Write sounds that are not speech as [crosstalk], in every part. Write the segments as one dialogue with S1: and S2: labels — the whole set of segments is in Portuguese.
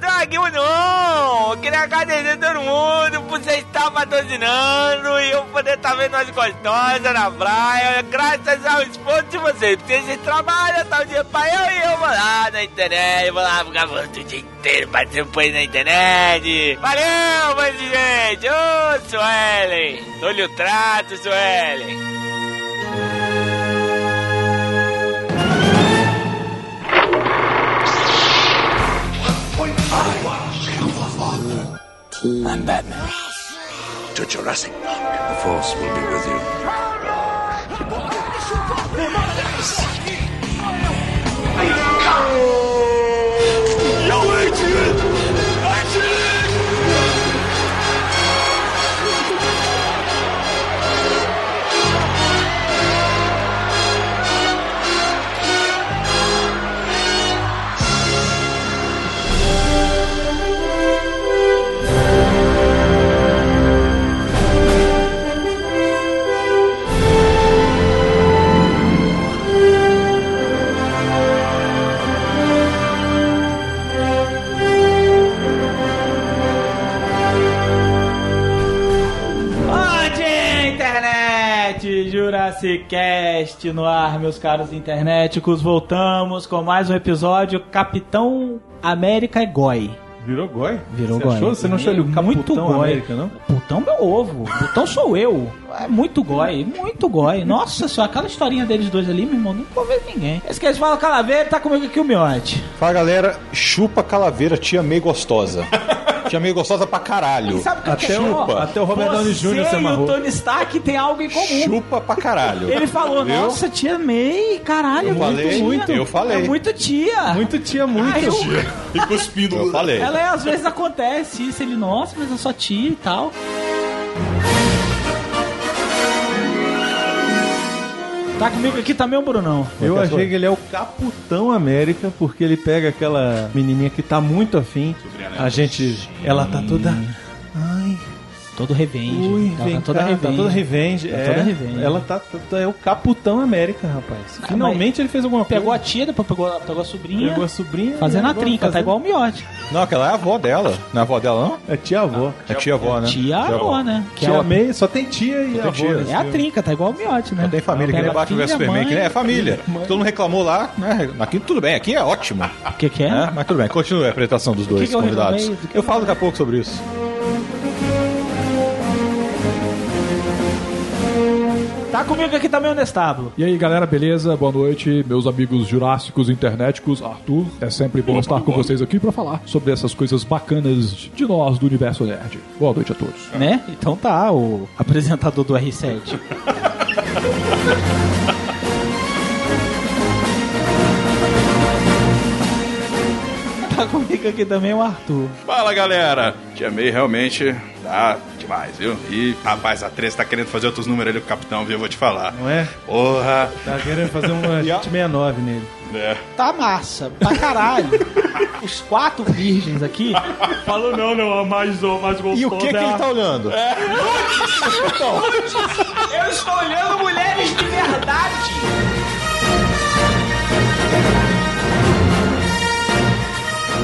S1: conseguimos não! Eu queria agradecer todo mundo por você estar patrocinando e eu poder estar vendo as gostosas na praia, graças ao esforço de vocês, porque vocês trabalham tal um dia pra eu e eu vou lá na internet, vou lá ficar o dia inteiro batendo punho na internet. Valeu, mas gente! Ô, Suelen! Dou-lhe o trato, Suelen!
S2: I'm Batman. To Jurassic Park. The Force will be with you.
S3: Onde internet? Jurassic Cast no ar, meus caros internéticos. Voltamos com mais um episódio Capitão América é Goi.
S4: Virou goi?
S3: Virou
S4: Você
S3: goi.
S4: Achou? Você não achou ele o
S3: Muito
S4: Capitão
S3: goi.
S4: América, não?
S3: Putão Então, meu ovo, putão sou eu. É muito goi, muito goi. Nossa senhora, aquela historinha deles dois ali, meu irmão, não convence ninguém. Esse que eles falam calaveira, tá comigo aqui o miote.
S5: Fala galera, chupa calaveira, tia
S3: [laughs]
S5: meio gostosa. tia meio gostosa pra
S3: E
S5: caralho.
S3: sabe o que
S4: Até
S3: eu achei,
S4: o-
S3: ó?
S4: até o Robert Downey
S3: Você
S4: Jr. se
S3: e o
S4: amarrou.
S3: Tony Stark tem algo em comum.
S5: Chupa pra caralho.
S3: Ele falou,
S5: Viu?
S3: nossa, tia May, caralho,
S5: Eu
S3: é muito
S5: falei,
S3: tia.
S5: muito. Eu falei.
S3: É muito tia.
S4: Muito tia, muito.
S3: Ah, eu-
S6: E cuspindo.
S5: Eu falei.
S3: Ela é, às vezes acontece isso, ele, nossa, mas é só tia e tal. Tá comigo aqui também o Brunão.
S4: Eu achei que ele é o Capitão América, porque ele pega aquela menininha que tá muito afim. A gente. Ela tá toda. Ai,
S3: Todo revenge.
S4: ui,
S3: Ela
S4: vem
S3: tá toda
S4: cá,
S3: revenge.
S4: tá toda revenge.
S3: Tá
S4: é,
S3: toda revenge.
S4: Ela tá, tá- tá- É o Capitão América, rapaz.
S3: Ah,
S4: Finalmente ele fez alguma
S3: Pegou a
S4: coisa.
S3: tia, depois pegou, pegou a sobrinha.
S4: Pegou a sobrinha.
S3: Fazendo
S4: e
S3: a
S4: agora
S3: trinca, tá
S4: fazendo-
S3: igual o miote.
S5: Não, aquela é a avó dela. Não é a avó dela, não?
S4: É tia avó.
S5: É tia avó, né?
S3: Tá. Tia avó, né? Que
S4: Tia
S3: é, o-
S4: May, só tem tia e avó. né?
S5: tia.
S4: nesse
S3: é a
S4: filme.
S3: trinca, tá igual o miote, né?
S5: Não tem família, que nem
S3: Pega
S5: Batman vs
S3: filha,
S5: Superman,
S3: mãe.
S5: que nem é família. Todo mundo reclamou lá, né? Aqui tudo bem, aqui é ótimo.
S3: O que que é?
S5: né? Mas tudo bem, continua a apresentação dos dois
S3: que eu
S5: convidados.
S3: reclamei? Do que
S5: eu falo daqui a pouco sobre isso.
S3: Tá comigo aqui também o Nestábulo.
S7: E aí galera, beleza? Boa noite, meus amigos jurássicos internéticos, Arthur. É sempre bom estar com vocês aqui pra falar sobre essas coisas bacanas de nós do universo nerd. Boa noite a todos.
S3: Né? Então tá, o apresentador do R7. [laughs] tá comigo aqui também o Arthur.
S6: Fala, galera. Te amei realmente. Tá demais, viu? E, rapaz, a 13 tá querendo fazer outros números ali com o capitão, viu? Eu vou te falar.
S4: Não é?
S6: Porra.
S4: Tá querendo fazer
S3: [laughs]
S4: uma
S5: E a-
S4: 69 nele.
S6: né?
S3: Tá massa,
S4: [laughs]
S3: pra caralho. Os quatro virgens aqui.
S4: Falou, não, não, a mais, a mais gostosa.
S5: E o que que ele tá
S6: É,
S5: olhando?
S3: Eu estou olhando mulheres de verdade.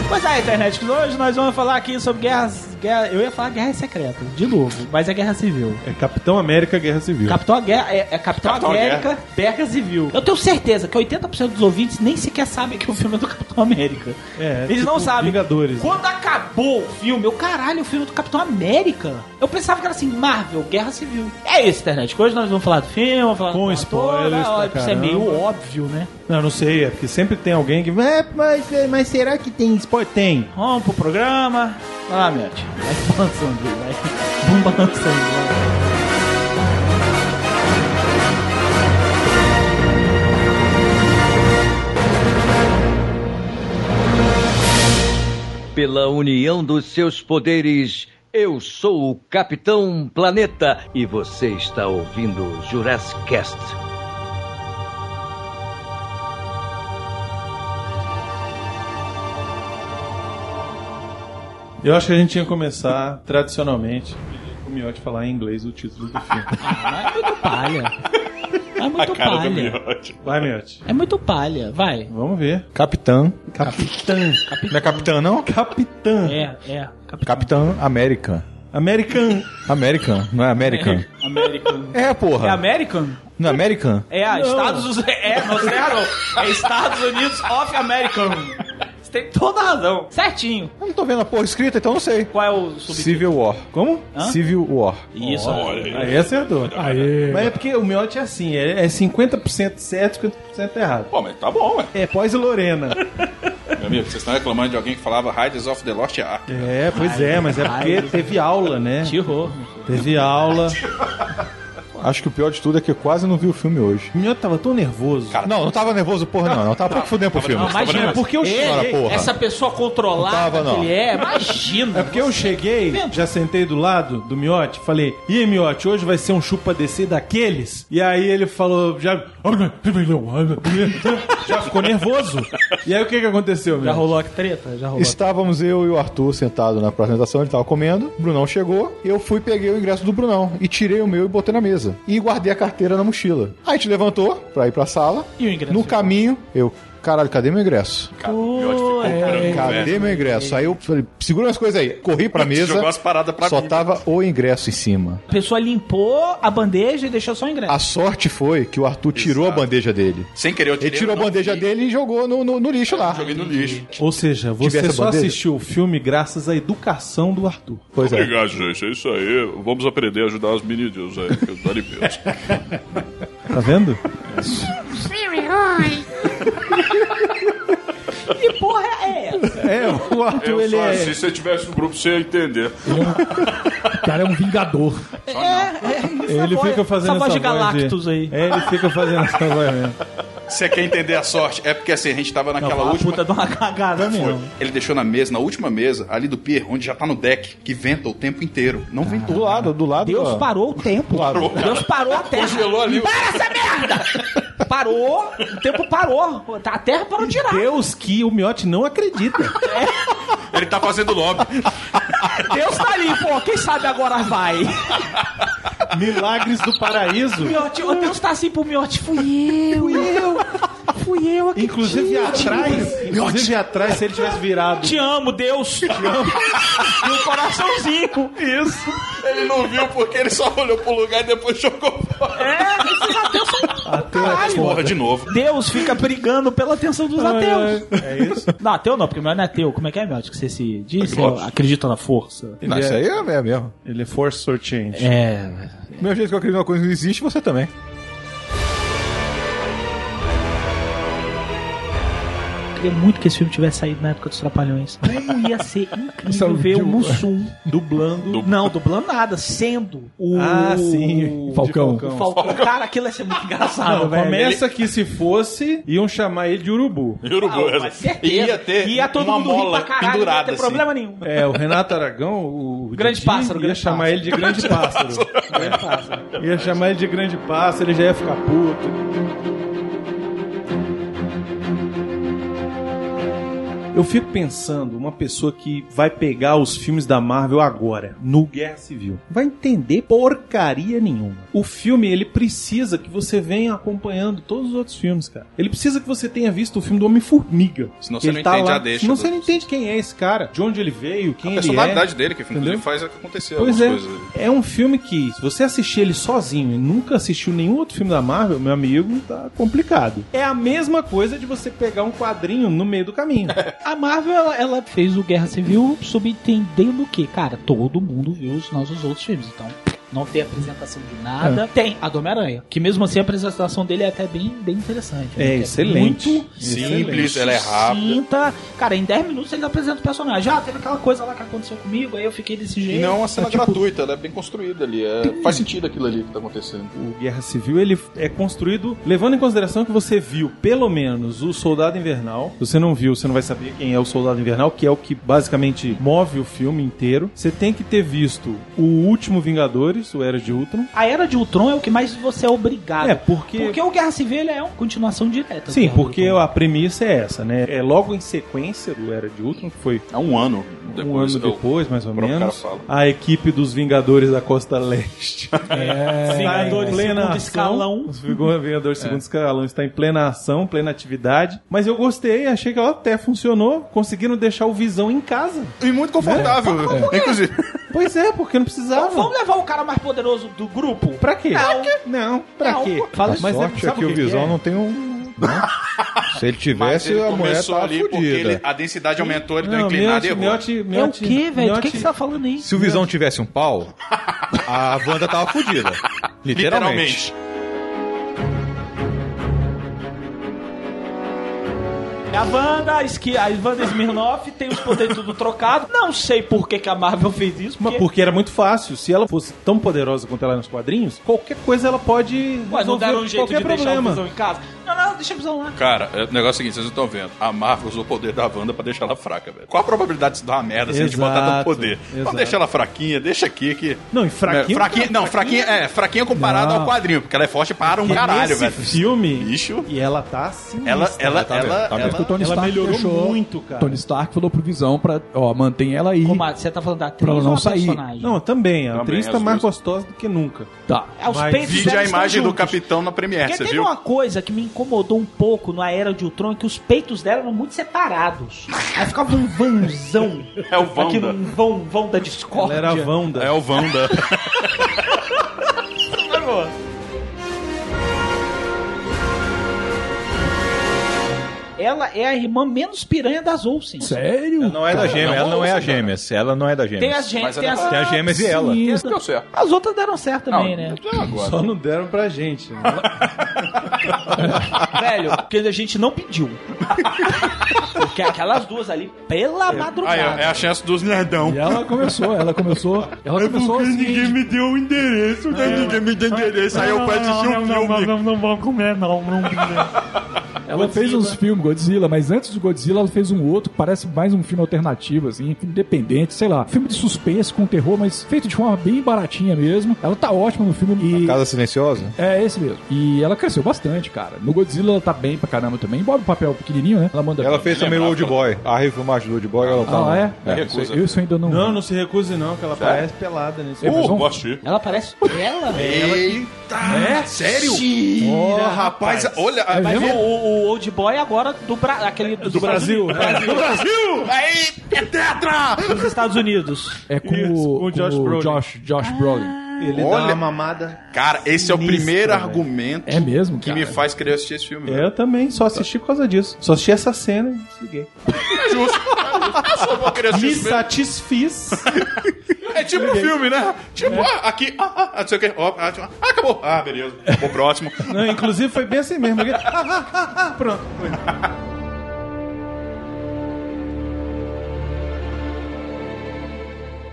S3: Pois é, internet, hoje nós vamos falar aqui sobre guerras. guerra- eu ia falar guerra secreta, de novo, mas é guerra civil.
S4: É Capitão América Guerra Civil.
S3: Capitão Guerra, é, é Capitão,
S6: Capitão
S3: América, Guerra Civil. Eu tenho certeza que 80% dos ouvintes nem sequer sabem que o filme é do Capitão América.
S4: É,
S3: Eles
S4: tipo
S3: não sabem.
S4: Vingadores.
S3: Quando acabou o filme, eu, caralho, o filme é do Capitão América. Eu pensava que era assim, Marvel, Guerra Civil. É isso, internet. Hoje nós vamos falar do filme, vamos falar
S4: Com
S3: do
S4: spoilers pra
S3: Isso é
S4: caramba.
S3: meio óbvio, né?
S4: Não, não sei, é porque sempre tem alguém que. É, mas, é, mas será que tem spoiler? Tem.
S3: Vamos pro programa. Vai lá, Miotti. Vai balançando, aí, vai. Vamos balançando. vai.
S8: Pela união dos seus poderes, eu sou o Capitão Planeta e você está ouvindo o Jurassic Cast.
S4: Eu acho que a gente tinha que começar
S3: [laughs]
S4: tradicionalmente. pedir pro Miotti falar em inglês o título do filme.
S3: é Palha. É muito
S6: a cara do
S3: palha.
S6: Miotti.
S4: Vai, Miotti.
S3: É muito palha, vai.
S4: Vamos ver.
S5: Capitã.
S4: Capitã.
S5: Não é capitã, não?
S4: Capitã.
S3: É, é. Capitão.
S5: Capitã América.
S4: American.
S5: American, não é American?
S3: American.
S5: É,
S3: É
S5: porra.
S3: American?
S5: Não é American?
S3: É, a Estados Unidos. É, não, você errou. É Estados Unidos of American. Você tem toda a razão. Certinho.
S5: Eu não tô vendo a porra escrita, então não sei.
S3: Qual é o subtítulo?
S5: Civil War. Como?
S3: Hã?
S5: Civil War.
S3: Isso.
S4: Aí acertou.
S7: Aê.
S4: Mas é porque o Miotti é assim, é é 50% certo, 50% errado.
S6: Pô, mas tá bom, ué.
S4: É pós Lorena.
S6: Meu amigo, vocês estão reclamando de alguém que falava Riders of the Lost Ark.
S4: É, pois é, mas é porque teve aula, né?
S3: Tirou.
S4: Teve aula.
S5: Acho que o pior de tudo é que eu quase não vi o filme hoje.
S4: O Miotti tava tão nervoso.
S6: Cara,
S5: Não, não tava nervoso porra não. Não tava pra fuder pro filme.
S3: Não, imagina, é porque eu
S5: Ei, senhora, porra.
S3: Essa pessoa controlada
S5: Não tava, não.
S3: que ele é, imagina.
S4: É porque eu cheguei, já sentei do lado do Miotti, falei, e aí, Miotti, hoje vai ser um chupa descer daqueles? E aí ele falou, já. Já ficou nervoso. E aí o que que aconteceu,
S3: Já
S4: Miotti?
S3: rolou a treta? Já rolou.
S5: Estávamos eu e o Arthur sentados na apresentação, ele tava comendo, o Brunão chegou, eu fui peguei o ingresso do Brunão e tirei o meu e botei na mesa. E guardei a carteira na mochila. Aí a gente levantou pra ir pra sala.
S3: E o ingresso?
S5: No caminho, eu, caralho, cadê meu ingresso?
S6: Cara, o Miotti ficou
S4: é.
S6: branco,
S5: Cadê
S6: velho.
S5: meu ingresso? Aí eu falei, segura as coisas aí. Corri pra mesa.
S6: [laughs] Jogou as paradas pra
S5: só
S6: mim.
S5: tava o ingresso em cima.
S3: A pessoa limpou a bandeja e deixou só o ingresso.
S5: A sorte foi que o Arthur tirou a
S6: Exato.
S5: bandeja dele.
S6: Sem querer, eu tirei.
S5: Ele tirou a
S6: eu não
S5: bandeja
S6: vi.
S5: dele e jogou no, no- no lixo lá.
S6: Joguei no lixo.
S4: Ou seja, você
S5: Tivesse
S4: só
S5: bandeja?
S4: assistiu o filme graças à educação do Arthur.
S5: Pois é.
S6: Obrigado, gente. É isso aí. Vamos aprender a ajudar os meninos aí, que os aripeus.
S4: [laughs] Tá vendo?
S3: Que porra é essa?
S4: É, o Arthur,
S6: Eu
S4: ele
S6: só
S4: é.
S6: assim, se eu tivesse no grupo, você ia entender.
S7: O cara é um vingador.
S4: Ele fica fazendo
S3: essa voz de
S4: voz de-
S3: Galactus aí.
S4: É, ele fica fazendo essa voz [laughs] mesmo.
S6: Você É, quer entender a sorte? É porque assim, a gente tava naquela
S3: Não, a
S6: última.
S3: puta de uma cagada
S6: Foi.
S3: mesmo.
S6: Ele deixou na mesa, na última mesa, ali do pier, onde já tá no deck, que venta o tempo inteiro. Não ventou.
S5: Do lado, do lado.
S3: Deus
S5: ó.
S3: parou o tempo.
S5: Parou,
S3: Deus parou a terra.
S6: Congelou ali.
S3: Para essa merda! Parou, o tempo parou. A terra parou de girar.
S4: Deus que o Miotti não acredita.
S6: Ele tá fazendo lobby.
S3: Deus tá ali, pô. Quem sabe agora vai.
S4: Milagres do paraíso.
S3: O Miotti- o Deus tá assim pro Miotti. Fui eu, fui eu. Fui eu aqui.
S4: Inclusive atrás, inclusive atrás, se ele tivesse virado.
S3: Te amo, Deus. Te amo. E um coraçãozinho. Isso.
S6: Ele não viu porque ele só olhou pro lugar e depois jogou fora.
S3: É, esses ateus são... Caralho.
S6: Porra, de novo.
S3: Deus fica brigando pela atenção dos ateus.
S4: É isso?
S3: Não, ateu não, porque meu não é ateu. Como é que é, meu? Que você se diz? Você
S6: Agnóstico.
S3: acredita na força.
S5: Não, isso aí é, é mesmo.
S4: Ele é force or change.
S3: É.
S5: Do mesmo jeito que eu acredito que uma coisa que não existe, você também.
S3: Eu queria muito que esse filme tivesse saído na época dos Trapalhões. Como
S4: [laughs]
S3: ia ser
S4: é
S3: incrível ver o Mussum.
S4: Dublando.
S3: Não, dublando nada, sendo o.
S4: Ah, sim. Ah,
S7: O Falcão.
S4: De
S3: o Falcão. Cara, aquilo ia ser muito engraçado,
S4: Não,
S3: velho.
S4: começa que se fosse, iam chamar ele de urubu.
S6: Urubu,
S3: Ah, com certeza.
S6: Ia ter
S3: Ia todo
S6: uma
S3: mundo
S6: mola
S3: rir pra caralho, não ia
S6: pendurada,
S3: ter
S6: assim.
S3: problema nenhum.
S4: [laughs] É, o Renato Aragão, o o
S3: Grande
S4: Didi,
S3: pássaro,
S4: ia
S3: grande
S4: chamar
S3: pássaro.
S4: ele de
S3: [laughs]
S4: grande pássaro. É, Ia chamar ele de grande pássaro, ele já ia ficar puto. Eu fico pensando, uma pessoa que vai pegar os filmes da Marvel agora, no Guerra Civil, vai entender porcaria nenhuma. O filme, ele precisa que você venha acompanhando todos os outros filmes, cara. Ele precisa que você tenha visto o filme do Homem-Formiga.
S6: Senão você
S4: Ele
S6: não entende a deixa
S4: Senão
S6: do-
S4: você não entende quem é esse cara, de onde ele veio,
S6: A
S4: quem ele é.
S6: personalidade dele, que inclusive
S4: Entendeu?
S6: faz acontecer
S4: Pois é.
S6: algumas coisas.
S4: É um filme que, se você assistir ele sozinho e nunca assistiu nenhum outro filme da Marvel, meu amigo, tá complicado. É a mesma coisa de você pegar um quadrinho no meio do caminho.
S3: A Marvel, ela, ela fez o Guerra Civil subentendendo que, cara, todo mundo viu os nossos outros filmes, então não tem apresentação de
S4: É.
S3: nada. Tem a do Homem-Aranha, que mesmo assim a apresentação dele é até bem, bem interessante. né?
S4: É
S3: Que
S4: excelente.
S3: Muito
S6: Simples, ela é rápida.
S3: cinta. Cara, em 10 minutos ele apresenta o personagem. Ah, teve aquela coisa lá que aconteceu comigo, aí eu fiquei desse
S6: E
S3: jeito.
S6: não é uma cena
S3: É, tipo,
S6: gratuita, ela é bem construída ali. é- Faz sentido aquilo ali que tá acontecendo.
S4: O Guerra Civil ele é construído levando em consideração que você viu pelo menos o Soldado Invernal. Se você não viu, você não vai saber quem é o Soldado Invernal, que é o que basicamente move o filme inteiro. Você tem que ter visto o Último Vingadores, depois o Era de Ultron.
S3: A Era de Ultron é o que mais você é obrigado.
S4: É, porque.
S3: Porque o Guerra Civil ele é uma continuação direta. do
S4: Sim,
S3: Guerra
S4: porque
S3: Civil.
S4: a premissa é essa, né? É logo em sequência do Era de Ultron, que foi
S6: É um ano.
S4: um ano
S6: eu-
S4: depois, mais ou
S6: o próprio
S4: menos.
S6: cara fala.
S4: A equipe dos Vingadores da Costa Leste.
S7: É.
S4: tá
S3: Vingadores segundo escalão. É.
S4: Os Vingadores segundo escalão está em plena ação, plena atividade. Mas eu gostei, achei que ela até funcionou. Conseguiram deixar o Visão em casa.
S6: E muito confortável, né? inclusive.
S4: Pois é, porque não
S3: Então,
S4: precisava.
S3: vamos levar o cara mais poderoso do grupo?
S4: Pra quê?
S3: Não.
S4: Não, pra
S3: Não.
S4: quê?
S5: A
S4: Fala,
S5: sorte é
S4: sabe
S5: que o
S4: que
S5: Visão
S4: é?
S5: não tem [laughs] um... né? Se ele
S6: Mas
S5: tivesse,
S6: ele
S5: a mulher
S6: começou
S5: tava
S6: ali porque ele-
S5: fodida.
S6: a densidade aumentou, ele deu uma
S4: Não,
S6: inclinada e
S4: Miotti,
S6: errou.
S4: Miotti,
S3: É o
S4: Miotti,
S3: quê, velho? O que,
S4: Miotti-
S3: que você tá falando aí?
S5: Se o Visão tivesse um pau, a Wanda tava fodida. Literalmente.
S6: Literalmente.
S3: A Wanda, esqui- a Wanda Smirnoff tem os poderes tudo trocado. Não sei por que, que a Marvel fez isso.
S4: Mas
S3: porque-
S4: porque era muito fácil. Se ela fosse tão poderosa quanto ela é nos quadrinhos, qualquer coisa ela pode
S3: Ué, não
S4: resolver
S3: deram um jeito
S4: qualquer
S3: de deixar o
S4: problema.
S3: visão em casa? Não, não, deixa o visão lá.
S6: Cara, é, o negócio é o seguinte, vocês não estão vendo. A Marvel usou o poder da Wanda pra deixar ela fraca, velho. Qual a probabilidade disso dar uma merda se a gente
S4: Exato,
S6: botar tanto poder?
S4: exato.
S6: Vamos deixar ela fraquinha, deixa aqui que...
S4: Não, e fraquinho-
S6: É, fraquinha não, fraquinha, é, fraquinha comparada
S4: Não.
S6: ao quadrinho, porque ela é forte para um
S4: Porque
S6: caralho,
S4: nesse
S6: velho.
S4: filme,
S6: Bicho.
S4: e ela tá assim.
S6: Ela, ela,
S5: tá
S6: ela,
S5: vendo, tá
S6: ela-
S7: Porque o Tony
S4: ela
S7: Stark
S4: melhorou
S7: deixou-
S4: muito, cara.
S7: Tony Stark falou pro Visão pra, ó, mantém ela aí.
S3: Comadre, você tá falando da atriz
S7: Pra ela não
S3: ou a
S7: sair.
S3: personagem?
S4: Não, também. A
S6: Também,
S4: atriz tá
S6: as
S4: mais
S6: duas.
S4: gostosa do que nunca.
S7: Tá.
S3: é os
S4: mas
S3: peitos
S6: Vide a
S3: dela estão
S6: imagem do
S3: juntos.
S6: capitão na Premiere,
S3: Porque
S6: você
S3: teve
S6: viu?
S3: uma coisa que me incomodou um pouco na Era de Ultron, é que os peitos dela eram muito separados. Aí ficava um vãozão.
S6: [laughs] É o Wanda.
S3: Aquilo, um vão, vão da
S4: Ela
S3: discórdia.
S4: era a Wanda.
S6: É o
S4: [laughs]
S6: Wanda.
S3: Ela é a irmã menos piranha das Olsen.
S7: Sério?
S5: Não é da gêmea, ela não é a gêmeas. Ela não é da
S3: Tem
S5: gêmeas.
S3: as gêmeas,
S6: Mas
S3: tem
S6: ela-
S3: as...
S5: Tem a gêmeas e ela.
S6: Isso deu certo.
S3: As outras deram certo também, né?
S6: agora.
S4: Só não deram pra gente. né?
S3: Velho, porque a gente não
S6: [laughs]
S3: pediu. porque aquelas duas ali, pela
S6: Aí, ó, é
S3: madrugada.
S6: a chance dos nerdão.
S7: E ela começou, ela começou. Ela começou assim.
S6: me deu o endereço, né? ninguém me deu o endereço. Aí eu fui assistir um filme.
S7: Ela fez uns filmes Godzilla, mas antes do Godzilla ela fez um outro que parece mais um filme alternativo, assim, filme independente, sei lá. Filme de suspense com terror, mas feito de forma bem baratinha mesmo. Ela tá ótima no filme e.
S5: Casa Silenciosa?
S7: É, esse mesmo. E ela cresceu bastante, cara. No Godzilla ela tá bem pra caramba também. Embora o papel pequenininho, né? Ela manda
S5: Ela é
S7: bem.
S5: fez também o Old Boy. A refilmagem do Old Boy, ela tá.
S7: Ah,
S5: lá.
S7: é?
S5: É.
S7: Isso- Eu isso ainda não.
S4: Não, não se recuse não, que ela parece pelada nesse
S7: mas
S6: Uh,
S7: vamos-
S6: vou assistir.
S3: Ela
S6: [laughs]
S3: parece ela, velho.
S6: Eita! Sério?
S4: Ó,
S6: Rapaz, olha.
S7: É
S3: Mas
S7: mesmo?
S3: o, o- o Old Boy agora do, Bra... Aquele dos
S4: Do Brasil. né?
S6: Do Brasil! Aí, é tetra!
S3: dos Estados Unidos.
S7: É com,
S4: Isso,
S7: o,
S4: com o Josh
S7: com o
S4: Brolin.
S7: Josh, Josh Brolin.
S4: Ele dá
S6: Olha.
S4: uma mamada.
S6: Cara, esse é o
S4: Sinistra,
S6: primeiro
S4: velho. É.
S6: argumento
S7: É mesmo,
S6: que
S7: cara?
S6: me faz querer assistir esse filme. velho.
S4: Eu também, só assisti por causa disso. Só assisti essa cena e desliguei.
S6: É justo. Eu só vou querer assistir
S4: Me
S6: esse filme.
S4: satisfiz.
S6: É tipo um filme, né? Tipo, ah, aqui, ah, ah, ah, não sei o que, ó, ah, tipo, ah, acabou. Ah, beleza. Vou pro próximo.
S4: Não, inclusive foi bem assim mesmo. porque- [laughs] Ah, ah, ah, ah, pronto.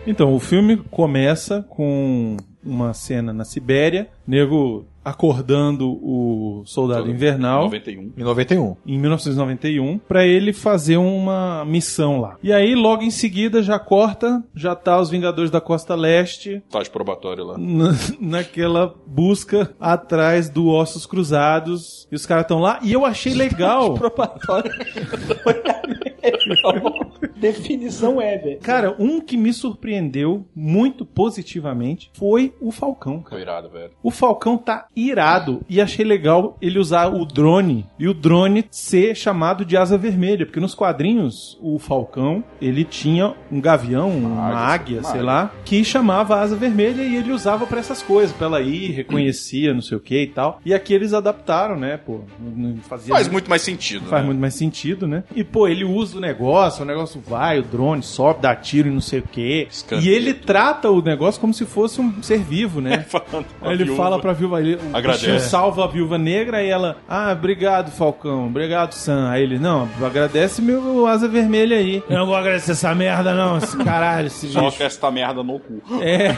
S4: Então, o filme começa com uma cena na Sibéria, nego acordando o soldado invernal
S6: 91.
S5: Em 91.
S4: em 1991 pra ele fazer uma missão lá. E aí logo em seguida já corta, já tá os Vingadores da Costa Leste
S6: Tá de probatório lá.
S4: na- naquela busca atrás do Ossos Cruzados. E os caras estão lá. E eu achei legal.
S3: Probatório. Foi a melhor definição é, velho.
S4: Cara, um que me surpreendeu muito positivamente foi o Falcão, cara.
S6: Foi irado, velho.
S4: O Falcão tá irado e achei legal ele usar o drone e o drone ser chamado de asa vermelha, porque nos quadrinhos o Falcão, ele tinha um gavião, uma
S6: águia,
S4: águia,
S6: uma
S4: sei
S6: águia.
S4: lá, que chamava asa vermelha e ele usava pra essas coisas, pra ela ir, reconhecia, não sei o que e tal. E aqui eles adaptaram, né, pô, não não fazia
S6: Faz muito mais sentido.
S4: Faz
S6: né?
S4: muito mais sentido, né? E, pô, ele usa o negócio, o negócio vai, o drone sobe, dá tiro e não sei o quê.
S6: Escanteio.
S4: E ele trata o negócio como se fosse um ser vivo,
S6: [laughs]
S4: né?
S6: Falando com a
S4: Aí ele
S6: viúva.
S4: fala pra viúva negra, o
S6: Agradece.
S4: bichinho salva a viúva negra e ela, ah, obrigado, Falcão, obrigado, Sam. Aí ele, não, agradece meu asa vermelha aí. Eu não vou agradecer essa merda, não, esse [laughs] caralho, esse
S6: Toca
S4: bicho.
S6: esta merda no cu.
S4: É,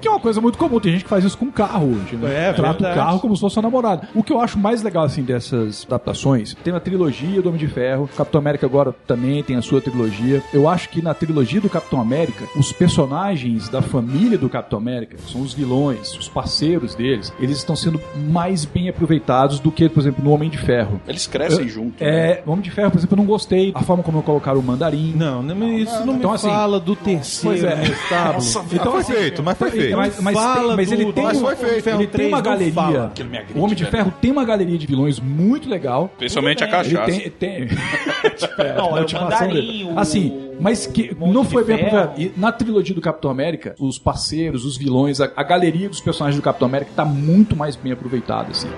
S7: Que é uma coisa muito comum, tem gente que faz isso com carro hoje, né?
S4: É,
S7: Trata
S4: verdade.
S7: o carro como se fosse sua namorada. O que eu acho mais legal, assim, dessas adaptações, tem na trilogia do Homem de Ferro, Capitão América agora também, tem a sua trilogia. Eu acho que na trilogia do Capitão América, os personagens da família do Capitão América, que são os vilões, os parceiros deles, eles estão sendo mais bem aproveitados do que, por exemplo, no Homem de Ferro.
S6: Eles crescem junto. né?
S7: É, o Homem de Ferro, por exemplo, eu não gostei a forma como eu colocaram o Mandarim.
S4: Não, não, mas isso não, me
S7: então, assim,
S4: fala do terceiro
S7: pois é.
S4: no estábulo.
S5: Então, foi feito, mas foi feito.
S7: Mas, mas
S4: Fala
S7: tem- mas
S4: do-
S7: ele tem,
S4: mas
S7: uma,
S5: foi feito.
S7: ele tem uma
S4: Não
S7: galeria.
S4: fala
S6: ele me agride,
S7: o Homem de
S6: velho.
S7: Ferro tem uma galeria de vilões muito legal.
S6: é- Principalmente a
S7: Ele
S6: cachaça.
S7: tem. tem [laughs] tipo, é,
S3: Não,
S7: a
S3: é o
S7: motivação dele.
S3: Mandarim, o-
S7: Assim, mas que
S3: Monte
S7: não
S3: de
S7: foi bem
S3: Ferro.
S7: aproveitado. E na trilogia do Capitão América, os parceiros, os vilões, a, a galeria dos personagens do Capitão América tá muito mais bem aproveitada, assim.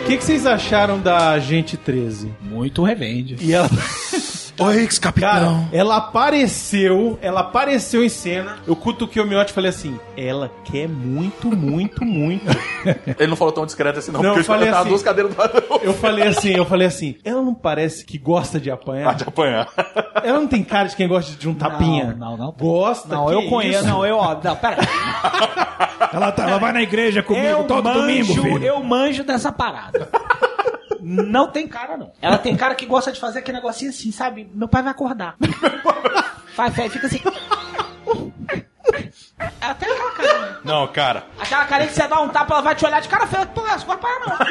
S4: O que, que vocês acharam da Agente 13?
S3: Muito revende.
S4: E [laughs] ela,
S2: Oi, ex-capitão.
S4: cara, ela apareceu, ela apareceu em cena. Eu cutuquei o Miotti e falei assim: ela quer muito, muito, muito.
S9: Ele não falou tão discreto assim, não,
S4: Não,
S9: porque
S4: eu
S9: eu falei
S4: falei
S9: tava
S4: assim.
S9: duas cadeiras do lado [laughs]
S4: Eu falei assim, eu falei assim, ela não parece que gosta de apanhar?
S9: Tá de apanhar.
S4: Ela não tem cara de quem gosta de um tapinha?
S3: Não, não, não.
S4: Gosta?
S3: Não,
S4: que
S3: eu conheço,
S4: isso?
S3: não, eu, ó, não, pera.
S7: Ela, tá, ela vai na igreja
S3: eu manjo, eu manjo dessa parada. Não tem cara, não. Ela tem cara que gosta de fazer aquele negocinho assim, sabe? Meu pai vai acordar. Faz fé, fica assim. Ela tem aquela cara.
S6: Não, cara.
S3: Aquela cara que você dá um tapa, ela vai te olhar de cara feia. Pô, essa vai parar,
S7: [laughs]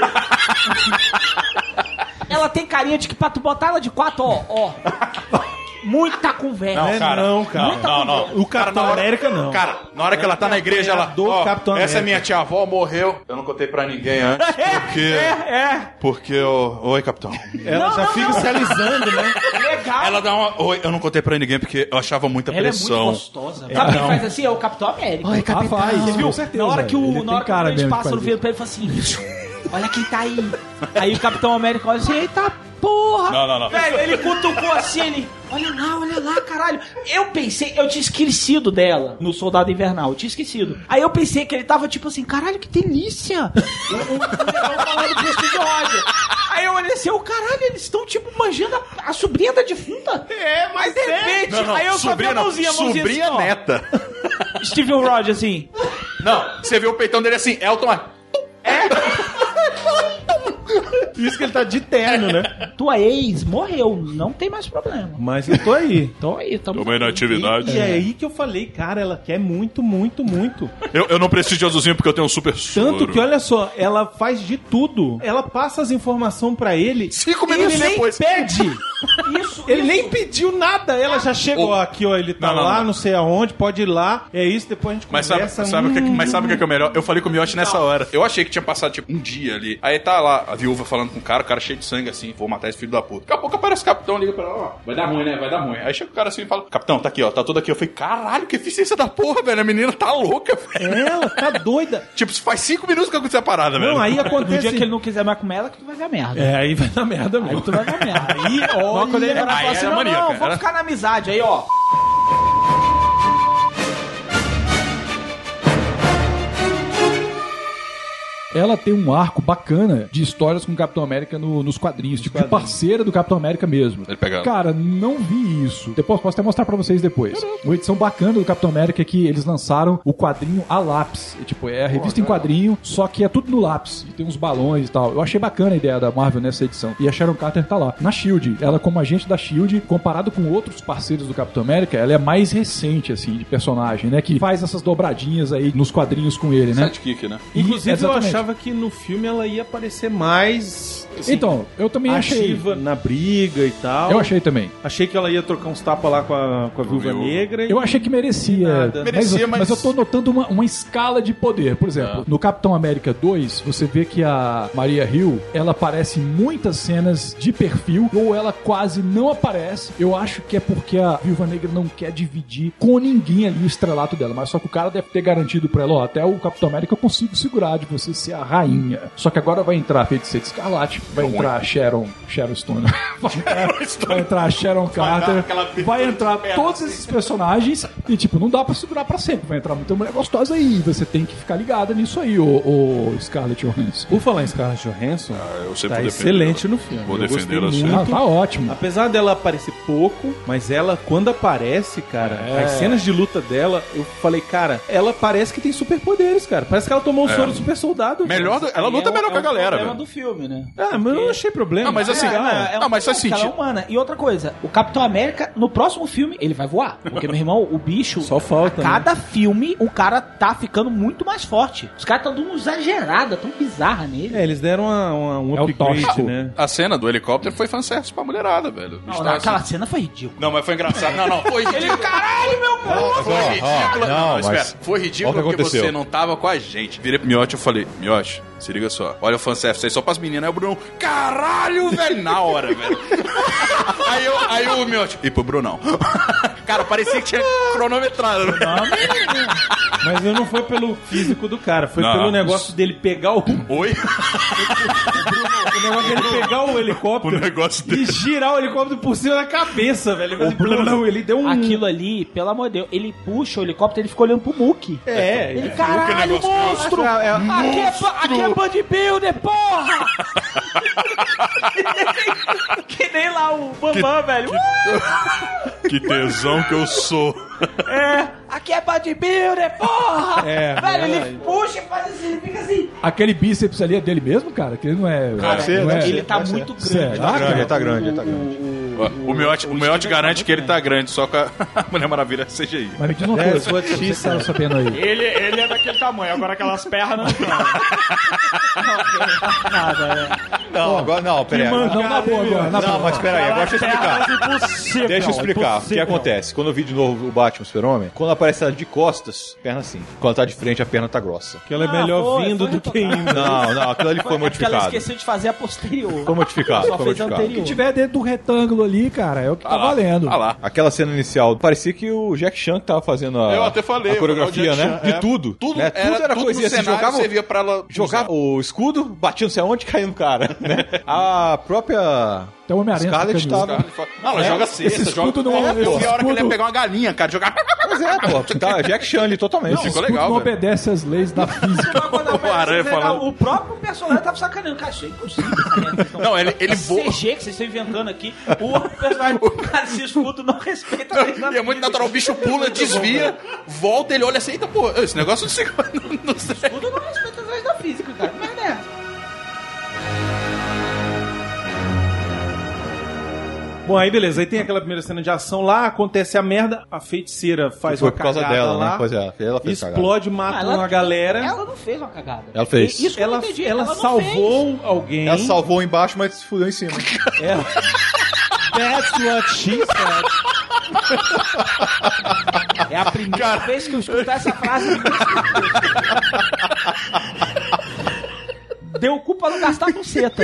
S3: não. Ela tem carinha de que pra tu botar ela de quatro, ó, ó. Muita conversa.
S6: Não,
S4: É
S6: cara.
S4: não, cara.
S6: Não, não, não.
S4: O Capitão
S6: na hora-
S4: América, não.
S6: Cara, na hora que ela tá na igreja, ela.
S4: do
S6: ó,
S4: Capitão
S6: essa é
S4: América.
S6: minha tia-avó, morreu. Eu não contei pra ninguém antes. Porque. É, é. Porque eu. Oi, capitão.
S4: Ela
S3: Não,
S4: já
S3: não,
S4: fica
S3: não.
S4: se alisando, né?
S3: Legal.
S6: Ela dá uma. Oi, eu não contei pra ninguém porque eu achava muita
S3: Ela é muito
S6: pressão.
S3: gostosa. Sabe quem faz assim? É o Capitão América. Ai,
S7: Ah, faz,
S3: Você viu?
S7: com certeza,
S3: na hora que
S7: ele
S3: o
S7: tem
S3: na hora que o
S7: cara
S3: presidente
S7: mesmo que
S3: passa
S7: faz
S3: no vidro pra ele, fala assim: Olha quem tá
S6: [laughs]
S3: aí. Aí o Capitão América olha assim: Eita porra!
S6: Não, não, não.
S3: Velho, ele cutucou assim, ele. Olha lá, olha lá, caralho. Eu pensei, eu tinha esquecido dela no Soldado Invernal, eu tinha esquecido. Aí eu pensei que ele tava tipo assim, caralho, que delícia! O- o- o negão falando com esse ódio. Aí eu olhei assim, eu, caralho, eles estão tipo manjando a, a sobrinha da defunta. É, mas de repente,
S6: Não, não,
S3: aí eu só vi
S6: sobrinha,
S3: a
S6: não.
S3: mãozinha, a mãozinha
S6: sobrinha
S3: assim, ó.
S6: neta.
S3: Steven Rogers, assim.
S6: Não, você viu o peitão dele assim, Elton.
S4: Isso que ele tá de terno, né?
S3: Tua ex morreu, não tem mais problema.
S4: Mas eu tô aí.
S3: Então aí, tamo.
S6: Tomei na
S4: E
S6: atividade.
S4: é aí que eu falei, cara, ela quer muito, muito, muito.
S6: Eu, eu não preciso de azulzinho porque eu tenho um super
S4: Tanto
S6: soro.
S4: que, olha só, ela faz de tudo. Ela passa as informações pra ele.
S6: Cinco minutos
S4: ele
S6: depois.
S4: nem pede.
S3: [laughs] Isso,
S4: Ele nem pediu nada. Ela já chegou
S6: Ô.
S4: aqui, ó. Ele tá
S6: Não, não,
S4: lá, não.
S6: não.
S4: sei aonde, pode ir lá. É isso, depois a gente
S6: Mas sabe,
S4: conversa.
S6: sabe o que,
S4: Hum.
S6: mas sabe o que que é o melhor? Eu falei com o Miotti nessa hora. Eu achei que tinha passado, tipo, um dia ali. Aí tá lá a viúva falando com o cara, o cara cheio de sangue assim, vou matar esse filho da puta. Daqui a pouco aparece o capitão, liga pra ela, ó, vai dar ruim, né? Vai dar ruim. Aí chega o cara assim e fala, capitão, tá aqui, ó, tá tudo aqui. Eu falei, caralho, que eficiência da porra, velho. A menina tá louca, velho.
S4: Ela tá doida.
S6: Tipo, isso faz cinco minutos que aconteceu a parada, velho.
S4: Não, aí
S3: No dia
S4: acontece...
S3: que ele não quiser mais comer ela, que tu vai ver a merda.
S4: É, aí vai dar merda mesmo.
S3: Aí tu vai ver a merda.
S4: Aí,
S3: Ó, quando ele
S4: olha...
S3: lembrar,
S6: Aí
S3: fala assim,
S6: era
S3: não,
S6: maníaca,
S3: não, vamos
S6: era-
S3: ficar na amizade. Aí, ó.
S7: ela tem um arco bacana de histórias com o Capitão América no- nos quadrinhos, tipo de parceira do Capitão América mesmo.
S6: Ele pega ela.
S7: Cara, não vi isso. Depois posso até mostrar pra vocês depois. Uma edição bacana do Capitão América é que eles lançaram o quadrinho a lápis. É, tipo, é a revista em quadrinho, só que é tudo no lápis. E tem uns balões e tal. Eu achei bacana a ideia da Marvel nessa edição. E a Sharon Carter tá lá. Na Shield, ela como agente da Shield, comparado com outros parceiros do Capitão América, ela é mais recente assim de personagem, né, que faz essas dobradinhas aí nos quadrinhos com ele, né?
S6: Sidekick, né?
S7: E-
S4: [laughs] Inclusive,
S7: exatamente.
S4: eu achava que no filme ela ia aparecer mais assim,
S7: Então, eu também achei.
S4: ativa na briga e tal.
S7: Eu achei também.
S4: Achei que ela ia trocar uns tapas lá com a, com a viúva
S6: viúva.
S4: negra. e-
S7: Eu achei que merecia.
S4: Nada.
S6: Merecia,
S7: mas,
S6: mas-
S7: mas eu tô notando uma, uma escala de poder. Por exemplo, no Capitão América 2, você vê que a Maria Hill, ela aparece em muitas cenas de perfil, ou ela quase não aparece. Eu acho que é porque a Viúva Negra não quer dividir com ninguém ali o estrelato dela. Mas só que o cara deve ter garantido pra ela, ó, até o Capitão América eu consigo segurar de você ser a rainha. Só que agora vai entrar a Feiticeira Escarlate, vai
S4: Então,
S7: entrar
S4: é.
S7: a Sharon,
S4: [laughs]
S7: Sharon Stone. Vai entrar- vai entrar a Sharon Carter, vai entrar
S4: assim.
S7: todos esses personagens e, tipo, não dá pra segurar pra sempre. Vai entrar muita mulher gostosa aí. Você tem que ficar ligada nisso aí, ô, ô Scarlett Johansson.
S4: Por falar em Scarlett Johansson,
S6: Ah, Eu sempre
S4: tá
S6: defendo né?
S4: excelente no filme.
S6: ela. Vou
S4: Eu gostei
S6: defender ela
S4: muito.
S6: sempre.
S7: Ah, tá ótimo.
S4: Apesar dela aparecer pouco, mas ela, quando aparece, cara,
S6: É.
S4: as cenas de luta dela, eu falei, cara, ela parece que tem superpoderes, cara. Parece que ela tomou o soro do super soldado,
S3: do
S6: É. Melhor do-
S3: Isso
S6: ela
S3: aí
S6: luta
S3: um-
S6: melhor com a
S3: um
S6: galera,
S3: problema
S6: velho.
S3: do filme, né?
S4: Ah, mas eu não achei problema.
S6: Ah, mas assim,
S4: Legal.
S6: é,
S3: É uma
S6: Ah, mas faz
S3: coisa, ela
S6: sentido.
S3: é humana. E outra coisa, o Capitão América, no próximo filme, ele vai voar. Porque, meu irmão, o
S6: é,
S3: bicho.
S4: Só falta, né?
S3: A cada filme, o cara tá ficando muito mais forte. Os caras estão dando uma exagerada, tão bizarra nele.
S4: É, eles deram uma, uma, um
S7: É o
S4: upgrade,
S7: tóxico.
S4: né?
S6: A cena do helicóptero foi fanservice pra mulherada, velho. O bicho
S3: Não,
S6: tava
S3: não, aquela cena foi ridícula.
S6: Não, mas foi engraçado. Não, não, foi ridículo. Caralho, meu povo! Foi
S5: ó,
S6: ridículo.
S5: ó,
S6: Não,
S5: não,
S6: espera.
S5: mas
S6: Foi ridículo
S5: olha o que
S6: porque você
S5: aconteceu.
S6: não tava com a gente. Virei pro Miotti e falei, Miotti, se liga só. Olha o fanservice aí só pras meninas. Aí o Bruno, caralho, velho, na hora, velho. [laughs] aí, eu, aí o Miotti, e pro Brunão. [laughs] Cara, parecia que tinha cronometrado. né?
S4: Mas eu não foi pelo físico do cara, foi
S6: Não.
S4: pelo negócio dele pegar o, o
S6: Oi?
S4: negócio dele pegar o
S6: [laughs] O
S4: helicóptero
S6: negócio
S4: e
S6: dele.
S4: girar o helicóptero por cima da cabeça, velho. Ele, fez assim, blum, ele deu um.
S3: Aquilo ali, pelo amor de Deus, ele puxa o helicóptero e ele fica olhando pro Mookie.
S4: É,
S3: Ele,
S4: é.
S3: caralho,
S6: negócio
S3: monstro! Aqui é, ba- aqui é bodybuilder, porra! [laughs] que nem lá o Bambam, velho.
S6: tipo-
S3: "Uh,
S6: Que tesão que eu sou.
S3: Aqui é bodybuilder, porra!
S4: É,
S3: velho, ele puxa e faz assim, fica assim.
S7: Aquele bíceps ali é dele mesmo, cara? Que ele não é.
S6: Cara,
S7: não é-
S3: ele tá
S6: assim,
S3: muito grande.
S4: Ah,
S7: Será, cara?
S5: Ele tá grande, ele tá grande.
S6: Ó, O Miotti, o Miotti garante que ele tá grande, só que a [laughs] Mulher Maravilha é CGI.
S7: Mas me diz uma coisa.
S4: sua
S7: você
S4: tia
S7: que tava sabendo aí.
S10: Ele, ele é daquele tamanho, agora aquelas pernas não.
S5: Não, agora não, peraí.
S7: Não,
S5: Não,
S4: tá
S7: na boa agora, na boa.
S5: mas peraí, agora deixa eu explicar.
S4: é
S10: impossível.
S5: Deixa eu explicar. O que acontece? Quando eu vi de novo o Batman Super-Homem, quando aparece ela de costas, perna assim. Quando tá de frente, a perna tá grossa.
S4: Que ela é
S3: Ah,
S4: melhor
S3: foi,
S4: vindo
S3: foi
S4: do que indo.
S5: Não, não, aquilo ali
S3: É porque
S5: foi
S3: ela
S5: modificado.
S3: esqueceu de fazer a
S6: [laughs]
S3: posterior.
S5: Foi modificado,
S3: Só
S5: foi
S3: fez a
S5: modificado.
S7: Se
S3: anterior.
S7: tiver dentro do retângulo ali, cara, é o que tá
S6: Ah lá,
S7: valendo.
S6: Ah lá.
S5: Aquela cena inicial, parecia que o Jack Chan que tava fazendo a,
S6: Eu até falei,
S5: a coreografia,
S6: o Jack
S5: né?
S6: Chan, é.
S5: De tudo.
S6: Tudo
S5: né?
S6: era- tudo no
S5: coisinha assim,
S6: cenário
S5: jogava,
S6: servia pra ela
S5: jogava o escudo, batia não sei aonde e caía no cara, né? A própria
S7: Até
S4: tá
S7: o Homem-Aranha.
S5: Scarlett
S7: fica junto.
S5: estava...
S6: Não, ela joga
S7: É, esse
S6: cesta, joga...
S7: escudo não-
S6: É, eu vi a hora que ele ia
S7: escudo-
S6: pegar uma galinha, cara, jogar...
S5: Pois é, pô. Tá, Jack Chan ali totalmente.
S7: Esse
S6: Ficou
S7: escudo
S6: legal,
S7: não
S6: velho.
S7: obedece às leis da física.
S3: Quando aparece
S6: O Aranha
S3: esse
S6: falando.
S3: legal, assim, O próprio personagem tava sacaneando, cara, isso é impossível. essa merda. Então,
S6: Não, ele, ele
S3: esse
S6: voa...
S3: CG que vocês estão inventando aqui, o
S6: [laughs]
S3: personagem do cara se escudo não respeita a lei da
S6: E é muito
S3: vida.
S6: natural, o bicho [laughs] pula, desvia, volta, ele olha assim, eita, pô, esse negócio não se... [laughs] não- Não sei.
S3: Escudo não respeita as leis da física, cara. Mas né?
S4: Bom, aí beleza. Aí tem aquela primeira cena de ação lá, acontece a merda, a feiticeira faz
S5: Foi
S4: uma
S5: por causa
S4: cagada
S5: dela,
S4: lá,
S5: né? Pois é, ela fez cagada.
S4: explode, mata
S3: Ah, Ela-
S4: uma galera. Ela,
S3: Ela não fez uma cagada.
S5: Ela fez.
S3: Isso que eu
S4: ela,
S3: não entendi, não
S4: salvou alguém.
S5: Ela salvou embaixo, mas se fudeu em cima.
S4: Ela- That's what she said.
S3: fez. É a primeira vez que eu escuto essa frase. Deu culpa não gastar buceta.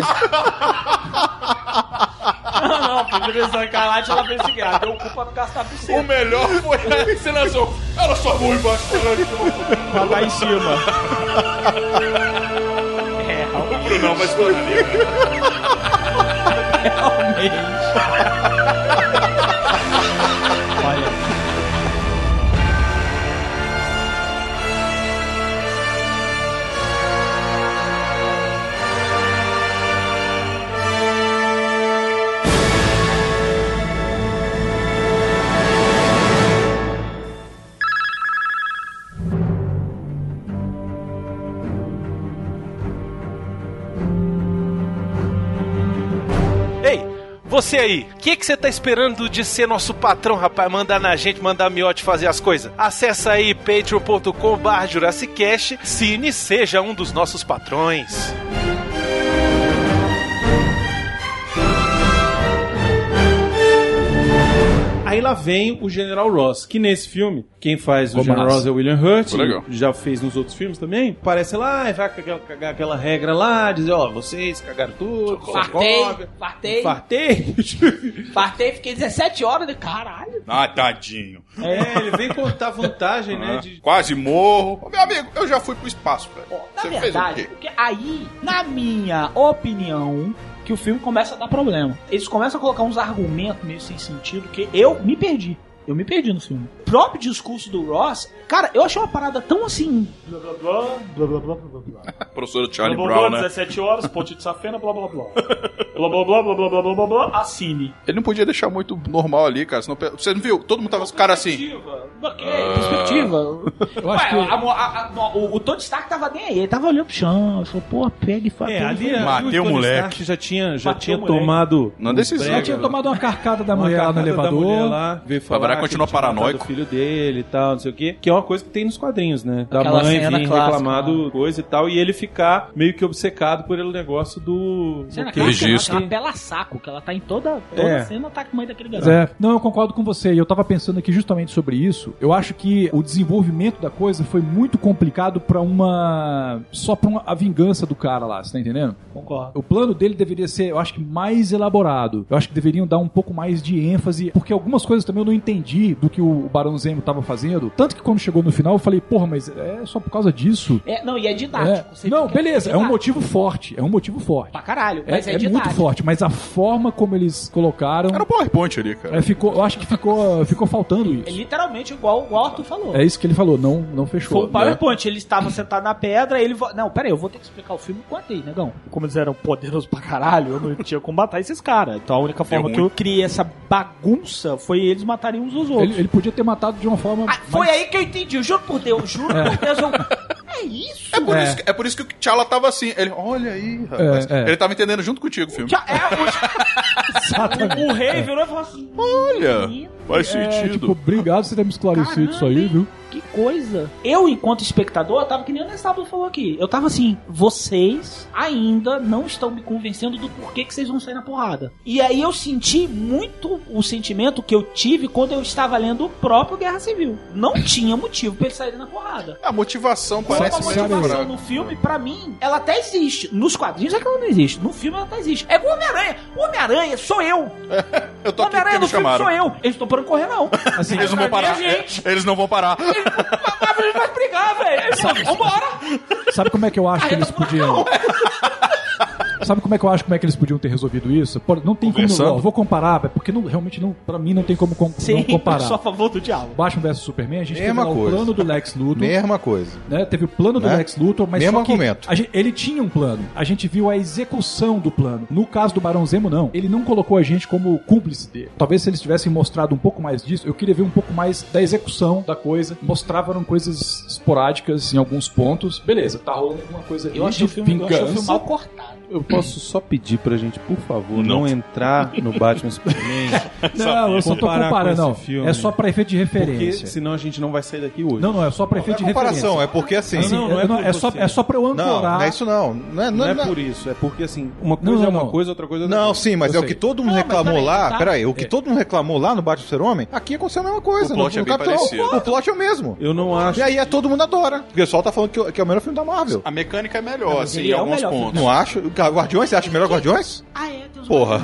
S3: Não, não, primeiro Zancarate ela fez o seguinte: ela deu culpa não gastar
S6: [laughs] O
S3: buceta.
S6: melhor [laughs] foi a encenação. Ela só voa embaixo, ela
S4: Pra lá em cima.
S6: não vai explorar ali.
S10: Ei, você aí, o que que você tá esperando de ser nosso patrão, rapaz? Mandar na gente, mandar miote fazer as coisas? Acessa aí patreon.com Jurassicast, cine seja um dos nossos patrões.
S4: Aí lá vem o General Ross, que nesse filme, quem faz o
S7: Como
S4: General
S7: as-
S4: Ross é o William Hurt,
S6: Foi legal.
S4: já fez nos outros filmes também. Parece lá, e vai cagar, cagar aquela regra lá, dizer, ó, vocês cagaram tudo, só cópia.
S3: fartei,
S4: Fartei.
S3: fartei, fiquei 17 horas de caralho.
S6: Ah, tadinho.
S4: [laughs]
S6: Ah,
S4: É, ele vem contar vantagem, né? De...
S6: Quase morro. É, Ô, Meu amigo, eu já fui pro espaço, velho.
S3: Na
S6: Você fez o
S3: verdade,
S6: quê?
S3: porque aí, na minha opinião, que o filme começa a dar problema. Eles começam a colocar uns argumentos meio sem sentido que eu me perdi. Eu me perdi no filme. O próprio discurso do Ross, cara, eu achei uma parada tão assim.
S10: Blá blá blá, blá blá blá blá blá.
S6: Professor
S10: Blá,
S6: Charlie
S10: blá,
S6: Brown,
S10: blá,
S6: né?
S10: 17 horas, ponte de safena, blá blá blá. Blá blá blá blá blá blá blá blá blá, assine.
S6: Ele não podia deixar muito normal ali, cara, senão... Você não viu? Todo mundo tava com o cara assim...
S10: Perspectiva.
S3: Que perspectiva, narrativa.
S7: [laughs] Eu acho
S3: Ué,
S7: que-
S3: a mo- a- a- no- o, o Tony Stark tava nem aí, ele tava olhando pro chão, ele falou, pô, pega e faz.
S4: É, ali ali
S6: Matei o
S4: Tony
S6: moleque.
S4: Stark já tinha, já
S3: Matei
S4: tinha
S3: o moleque.
S4: tomado.
S6: Não é decisão.
S4: brega,
S7: Ela tinha tomado uma carcada da mulher lá no
S4: carcada da mulher
S7: elevador.
S4: lá, veio falar
S6: Bará
S4: que
S6: continua
S4: ele tinha matado
S6: paranoico.
S4: O filho dele e tal, não sei o quê. Que é uma coisa que tem nos quadrinhos, né? Da
S3: Aquela
S4: mãe
S3: cena
S4: vir
S3: clássica,
S4: reclamado
S3: né?
S4: coisa e tal. E ele ficar meio que obcecado por ele negócio do.
S3: Cena
S4: do
S3: clássica,
S6: Registro.
S3: ela tá pela saco, que ela tá em toda, toda
S4: É.
S3: cena, tá com a mãe daquele
S7: Mas
S3: garoto.
S7: É, não, eu concordo com você. E eu tava pensando aqui justamente sobre isso. Eu acho que o desenvolvimento da coisa foi muito complicado pra uma só pra uma, a vingança do cara lá, você tá entendendo?
S3: Concordo.
S7: O plano dele deveria ser, eu acho que mais elaborado. Eu acho que deveriam dar um pouco mais de ênfase, porque algumas coisas também eu não entendi do que o Barão Zemo tava fazendo. Tanto que quando chegou no final, eu falei, porra, mas é só por causa disso?
S3: É, não, e é didático.
S7: É.
S3: você
S7: Não,
S3: vê que
S7: beleza, é um
S3: didático.
S7: motivo forte, é um motivo forte.
S3: Pra caralho,
S7: É,
S3: mas é,
S7: é
S3: didático.
S7: muito forte, mas a forma como eles colocaram
S6: Era o PowerPoint ali,
S3: um
S6: cara.
S7: é, ficou, eu acho que ficou, ficou faltando
S3: É
S7: isso.
S3: literalmente igual o Arthur falou.
S7: É isso né? que ele falou, não, não fechou.
S3: Foi um o PowerPoint, ele estava sentado na pedra, ele. vo- Não, peraí, eu vou ter que explicar o filme quanto aí, negão. Como eles eram poderosos pra caralho, eu não [laughs] tinha como matar esses caras. Então a única forma que eu criei essa bagunça foi eles matarem uns aos
S7: né?
S3: outros.
S7: Ele, ele podia ter matado de uma forma.
S3: Ah, foi
S7: mais-
S3: aí que eu entendi, eu juro por Deus, juro por Deus. Eu...
S7: [laughs]
S3: É isso?
S6: É por,
S7: É.
S6: Isso, que- é por isso que o T'Challa tava assim. Ele, olha aí, rapaz.
S7: É, é.
S6: Ele tava entendendo junto contigo o filme.
S3: Já é,
S7: Exatamente.
S3: o, o rei virou e falou assim:
S6: Olha, faz
S7: né? É, tipo,
S6: sentido.
S7: obrigado por você ter me esclarecido
S3: Caramba,
S7: isso aí, viu?
S3: Que coisa. Eu, enquanto espectador, tava que nem o Nestábulo falou aqui. Eu tava assim, vocês ainda não estão me convencendo do porquê que vocês vão sair na porrada. E aí eu senti muito o sentimento que eu tive quando eu estava lendo o próprio Guerra Civil. Não tinha motivo pra eles saírem na porrada.
S6: A motivação
S3: Só
S6: parece
S3: uma
S7: Parece meio
S3: motivação
S6: fraca.
S3: no filme, pra mim, ela até existe. Nos quadrinhos é que ela não existe. No filme ela até existe. É igual o Homem-Aranha. O Homem-Aranha sou eu.
S6: Eu tô
S3: O
S6: aqui porque
S3: Homem-Aranha
S6: me
S3: do filme
S6: chamaram.
S3: sou eu. Eles estão podendo correr, não.
S7: Assim,
S6: Eles não vão parar.
S3: Homem-Aranha é gente.
S6: Eles não vão parar.
S3: Mas a gente vai brigar, velho. Vambora!
S7: sabe como é que eu acho que eles podiam. Sabe como é que eu acho como é que eles podiam ter resolvido isso? Por- Não tem como.
S6: Conversando.
S7: Ó, vou comparar, velho, porque não, realmente não, pra mim não tem como com, não comparar.
S3: só a favor do diabo.
S7: Batman vs Superman, a gente
S5: Mesma
S7: teve lá o
S5: coisa.
S7: plano do Lex Luthor.
S5: Mesma coisa.
S7: né? Teve o plano do
S5: Né?
S7: Lex Luthor, mas
S5: Mesmo
S7: só que
S5: argumento.
S7: a gente- ele tinha um plano. A gente viu a execução do plano. No caso do Barão Zemo, não. Ele não colocou a gente como cúmplice dele. Talvez se eles tivessem mostrado um pouco mais disso, eu queria ver um pouco mais da execução da coisa. Mostravam coisas esporádicas em alguns pontos. Beleza, tá rolando alguma coisa ali
S3: Eu achei o
S7: de
S3: filme, eu achei o filme
S7: vingança.
S3: mal cortado.
S4: Eu posso só pedir pra gente, por favor, não, entrar no Batman [laughs] Superman.
S7: [laughs] Não, eu só tô
S4: Comparar com
S7: comparando, não.
S4: esse filme.
S7: É só pra efeito de
S4: porque
S7: referência.
S4: senão a gente não vai sair daqui hoje.
S7: Não, não, é só pra
S5: Não
S7: efeito
S5: é
S7: de referência.
S5: comparação, é porque assim.
S7: Assim,
S4: Não, não,
S7: é,
S4: não é
S7: não,
S4: por
S7: é só,
S4: você.
S7: é só pra eu
S5: Não,
S7: ancorar.
S5: não é isso não. Não é,
S4: Não é
S5: não-
S4: por isso, é porque assim, uma coisa
S7: Não,
S4: é uma
S7: não.
S4: coisa, outra coisa é outra
S5: Não,
S4: coisa.
S5: sim, mas
S4: Eu
S5: é o
S4: sei.
S5: que todo mundo
S3: Não, mas
S5: reclamou
S3: peraí,
S5: lá.
S3: tá?
S5: Peraí, o que
S7: É.
S5: todo mundo reclamou lá no Batman Super-Homem, aqui aconteceu a mesma coisa.
S6: O plot
S5: no,
S6: é
S5: no
S6: bem
S5: Capitão.
S6: parecido.
S5: O plot é o mesmo.
S4: Eu não acho.
S5: E aí é, todo mundo adora. O pessoal tá falando que, é- que é o melhor filme da Marvel.
S6: A mecânica é melhor, assim,
S3: ele
S6: em
S3: é o
S6: alguns
S3: melhor
S6: pontos.
S5: Não acho? Guardiões, você acha melhor Guardiões?
S3: Ah, é, tem uns
S5: Porra.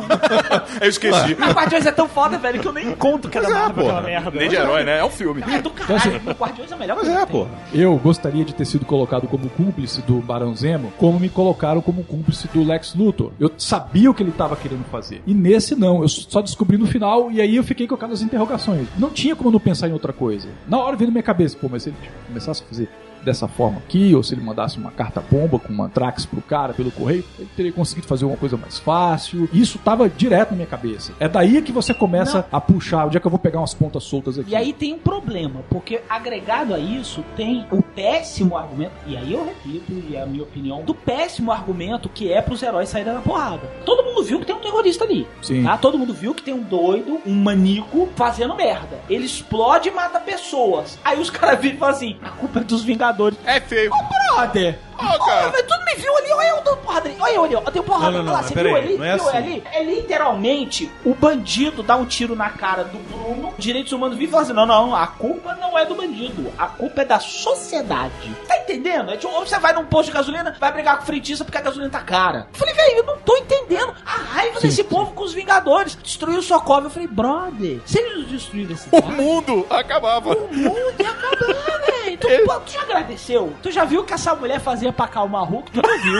S6: Eu esqueci.
S3: O Guardiões é tão foda, velho, que eu nem conto cada
S5: Pois é,
S3: Marvel, aquela
S5: porra.
S3: merda.
S6: Nem de herói, né? É um filme.
S3: É do caralho, o Guardiões é a melhor
S5: Então, assim, Pois
S3: coisa
S5: é,
S3: que tem.
S5: pô.
S7: Eu gostaria de ter sido colocado como cúmplice do Barão Zemo, como me colocaram como cúmplice do Lex Luthor. Eu sabia o que ele estava querendo fazer. E nesse não, eu só descobri no final e aí eu fiquei com aquelas interrogações. Não tinha como eu não pensar em outra coisa. Na hora veio na minha cabeça, pô, mas se ele começasse a fazer dessa forma aqui, ou se ele mandasse uma carta bomba com um antrax pro cara pelo correio, ele teria conseguido fazer uma coisa mais fácil. Isso tava direto na minha cabeça. É daí que você começa a puxar, onde é que eu vou pegar umas pontas soltas aqui.
S3: E aí tem um problema, porque agregado a isso tem o péssimo argumento, e aí eu repito, e é a minha opinião, do péssimo argumento que é pros heróis saírem na porrada. Todo mundo viu que tem um terrorista ali.
S7: Sim.
S3: Tá? Todo mundo viu que tem um doido, um manico fazendo merda. Ele explode e mata pessoas. Aí os [laughs] caras viram e falam assim: a culpa é dos Vingadores.
S6: É feio.
S3: Brother!
S6: Ó,
S3: Olha,
S6: cara.
S3: velho, tu não me viu ali, olha eu dando porrada ali. Olha eu ali, ó, eu tenho porrada.
S4: Não, não,
S3: Olha lá,
S4: não,
S3: você
S4: mas
S3: viu
S4: peraí,
S3: ali?
S4: não é
S3: viu
S4: assim.
S3: ali? É literalmente o bandido dá um tiro na cara do Bruno, direitos humanos vivem e fala assim: não, não, a culpa não é do bandido, a culpa é da sociedade. Tá entendendo? É tipo, ou você vai num posto de gasolina, vai brigar com o frentista porque a gasolina tá cara. Eu falei, velho, eu não tô entendendo a raiva desse povo com os Vingadores. Destruiu o Sokov. Eu falei, brother, se eles destruírem esse
S6: O mundo acabava.
S3: o mundo ia acabar, velho. Tu, pô, tu já agradeceu? Tu já viu o que essa mulher fazia pra acalmar Hulk? Tu não viu.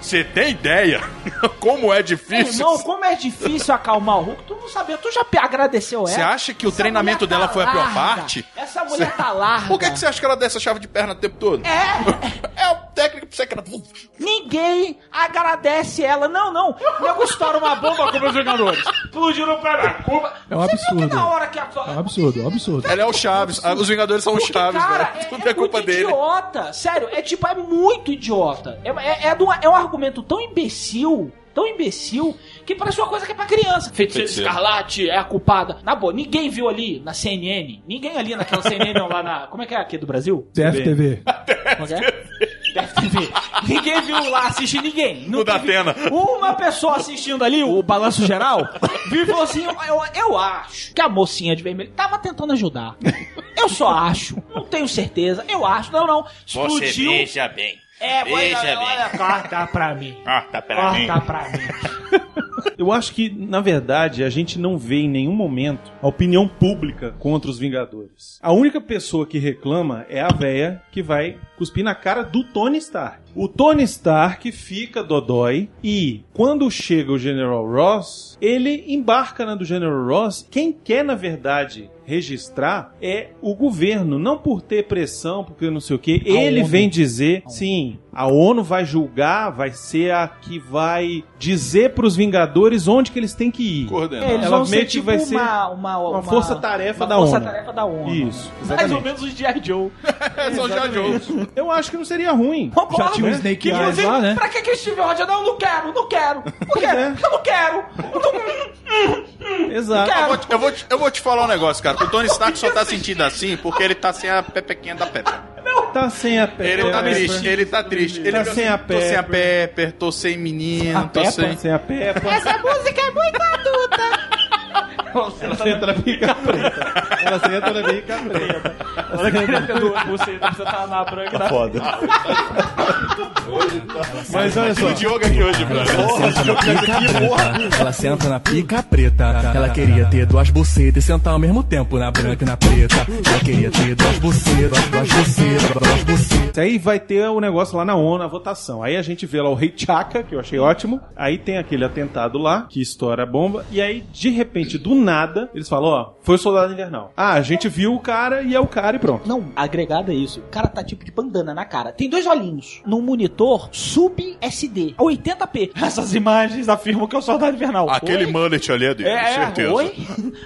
S6: Você tem ideia [laughs] como é
S3: Meu
S6: difícil?
S3: irmão, como é difícil acalmar o Hulk, tu não sabia. Tu já pe- agradeceu
S6: Você
S3: ela?
S6: acha que
S3: é?
S6: o
S3: Essa
S6: treinamento
S3: mulher tá
S6: dela foi a pior
S3: larga.
S6: parte?
S3: Essa mulher tá larga.
S6: Por que, que você acha que ela dá essa chave de perna o tempo todo?
S3: É,
S6: É o técnico pra secreta.
S3: Ninguém agradece ela. Não, não. Eu gostaram uma bomba com meus jogadores. Explodiu no pé da Cuba.
S7: É um absurdo.
S3: Na hora que a...
S7: É um absurdo, é um absurdo.
S6: Ela é o Chaves. Ah, Os Vingadores são o Chaves,
S3: Cara,
S6: né?
S3: é,
S6: Tudo é,
S3: é
S6: culpa
S3: muito
S6: dele.
S3: idiota. Sério, é tipo, é muito idiota. É, é, é de uma- é um argumento tão imbecil, tão imbecil, que parece uma coisa que é pra criança. Feiticeiro
S6: Feiticeiro.
S3: Escarlate é a culpada. Na boa, ninguém viu ali na CNN. Ninguém ali naquela CNN não, lá na... Como é que é aqui do Brasil?
S7: TFTV.
S3: Como é que é? Deve ter visto. Ninguém viu lá, assiste ninguém. Não
S6: O da
S3: teve
S6: Atena.
S3: Uma pessoa assistindo ali o Balanço Geral viu e falou assim: eu, eu acho que a mocinha de vermelho tava tentando ajudar. Eu só acho. Não tenho certeza. Eu acho. Não, não. Explodiu.
S6: bem.
S3: é, olha,
S6: veja
S3: olha, corta pra mim.
S6: Ah, tá, pera
S3: Corta pra mim.
S4: Eu acho que, na verdade, a gente não vê em nenhum momento a opinião pública contra os Vingadores. A única pessoa que reclama é a véia que vai cuspir na cara do Tony Stark. O Tony Stark fica dodói e, quando chega o General Ross, ele embarca na do General Ross. Quem quer, na verdade, registrar é o governo, não por ter pressão, porque não sei o quê.
S3: A
S4: ele
S3: ONU.
S4: vem dizer,
S3: A ONU.
S4: sim, a ONU vai julgar, vai ser a que vai dizer pros Vingadores onde que eles têm que ir.
S6: Coordenado.
S4: Ela meio que vai ser tipo
S3: uma, uma,
S4: uma força-tarefa da
S3: força
S4: ONU.
S3: tarefa da ONU.
S4: Isso,
S3: Mais ou
S4: exatamente.
S3: menos os G.I. Joe.
S6: É, são já de outros.
S4: Eu acho que não seria ruim.
S7: Já tinha um Snake
S3: Que,
S7: Eyes
S3: inclusive,
S7: lá, né?
S3: Pra que que o Steve Rogers? Não, não quero, não quero. Por quê?
S4: é.
S3: Porque eu não quero.
S4: Exato.
S6: Eu vou, te- eu, vou te, eu vou te falar um negócio, cara. O Tony Stark só tá sentindo assim porque ele tá sem a pepequinha da Pepper.
S4: Tá sem a pé.
S6: Ele tá triste, ele tá triste. Ele
S4: É. Tá
S6: fica
S4: sem
S6: assim,
S4: a
S6: Tô sem a
S4: Pepper.
S6: Pepper, tô sem menino, tô sem...
S4: Tá Sem a Peppa.
S3: Essa música é muito adulta.
S4: Ela senta na bica preta. Ela senta na bica preta. Ela senta-
S3: Você tá na branca da
S5: Foda.
S3: [laughs] tá.
S4: Mas olha só.
S6: O Diogo aqui hoje, brother.
S9: Ela senta na pica preta. Ela queria ter duas bucetas e sentar ao mesmo tempo na branca e na preta. Ela queria ter duas bucetas, duas bucetas, duas bucetas.
S4: Aí vai ter o negócio lá na ONU, a votação. Aí a gente vê lá o Rei Chaka, que eu achei ótimo. Aí tem aquele atentado lá, que estoura a bomba. E aí, de repente, do nada, eles falam: ó, foi o soldado invernal. Ah, a gente viu o cara e é o cara e pronto.
S3: Não, agregado é isso. O cara tá tipo de bandana na cara. Tem dois olhinhos num monitor sub-SD, 80p. Essas imagens afirmam que é o soldado invernal.
S6: Aquele
S3: Oi?
S6: mullet ali é dele,
S3: É, é,
S6: certeza.
S3: oi?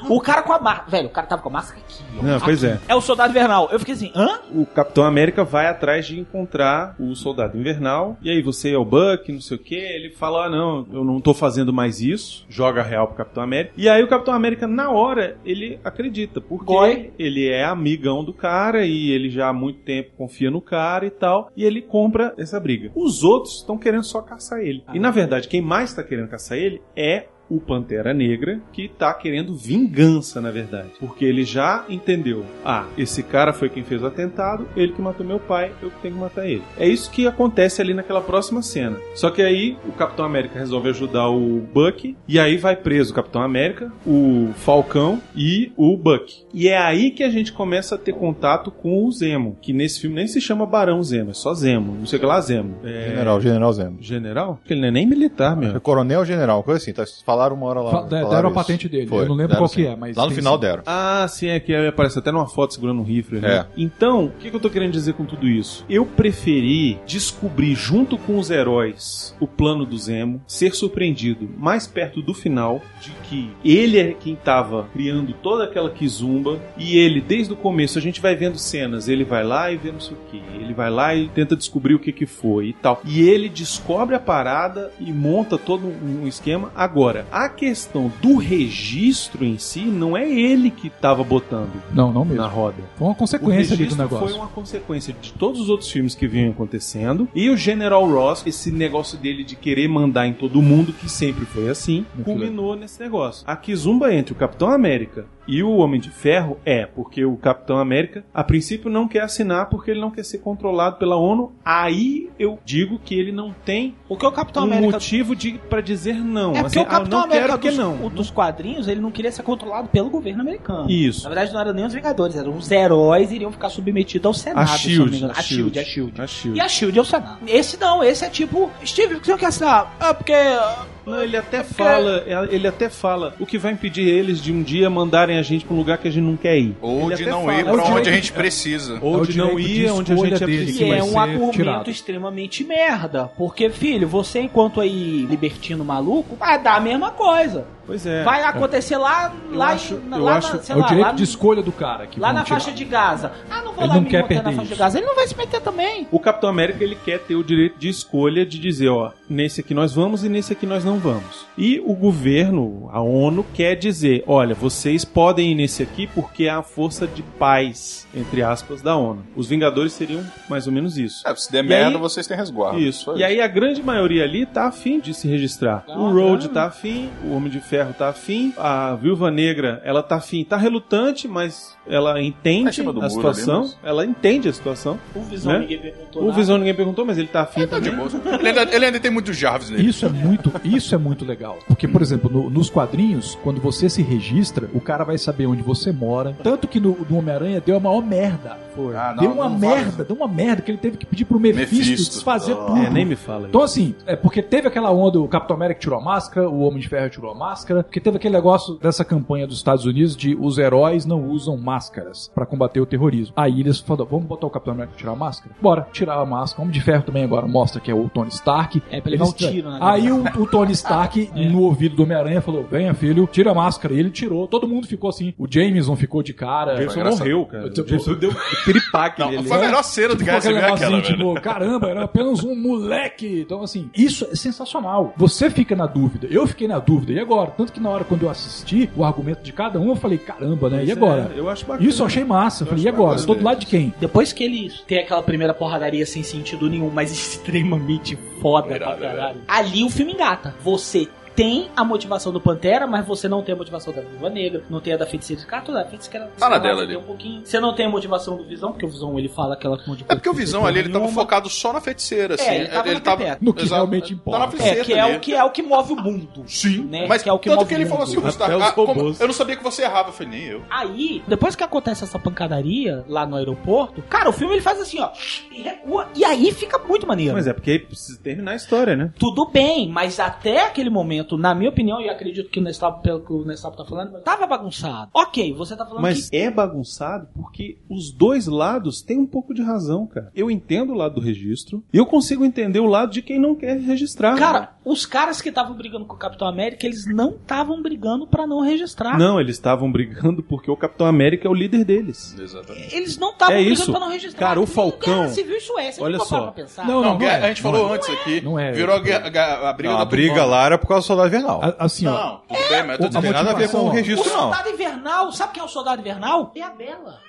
S3: O cara com a máscara. Velho, o cara tava com a máscara aqui. ó.
S4: Não, pois é.
S3: É o soldado invernal. Eu fiquei assim, hã?
S4: o Capitão América vai atrás de encontrar o Soldado Invernal. E aí você é o Buck, não sei o que. Ele fala: ah, não, eu não tô fazendo mais isso. Joga real pro Capitão América. E aí o Capitão América, na hora, ele acredita. Porque
S3: Goi.
S4: ele é amigão do cara e ele já há muito tempo confia no cara e tal. E ele compra essa briga. Os outros estão querendo só caçar ele. E na verdade, quem mais tá querendo caçar ele é o Pantera Negra, que tá querendo vingança, na verdade. Porque ele já entendeu. Ah, esse cara foi quem fez o atentado, ele que matou meu pai, eu que tenho que matar ele. É isso que acontece ali naquela próxima cena. Só que aí o Capitão América resolve ajudar o Buck, e aí vai preso o Capitão América, o Falcão e o Buck. E é aí que a gente começa a ter contato com o Zemo, que nesse filme nem se chama Barão Zemo, é só Zemo, não sei o que lá Zemo. É...
S5: General, General Zemo.
S4: General? Ele não é nem militar, meu.
S5: É Coronel General, coisa assim. Tá, falaram uma hora lá.
S7: Fa- deram
S5: falaram
S7: a patente dele, eu não lembro
S5: deram
S7: qual que
S5: sim.
S7: é, mas
S5: Lá no
S7: tem
S5: final
S7: sim.
S5: deram.
S4: Ah, sim, é que aparece até numa foto segurando um rifle. Né?
S5: É.
S4: Então, o que, que eu tô querendo dizer com tudo isso? Eu preferi descobrir junto com os heróis o plano do Zemo, ser surpreendido mais perto do final de que ele é quem tava criando toda aquela kizumba e ele, desde o começo, a gente vai vendo cenas, ele vai lá e vê não sei o que, ele vai lá e tenta descobrir o que que foi e tal. E ele descobre a parada e monta todo um esquema. Agora, a questão do registro em si não é ele que tava botando
S7: Não, não mesmo.
S4: na roda.
S7: Foi uma
S4: O
S7: consequência ali do
S4: registro
S7: negócio.
S4: foi uma consequência de todos os outros filmes que vinham acontecendo. E o General Ross, esse negócio dele de querer mandar em todo mundo, que sempre foi assim, culminou nesse negócio. A Kizumba entre o Capitão América e o Homem de Ferro é porque o Capitão América, a princípio, não quer assinar porque ele não quer ser controlado pela ONU. Aí eu digo que ele não tem
S3: O que o Capitão
S4: um
S3: América...
S4: motivo de para dizer não.
S3: É porque
S4: Assim,
S3: o Capitão
S4: ah, não
S3: América
S4: quero porque
S3: dos,
S4: não.
S3: o dos quadrinhos, ele não queria ser controlado pelo governo americano.
S4: Isso.
S3: Na verdade, não eram nem os Vingadores, eram os heróis iriam ficar submetidos ao Senado.
S4: A
S3: se eu não me
S4: Shield.
S3: engano. A Shield, a Shield.
S4: A Shield.
S3: E a Shield é o Senado. Esse não, esse é tipo, Steve, por que você não quer assinar? Ah, porque ah,
S4: Não, ele até fala, ele até fala o que vai impedir eles de um dia mandarem a gente pra um lugar que a gente não quer ir.
S6: Ou
S4: Ele
S6: de
S4: até
S6: não
S4: fala.
S6: ir
S4: É o
S6: pra onde
S4: direito-
S6: a gente precisa.
S4: Ou de não ir onde a gente é
S3: E
S4: preciso.
S3: é um argumento
S7: tirado.
S3: extremamente merda. Porque, filho, você, enquanto aí libertino maluco, vai dar a mesma coisa.
S4: Pois é.
S3: Vai acontecer lá,
S4: Eu
S3: lá,
S4: acho-
S3: na-
S4: eu
S3: lá
S4: acho-
S3: na, sei
S7: É o
S3: lá,
S7: direito
S3: lá,
S7: de escolha do cara. Que
S3: lá
S7: vão
S3: na
S7: tirar.
S3: faixa de Gaza. Ah, não vou
S7: Ele
S3: lá
S7: não
S3: me
S7: quer
S3: meter na
S7: perder
S3: faixa de
S7: isso.
S3: Gaza. Ele não vai se meter também.
S4: O Capitão América ele quer ter o direito de escolha de dizer, ó, nesse aqui nós vamos e nesse aqui nós não vamos. E o governo, a ONU, quer dizer, olha, vocês podem ir nesse aqui porque é a força de paz, entre aspas, da ONU. Os Vingadores seriam mais ou menos isso.
S6: É, se der
S4: E
S6: merda,
S4: aí-
S6: vocês têm resguardo.
S4: Isso.
S6: Só
S4: E aí a grande maioria ali tá afim de se registrar. o Road tá afim, o Homem de Ferro tá afim, a Viúva Negra, ela tá afim, tá relutante, mas ela
S6: Tá em
S4: entende
S6: cima do
S4: a
S6: muro
S4: situação.
S6: ali, mas-
S4: Ela entende a situação.
S3: O Visão
S4: Né?
S3: ninguém perguntou
S4: O
S3: nada.
S4: Visão ninguém perguntou, mas ele tá afim
S6: Tá de
S4: também.
S6: boa. Ele ainda, ele ainda tem muito Jarvis nele.
S7: Isso é muito, isso é muito legal. Porque, por exemplo, no- nos quadrinhos, quando você se registra, o cara vai saber onde você mora. Tanto que no, no Homem-Aranha deu a maior merda. Foi.
S6: Ah, não,
S7: deu uma
S6: não fala
S7: merda,
S6: isso.
S7: deu uma merda que ele teve que pedir pro Mephisto,
S6: Mephisto.
S7: desfazer
S6: Ah.
S7: tudo.
S4: É, nem me fala.
S7: Então, assim, é porque teve aquela onda, o Capitão América tirou a máscara, o Homem de Ferro tirou a máscara, porque teve aquele negócio dessa campanha dos Estados Unidos de os heróis não usam máscaras pra combater o terrorismo. Aí eles falaram, vamos botar o Capitão América pra tirar a máscara? Bora, tirar a máscara. O Homem de Ferro também agora mostra que é o Tony Stark.
S3: É, pra ele dar um
S7: Eles-
S3: tiro É. na
S7: Aí o, o
S3: [laughs]
S7: Tony Stark, no ouvido do Homem-Aranha, falou, venha filho, tira a máscara. E ele tirou, todo mundo ficou assim. O Jameson ficou de cara.
S4: O Jameson
S6: engraçado.
S4: morreu, cara.
S7: Tipo-
S4: O Jameson deu [laughs] piripaque né?
S6: Não,
S4: nele.
S6: foi a melhor cena do
S7: Tipo,
S6: Guerra Civil
S7: aquele
S6: é aquela,
S7: negocinho,
S6: velho.
S7: tipo, caramba, era apenas um moleque. Então, assim, isso é sensacional. Você fica na dúvida. Eu fiquei na dúvida. E agora? Tanto que na hora, quando eu assisti o argumento de cada um, eu falei, caramba, né? E agora?
S4: É, eu acho bacana.
S7: Isso eu achei massa. Eu falei, e
S4: acho
S7: agora?
S4: bacana
S7: Estou do lado de quem?
S3: Depois que ele tem aquela primeira porradaria sem sentido nenhum, mas [laughs] extremamente foda
S6: é.
S3: pra caralho. Ali o filme engata. Você tem a motivação do Pantera, mas você não tem a motivação da Viúva Negra, não tem a da Feiticeira de Carto, da Feiticeira
S6: Tá
S3: sei
S6: na
S3: lá,
S6: dela
S3: tem
S6: ali.
S3: Um pouquinho. Você não tem a motivação do Visão, porque o Visão ele fala aquela monte de
S6: É
S3: coisa
S6: porque o
S3: que
S6: Visão
S3: tem
S6: ali, ele tava
S3: nenhuma.
S6: focado só na feiticeira, assim.
S3: É, ele tava na pepeca.
S7: No que
S6: Exato.
S7: realmente
S6: Tá
S7: importa.
S6: na
S3: É,
S6: feiticeira
S3: que é,
S6: ali.
S3: o que é o que move o mundo.
S6: Sim,
S3: né?
S6: mas
S3: Que é o que
S6: tanto
S3: move
S6: que ele
S3: o
S6: falou assim,
S4: mundo.
S6: Gustavo,
S4: Até os
S6: ah, como-
S4: robôs.
S6: eu não sabia que você errava, eu falei, nem eu.
S3: Aí, depois que acontece essa pancadaria lá no aeroporto, cara, o filme ele faz assim, ó, e recua. E aí fica muito maneiro.
S7: né?
S4: Mas é porque aí precisa terminar a história, né?
S3: Tudo bem, mas até aquele momento, na minha opinião, e acredito que o Nestapo, pelo que o Nestapo tá falando, tava bagunçado. Ok, você tá falando
S4: Mas
S3: que.
S4: é bagunçado porque os dois lados têm um pouco de razão, cara. Eu entendo o lado do registro, eu consigo entender o lado de quem não quer registrar.
S3: Cara, os caras que estavam brigando com o Capitão América, eles não estavam brigando pra não registrar.
S4: Não, eles estavam brigando porque o Capitão América é o líder deles.
S6: Exatamente.
S3: Eles não estavam
S4: É
S3: brigando
S4: isso.
S3: pra não registrar.
S4: Cara, o
S3: Nem
S4: Falcão-
S3: Guerra Civil é, e Suécia,
S4: Olha
S3: não
S4: só.
S3: Pra pensar.
S7: Não,
S6: Não,
S7: não,
S6: guerra-
S7: é.
S6: a gente falou
S7: Não é.
S6: antes aqui.
S7: Não é.
S6: Virou a, guerra- a- a briga
S5: Não, a
S6: do
S5: briga
S6: Tupã.
S5: lá
S3: é
S5: era por causa do soldado invernal.
S7: A- Assim, ó.
S6: Não, tudo bem, mas eu tô
S7: o-
S5: não
S6: dizendo.
S5: tem nada a ver com o
S7: motivação-
S3: O
S5: registro, não.
S3: soldado invernal, sabe quem é o soldado invernal? É a Bela.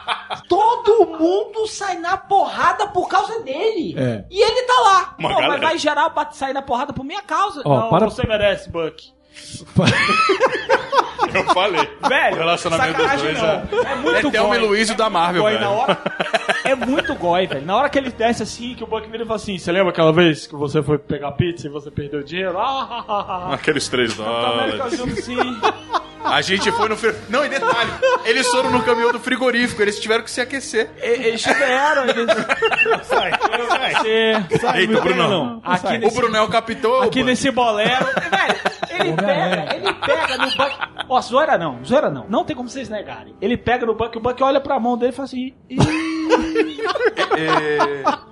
S3: [laughs] Todo mundo sai na porrada por causa dele.
S7: É.
S3: E ele tá lá.
S6: Uma
S3: Pô,
S6: galera.
S3: mas vai geral bate- sair na porrada por minha causa.
S7: Ó, para-
S3: merece, Buck.
S6: Eu falei.
S3: [laughs] Velho,
S6: O relacionamento dos
S3: sacanagem
S6: dois
S3: não. É, muito
S6: é Thelma
S3: goi.
S6: e Luiz e da Marvel,
S3: Goi na
S6: velho.
S3: hora. É muito goi, velho. Na hora que ele desce assim, que o Buck vira e fala assim: Você lembra aquela vez que você foi pegar pizza e você perdeu dinheiro? Ah,
S6: Aqueles três Tá
S3: América
S6: dólares.
S3: junto sim.
S6: A gente foi no... fri- Não, e detalhe, eles foram no caminhão do frigorífico, eles tiveram que se aquecer.
S3: Eles tiveram, eles.
S4: Sai,
S3: Você-
S4: sai, não
S6: Eita,
S4: me pega,
S6: Brunão.
S4: não.
S3: Aqui
S4: Sai.
S6: O Brunel capitão.
S3: Aqui
S6: mano.
S3: nesse bolero. [laughs] Velho, ele pega, ele pega no banco. Ó, zoeira não, zoeira não. Não tem como vocês negarem. Ele pega no banco e o banco olha pra mão dele e fala assim.
S6: [laughs]
S3: "Ih".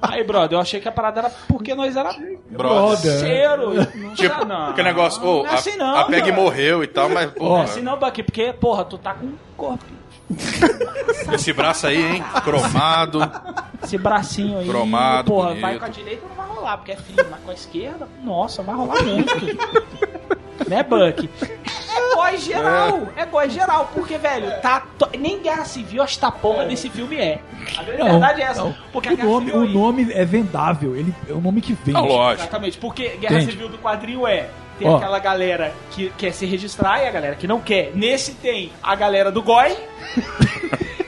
S3: Aí, brother, eu achei que a parada era porque nós era
S6: Brother.
S3: cheiro. Não
S6: Tipo,
S3: dá, não.
S6: aquele negócio, ô,
S3: Não é
S6: a,
S3: assim não,
S6: a Peg
S3: brother.
S6: morreu e tal, mas,
S3: Não
S6: pô,
S3: é assim não, Bucky, porque, porra, tu tá com um corpo.
S6: esse braço aí, hein, cromado.
S3: Esse bracinho aí,
S6: Cromado,
S3: porra,
S6: bonito.
S3: vai com a direita não vai rolar, porque é frio, mas com a esquerda, nossa, vai rolar muito. né, Buck? É gói geral, é, gói geral, porque, velho, tá to- nem Guerra Civil esta porra desse filme é. A grande
S7: Não,
S3: verdade é essa.
S7: não.
S3: Porque a
S7: O
S3: Guerra
S7: nome,
S3: Civil
S7: o
S3: é-
S7: nome é vendável. Ele é um nome que
S6: Ah,
S7: vende.
S6: lógico.
S3: Exatamente, porque Guerra
S7: Entende?
S3: Civil do quadril é. Tem
S7: Ó.
S3: aquela galera que quer se registrar e a galera que não quer. Nesse tem a galera do
S7: [laughs]
S3: Goi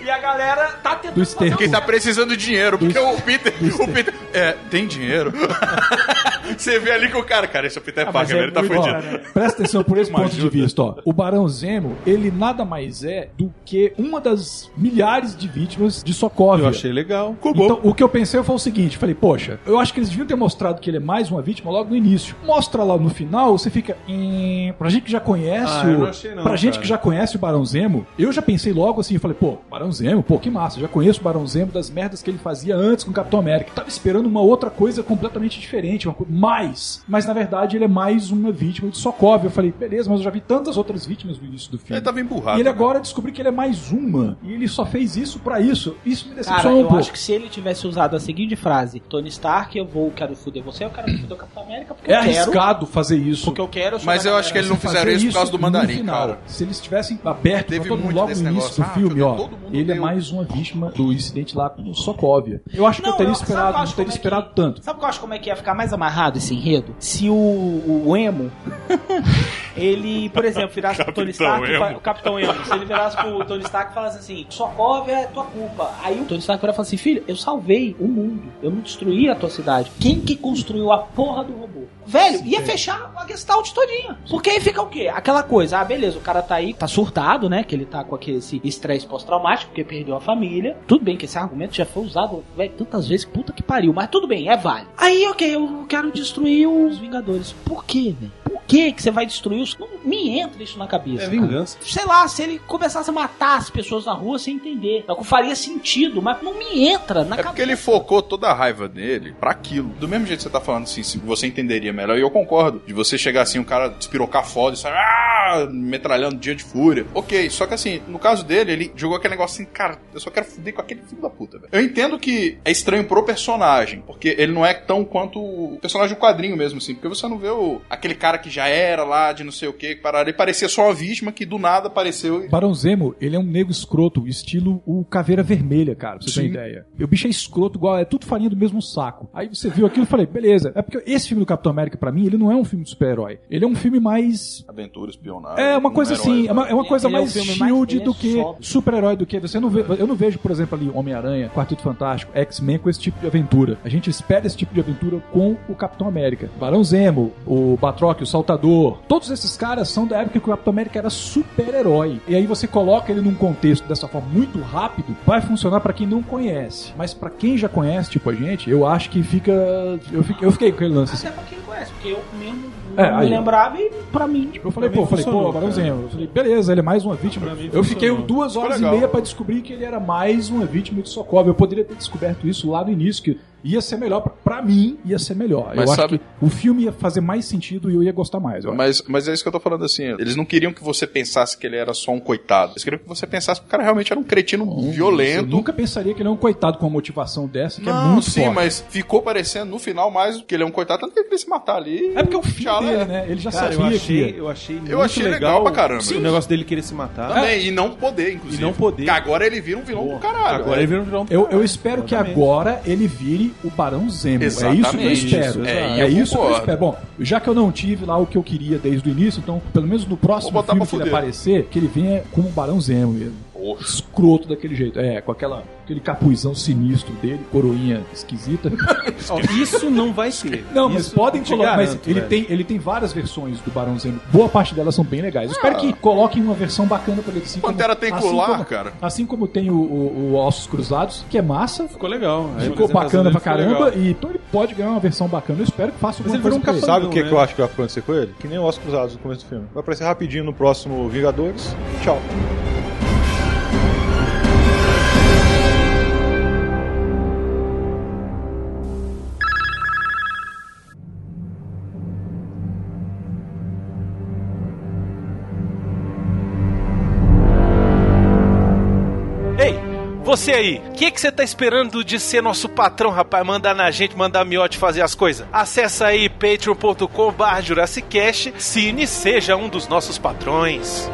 S3: e a galera tá tentando
S7: Do
S3: fazer
S7: esterco.
S6: Quem tá precisando de dinheiro, porque o Peter, o Peter, é, tem dinheiro. [laughs] Você vê ali que o cara, cara, esse é o Peter
S7: Ah, mas
S6: Parker,
S7: é
S6: ele tá
S7: muito-
S6: fudido.
S7: ó, Presta atenção por esse
S6: Uma
S7: ponto de
S6: ajuda.
S7: vista, ó. O Barão Zemo, ele nada mais é do que uma das milhares de vítimas de Sokovia.
S4: Eu achei legal.
S7: Então, o que eu pensei foi o seguinte, falei, poxa, eu acho que eles deviam ter mostrado que ele é mais uma vítima logo no início. Mostra lá no final, você fica, "Hum", pra gente que já conhece
S4: Ah,
S7: o,
S4: eu não achei não,
S7: pra gente
S4: cara.
S7: que já conhece o Barão Zemo, eu já pensei logo assim, eu falei, pô, Barão Zemo, pô, que massa, eu já conheço o Barão Zemo das merdas que ele fazia antes com o Capitão América. Tava esperando uma outra coisa completamente diferente, uma coisa mais, mas na verdade ele é mais uma vítima de Sokovia. Eu falei, beleza, mas eu já vi tantas outras vítimas no início do
S6: Ele
S7: filme.
S4: tá
S6: tava emburrado.
S7: E ele
S6: né?
S7: agora descobri que ele é mais uma. E ele só fez isso pra isso. Isso me decepcionou
S3: Cara,
S7: um
S3: eu
S7: pouco.
S3: acho que se ele tivesse usado a seguinte frase, Tony Stark, eu vou, quero foder você, eu quero foder o Capitão América porque
S7: É
S3: eu quero.
S7: arriscado fazer isso.
S3: Porque eu quero. sou
S6: Mas
S3: da
S6: eu
S3: galera.
S6: acho que eles não
S7: Fazer
S6: fizeram isso por causa do
S7: no
S6: mandarim,
S7: final.
S6: cara.
S7: Se eles tivessem aberto pra
S6: Teve
S7: todo mundo
S6: muito
S7: logo
S6: desse
S7: no início
S6: negócio.
S7: do
S6: Ah,
S7: filme,
S6: todo
S7: ó,
S6: mundo
S7: ele é
S6: deu.
S7: mais uma vítima do incidente lá com Sokovia. Eu acho que eu teria
S3: sabe
S7: esperado,
S3: eu
S7: não
S3: acho
S7: teria
S3: como é
S7: esperado
S3: que-
S7: tanto.
S3: Sabe que eu acho como é que ia ficar mais amarrado esse enredo? Se o, o Emo. [laughs] ele, por exemplo, virasse pro Tony
S6: Capitão
S3: Stark. e fa-
S6: Emo.
S3: O Capitão Emo. Se ele virasse pro Tony Stark e falasse assim: Sokovia é tua culpa. Aí o Tony Stark virar e falar assim: Filho, eu salvei o mundo. Eu não destruí a tua cidade. Quem que construiu a porra do robô? Velho, ia fechar a Gestalt todinha. Porque aí fica o quê? Aquela coisa: Ah, beleza, o cara tá aí, tá surtado, né? Que ele tá com aquele esse estresse pós-traumático, porque perdeu a família. Tudo bem que esse argumento já foi usado, velho, tantas vezes, que puta que pariu. Mas tudo bem, é válido. Aí, ok, eu quero destruir os Vingadores. Por quê, velho? Por que que você vai destruir os... Não me entra isso na cabeça.
S4: É
S3: cara
S4: vingança.
S3: sei lá, se ele começasse a matar as pessoas na rua sem entender. Não faria sentido, mas não me entra na
S6: É
S3: cabeça.
S6: porque ele focou toda a raiva dele pra aquilo. Do mesmo jeito que você tá falando assim, se você entenderia melhor, e eu concordo. De você chegar assim, um cara despirocar foda e sair, ah, metralhando dia de fúria. Ok, só que assim, no caso dele, ele jogou aquele negócio assim, cara, eu só quero fuder com aquele filho da puta, velho. Eu entendo que é estranho pro personagem, porque ele não é tão quanto o personagem do quadrinho mesmo, assim, porque você não vê o, aquele cara que já era lá, de não sei o que, que parara. Ele parecia só uma vítima que do nada apareceu e.
S7: Barão Zemo, ele é um nego escroto, estilo o Caveira Vermelha, cara, pra você ter
S6: Sim.
S7: ideia. E o bicho é escroto igual, é tudo farinha do mesmo saco. Aí você viu aquilo e falei, beleza. É porque esse filme do Capitão América, pra mim, ele não é um filme de super-herói. Ele é um filme mais
S6: Aventura, espionagem.
S7: É uma
S6: um
S7: coisa
S6: herói,
S7: assim,
S6: né?
S7: é uma, é uma coisa
S3: Ele é um
S7: mais
S3: filme mais-
S7: shield
S3: ele é
S7: do que
S3: sóbrio.
S7: super-herói do que você não vê, eu não vejo, por exemplo, ali Homem-Aranha, Quarteto Fantástico, X-Men com esse tipo de aventura. A gente espera esse tipo de aventura com o Capitão América. Barão Zemo, o Batroc, o Saltador, todos esses caras são da época que o Capitão América era super-herói. E aí você coloca ele num contexto dessa forma muito rápido, vai funcionar pra quem não conhece. Mas pra quem já conhece, tipo a gente, eu acho que fica eu fiquei, eu fiquei com aquele lance assim.
S3: Até é pra quem não conhece, porque eu mesmo
S7: É,
S3: não
S7: aí, ó.
S3: me lembrava e pra mim.
S7: Eu falei,
S4: Pra mim
S7: pô, falei,
S4: funcionou,
S7: pô, Barão
S4: cara.
S7: Zemo. Eu falei, beleza, ele é mais uma vítima.
S4: Pra mim
S7: Eu
S4: funcionou.
S7: fiquei duas
S6: Foi
S7: horas e
S6: legal.
S7: meia pra descobrir que ele era mais uma vítima de Sokovia. Eu poderia ter descoberto isso lá no início, que ia ser melhor, pra- pra mim, ia ser melhor.
S6: Mas
S7: eu
S6: sabe-
S7: acho que o filme ia fazer mais sentido e eu ia gostar mais. eu acho.
S6: Mas, mas é isso que eu tô falando assim. Eles não queriam que você pensasse que ele era só um coitado. Eles queriam que você pensasse que o cara realmente era um cretino
S7: Uhum, Eu
S6: violento.
S7: nunca pensaria que ele é um coitado com uma motivação dessa, que
S6: não,
S7: é muito
S6: sim,
S7: forte.
S6: mas ficou parecendo no final mais que ele é um coitado, tanto que ele queria se matar ali.
S7: É porque é o filho
S6: Tchala,
S7: dele,
S6: é.
S7: né? Ele já
S4: Cara, eu
S7: sabia
S4: achei,
S7: que...
S4: eu achei muito
S6: achei legal pra caramba. Tá
S4: O negócio dele querer se matar.
S6: Também,
S7: é.
S6: e não poder, inclusive.
S4: E não poder.
S6: Que Agora ele vira um vilão do caralho.
S4: Agora
S6: é.
S4: ele vira um vilão.
S7: Eu, eu espero que
S4: Exatamente.
S7: agora ele vire o Barão Zemo. É isso que eu
S6: Exatamente.
S7: espero.
S6: É,
S7: É,
S6: eu
S7: isso que eu
S6: concordo.
S7: espero. Bom, já que eu não tive lá o que eu queria desde o início, então pelo menos no próximo
S6: Vou botar
S7: filme que
S6: pra
S7: ele
S6: fuder.
S7: aparecer, que ele venha como o Barão Zemo mesmo. Escroto daquele jeito. É, com aquela, aquele capuzão sinistro dele, coroinha
S6: [laughs]
S7: esquisita.
S4: Ó, isso não vai ser.
S7: Não, mas
S4: Isso
S7: podem
S4: te
S7: colocar. Mas
S4: garanto,
S7: ele
S4: velho.
S7: tem, ele tem várias versões do Barão Zemo. Boa parte delas são bem legais. Eu Espero que coloquem uma versão bacana pra ele. Assim
S6: Ah. Pantera tem colar,
S7: como-
S6: cara.
S7: Assim como tem o, o, o Ossos Cruzados, que é massa.
S4: Ficou legal. A
S7: Ficou
S4: representação
S7: bacana
S4: dele
S7: pra
S4: ficou
S7: caramba,
S4: tá legal.
S7: e então ele pode ganhar uma versão bacana. Eu espero que faça
S4: Mas
S7: alguma
S4: ele virou
S7: coisa
S4: um
S7: pra ele.
S4: capanga.
S5: Sabe o que,
S4: né?
S5: que eu acho que vai acontecer com ele? Que nem o Oscar Cruzados no começo do filme. Vai aparecer rapidinho no próximo Vingadores. Tchau.
S10: Ei, você aí, o que, que você tá esperando de ser nosso patrão, rapaz? Mandar na gente, mandar miote fazer as coisas? Acessa aí patreon.com barra Jurassicast, cine seja um dos nossos patrões.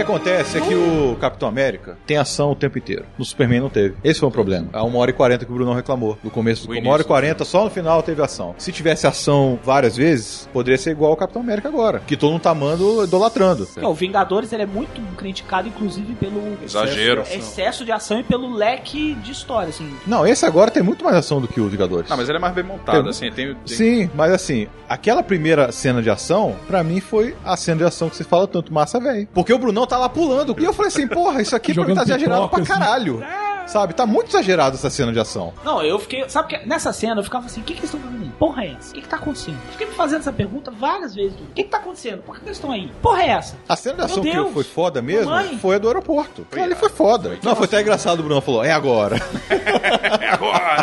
S5: acontece é que o Capitão América tem ação o tempo inteiro. No Superman não teve. Esse foi um problema. A 1 hora e 40 que o Brunão reclamou. No começo,
S6: O
S5: 1
S6: início,
S5: hora e 40, só no final teve ação. Se tivesse ação várias vezes, poderia ser igual ao Capitão América agora, que todo mundo tá amando, idolatrando.
S3: É, o Vingadores ele é muito criticado, inclusive,
S7: um
S3: pelo
S6: Exagero.
S3: excesso de ação e pelo leque de história, assim.
S5: Não, esse agora tem muito mais ação do que o Vingadores.
S6: Não, mas ele é mais bem montado, assim. Tem, tem-
S5: Sim, mas assim, aquela primeira cena de ação, pra mim foi a cena de ação que você fala tanto massa, velho. Porque o Brunão tá lá pulando. E eu falei assim, porra, isso aqui pra mim tá
S7: Jogando
S5: exagerado pra
S7: pipoca, assim.
S5: caralho.
S6: É.
S5: Sabe, tá muito exagerado essa cena de ação.
S3: Não, eu fiquei. Sabe que nessa cena eu ficava assim: o que, que eles estão fazendo? Porra é essa? O que, que tá acontecendo? Fiquei me fazendo essa pergunta várias vezes. O que, que tá acontecendo? Por que, que eles estão aí? Porra é essa?
S5: A cena de
S3: Meu
S5: ação que
S3: Deus.
S5: foi foda mesmo
S3: Mamãe.
S5: foi a do aeroporto. Ele foi foda. Não, foi até engraçado, o Brunão falou, é agora.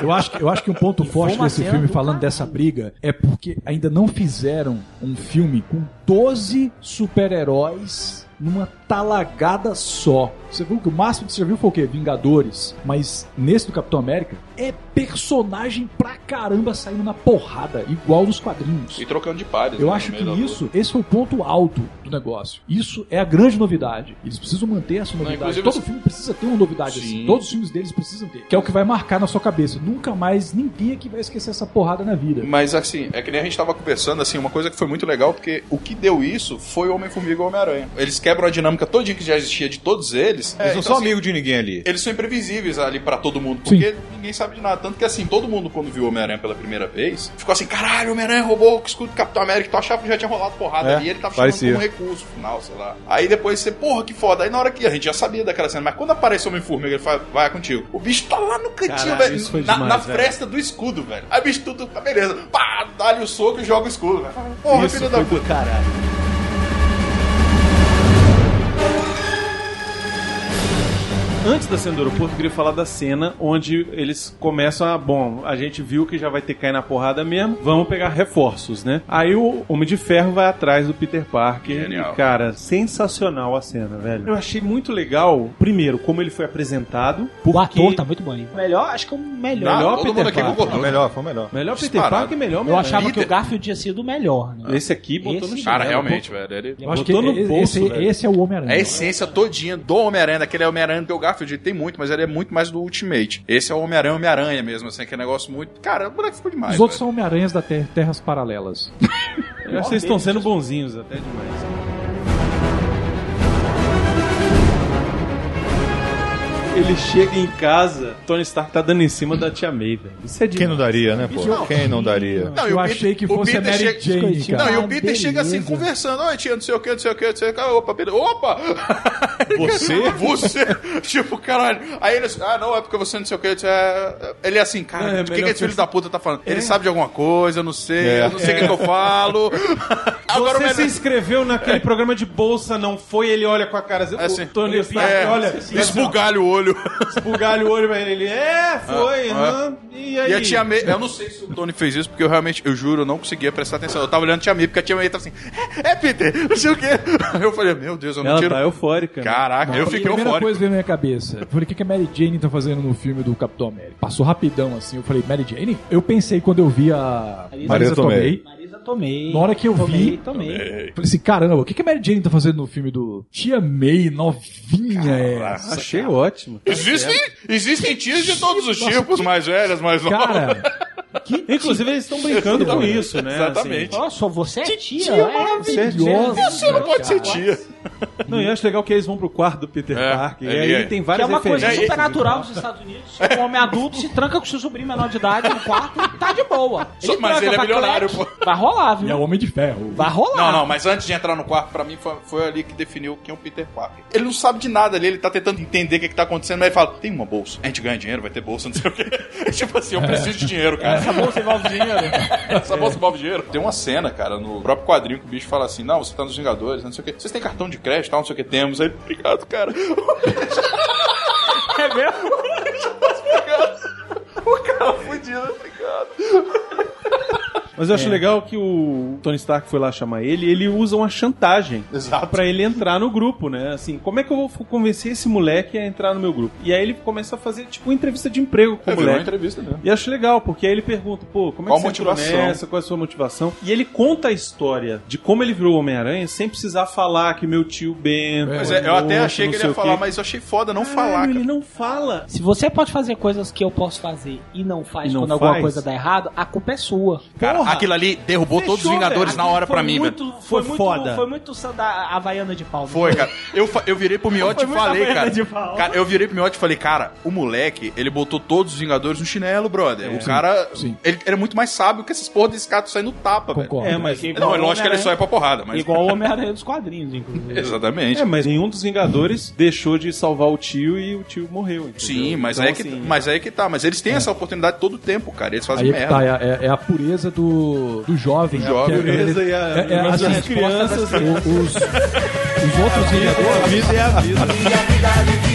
S7: Eu acho, que- eu acho que um ponto forte
S3: uma
S7: desse
S3: cena
S7: filme,
S3: do
S7: falando
S3: caralho.
S7: dessa briga, é porque ainda não fizeram um filme com 12 super-heróis numa talagada só. Você viu que o máximo que você já viu foi o quê? Vingadores. Mas nesse do Capitão América, é personagem pra caramba saindo na porrada, igual nos quadrinhos.
S6: E trocando de pares.
S7: Eu
S6: né,
S7: acho
S6: no
S7: que
S6: meio da luta.
S7: isso, esse foi o ponto alto do negócio. Isso é a grande novidade. Eles precisam manter essa novidade.
S6: inclusive,
S7: Todo
S6: esse-
S7: filme precisa ter uma novidade
S6: Sim.
S7: assim. Todos os filmes deles precisam ter. Que é o que vai marcar na sua cabeça. Nunca mais ninguém aqui vai esquecer essa porrada na vida.
S6: Mas assim, é que nem a gente tava conversando, assim, uma coisa que foi muito legal, porque o que deu isso foi o Homem-Formiga e o Homem-Aranha. Eles quebram a dinâmica todinha que já existia de todos eles. É,
S5: Eles não
S6: então,
S5: são
S6: assim,
S5: amigos de ninguém ali.
S6: eles são imprevisíveis ali pra todo mundo, porque ninguém sabe de nada. Tanto que assim, todo mundo quando viu o Homem-Aranha pela primeira vez, ficou assim, caralho, o Homem-Aranha roubou o escudo do Capitão América, tu achava que já tinha rolado porrada
S5: É,
S6: ali, ele tava
S5: parecia.
S6: chamando como recurso final, sei lá. Aí depois você, porra, que foda. Aí na hora que a gente já sabia daquela cena, mas quando aparece o Homem-Formiga, ele fala, vai é contigo. O bicho tá lá no cantinho,
S4: Caralho,
S6: velho,
S4: isso foi
S6: na,
S4: demais, né,
S6: na
S4: velho.
S6: fresta do escudo, velho. Aí o bicho tudo, tá beleza, pá, dá-lhe o soco e joga o escudo, velho. Porra,
S4: Isso
S6: filho da
S4: foi
S6: puta.
S4: do caralho. Antes da cena do aeroporto, eu queria falar da cena onde eles começam a. Bom, a gente viu que já vai ter que cair na porrada mesmo, vamos pegar reforços, né? Aí o Homem de Ferro vai atrás do Peter Parker.
S6: Genial.
S4: E, cara, sensacional a cena, velho. Eu achei muito legal, primeiro, como ele foi apresentado.
S3: O
S4: porque-
S3: ator tá muito bom aí. O melhor, acho que é o melhor.
S4: Melhor
S6: todo
S4: Peter
S6: mundo
S4: Parker.
S6: aqui
S4: é
S5: Foi o
S6: concordou.
S5: melhor, foi o melhor.
S4: Melhor Peter
S6: Disparado.
S4: Parker, melhor
S3: Eu achava
S6: líder.
S3: que o Garfield tinha sido o melhor, né?
S4: Esse aqui botou
S3: Esse-
S4: no chinelo.
S6: Cara, realmente, velho, ele...
S7: Eu acho que
S4: Botou no
S7: esse,
S4: bolso,
S7: esse-
S4: velho.
S7: esse é o Homem-Aranha.
S6: É a essência todinha do Homem-Aranha, daquele Homem-Aranha do Garfield, ele tem muito, mas ele é muito mais do Ultimate. Esse é o Homem-Aranha, Homem-Aranha mesmo, assim, que é um negócio muito. Cara, o moleque ficou demais.
S7: Os outros
S6: velho.
S7: são Homem-Aranhas da ter- Terras Paralelas.
S4: Eu acho que vocês estão sendo bonzinhos até demais. Ele chega em casa, Tony Stark tá dando em cima da tia May, velho. Isso é de...
S5: Quem não daria, né, pô? Quem não daria?
S6: Não, e
S7: eu
S6: o
S7: achei
S6: Peter-
S7: que
S6: o
S7: fosse a
S6: Peter chega-
S7: Mary Jane, cara.
S6: Não, e o
S7: Ah,
S6: Peter
S7: beleza.
S6: chega assim conversando, oi tia, não sei o que, não sei o que, não sei o que. Opa, Peter, opa!
S5: [laughs]
S6: é
S5: Você?
S6: Você? [laughs] tipo, caralho. Aí ele, ah, não, é porque você não sei o que. Ele é assim, cara,
S4: É,
S6: o que, que
S4: melhor
S6: esse filho
S4: que-
S6: da puta tá falando?
S7: É.
S6: Ele sabe de alguma coisa, eu não sei,
S5: É.
S6: eu não sei o que, que eu
S7: [laughs]
S6: falo. Agora
S4: Você
S6: o melhor-
S4: se inscreveu naquele programa de bolsa, não foi? Ele olha com a cara...
S6: É assim.
S4: o Tony Stark,
S6: É,
S4: olha...
S6: [laughs] esbugalha o olho.
S4: Esbugalha o olho, velho. Ele, é, foi,
S6: Ah,
S4: hã? E aí?
S6: E a tia May, eu não sei se o Tony fez isso, porque eu realmente, eu juro, eu não conseguia prestar atenção. Eu tava olhando a tia May, porque a tia May tava assim, é, é, Peter, não sei o quê. [laughs] Eu falei, meu Deus, eu não
S4: Ela
S6: tiro.
S4: tá eufórica.
S6: Caraca, eu
S7: a
S6: fiquei
S7: primeira
S6: eufórico.
S7: coisa que veio na minha cabeça. Eu falei, o que que a Mary Jane tá fazendo no filme do Capitão América? Passou rapidão, assim. Eu falei, Mary Jane? Eu pensei quando eu vi a
S3: Marisa
S7: Marisa
S5: Tomei.
S7: Tomei.
S3: Marisa, tomei.
S7: Na hora que eu
S3: tomei,
S7: vi-
S3: Tomei, tomei.
S7: Eu Falei assim, caramba, o que, que a Mary Jane tá fazendo no filme do Tia May, novinha é essa?
S4: Achei ótimo.
S6: Existem, existem tias de todos os tipos, mais velhas, mais novas.
S7: Cara,
S4: [laughs]
S7: que
S4: Inclusive, eles estão brincando com isso, né?
S6: Exatamente.
S3: Ó, só você é tia, é?
S7: maravilhosa.
S6: Você não pode ser tia.
S4: Assim. Não, e eu acho legal que eles vão pro quarto do Peter
S6: É,
S4: Parker. E
S6: ele
S4: aí
S6: é.
S4: tem
S3: Que é
S4: várias
S3: uma coisa
S6: referências.
S4: referências.
S3: super natural dos Estados
S6: [laughs]
S3: Unidos. Um homem adulto se tranca com seu sobrinho menor de idade no quarto e tá de boa.
S6: Só- mas
S3: tranca
S6: ele é
S3: com a
S6: milionário,
S3: Claire, Vai rolar,
S7: E é
S3: viu?
S7: Homem de Ferro.
S3: Vai rolar.
S6: Não, não, mas antes de entrar no quarto, pra mim foi, foi ali que definiu quem é o Peter Parker. Ele não sabe de nada ali, ele tá tentando entender o que, que tá acontecendo, mas ele fala: tem uma bolsa, a gente ganha dinheiro, vai ter bolsa, não sei o quê. [laughs] É tipo assim, eu preciso de dinheiro,
S7: É.
S6: cara. Essa bolsa envolve dinheiro. Essa bolsa envolve dinheiro. É. Tem uma cena, cara, no próprio quadrinho que o bicho fala assim: não, você tá nos Vingadores, não sei o quê. Vocês têm cartão de crédito, tal, não sei o que temos. Aí, obrigado,
S4: [laughs]
S6: cara.
S3: É mesmo?
S6: O cara fudido, obrigado.
S4: Mas eu acho legal que o Tony Stark foi lá chamar ele e ele usa uma chantagem.
S5: Exato.
S4: Pra ele entrar no grupo, né? Assim, como é que eu vou convencer esse moleque a entrar no meu grupo? E aí ele começa a fazer, tipo, uma entrevista de emprego com
S6: É,
S4: o
S6: virou uma
S4: moleque.
S6: entrevista mesmo.
S4: E acho legal, porque aí ele pergunta, pô, como é
S6: Qual
S4: que você
S6: motivação?
S4: entrou nessa, qual é a sua motivação? E ele conta a história de como ele virou o Homem-Aranha sem precisar falar que meu tio Bento...
S6: Pois é, eu
S4: morto,
S6: até achei
S4: não
S6: que ele
S4: sei
S6: ia
S4: o quê. É,
S6: falar, mas eu achei foda não falar,
S4: Caralho,
S6: cara.
S4: ele não fala.
S3: Se você pode fazer coisas que eu posso fazer e não faz
S4: E não
S3: quando alguma
S4: faz?
S3: coisa dá errado, a culpa é sua.
S6: Cara, aquilo ali derrubou todos os
S4: Fechou,
S6: Vingadores
S4: velho.
S6: na hora
S4: Foi
S6: pra mim, velho.
S4: muito- Foi, muito
S3: Muito,
S4: foda.
S3: foi muito sanda- havaiana de palma.
S6: [laughs] Foi, cara. Eu, fa- eu virei pro Miotti e
S3: muita
S6: falei,
S3: merda
S6: cara.
S3: de pau.
S6: Cara, eu virei pro Miotti e falei, cara, o moleque, ele botou todos os Vingadores no chinelo, brother.
S4: É,
S6: o cara,
S7: sim.
S6: ele era muito mais sábio que essas porra desse cara saindo tapa, velho.
S7: Concordo.
S4: É, mas
S6: Não, é lógico que ele só é pra porrada, mas.
S3: Igual o Homem-Aranha dos quadrinhos, inclusive.
S6: [laughs] Exatamente.
S4: É, mas nenhum dos Vingadores deixou de salvar o tio e o tio morreu. entendeu?
S6: Sim, mas,
S4: Então,
S6: aí é que,
S4: assim,
S6: mas aí é que tá. Mas eles têm essa oportunidade todo o tempo, cara. Eles fazem
S7: Aí é que
S6: merda.
S7: tá, é, é- é a pureza do, do jovem.
S6: Do jovem.
S7: Que é-
S4: Beleza, e a,
S7: É, é,
S4: mas
S7: assim,
S4: as crianças.
S7: o- os, os outros
S4: A
S7: Vingadores.
S4: vida é a vida.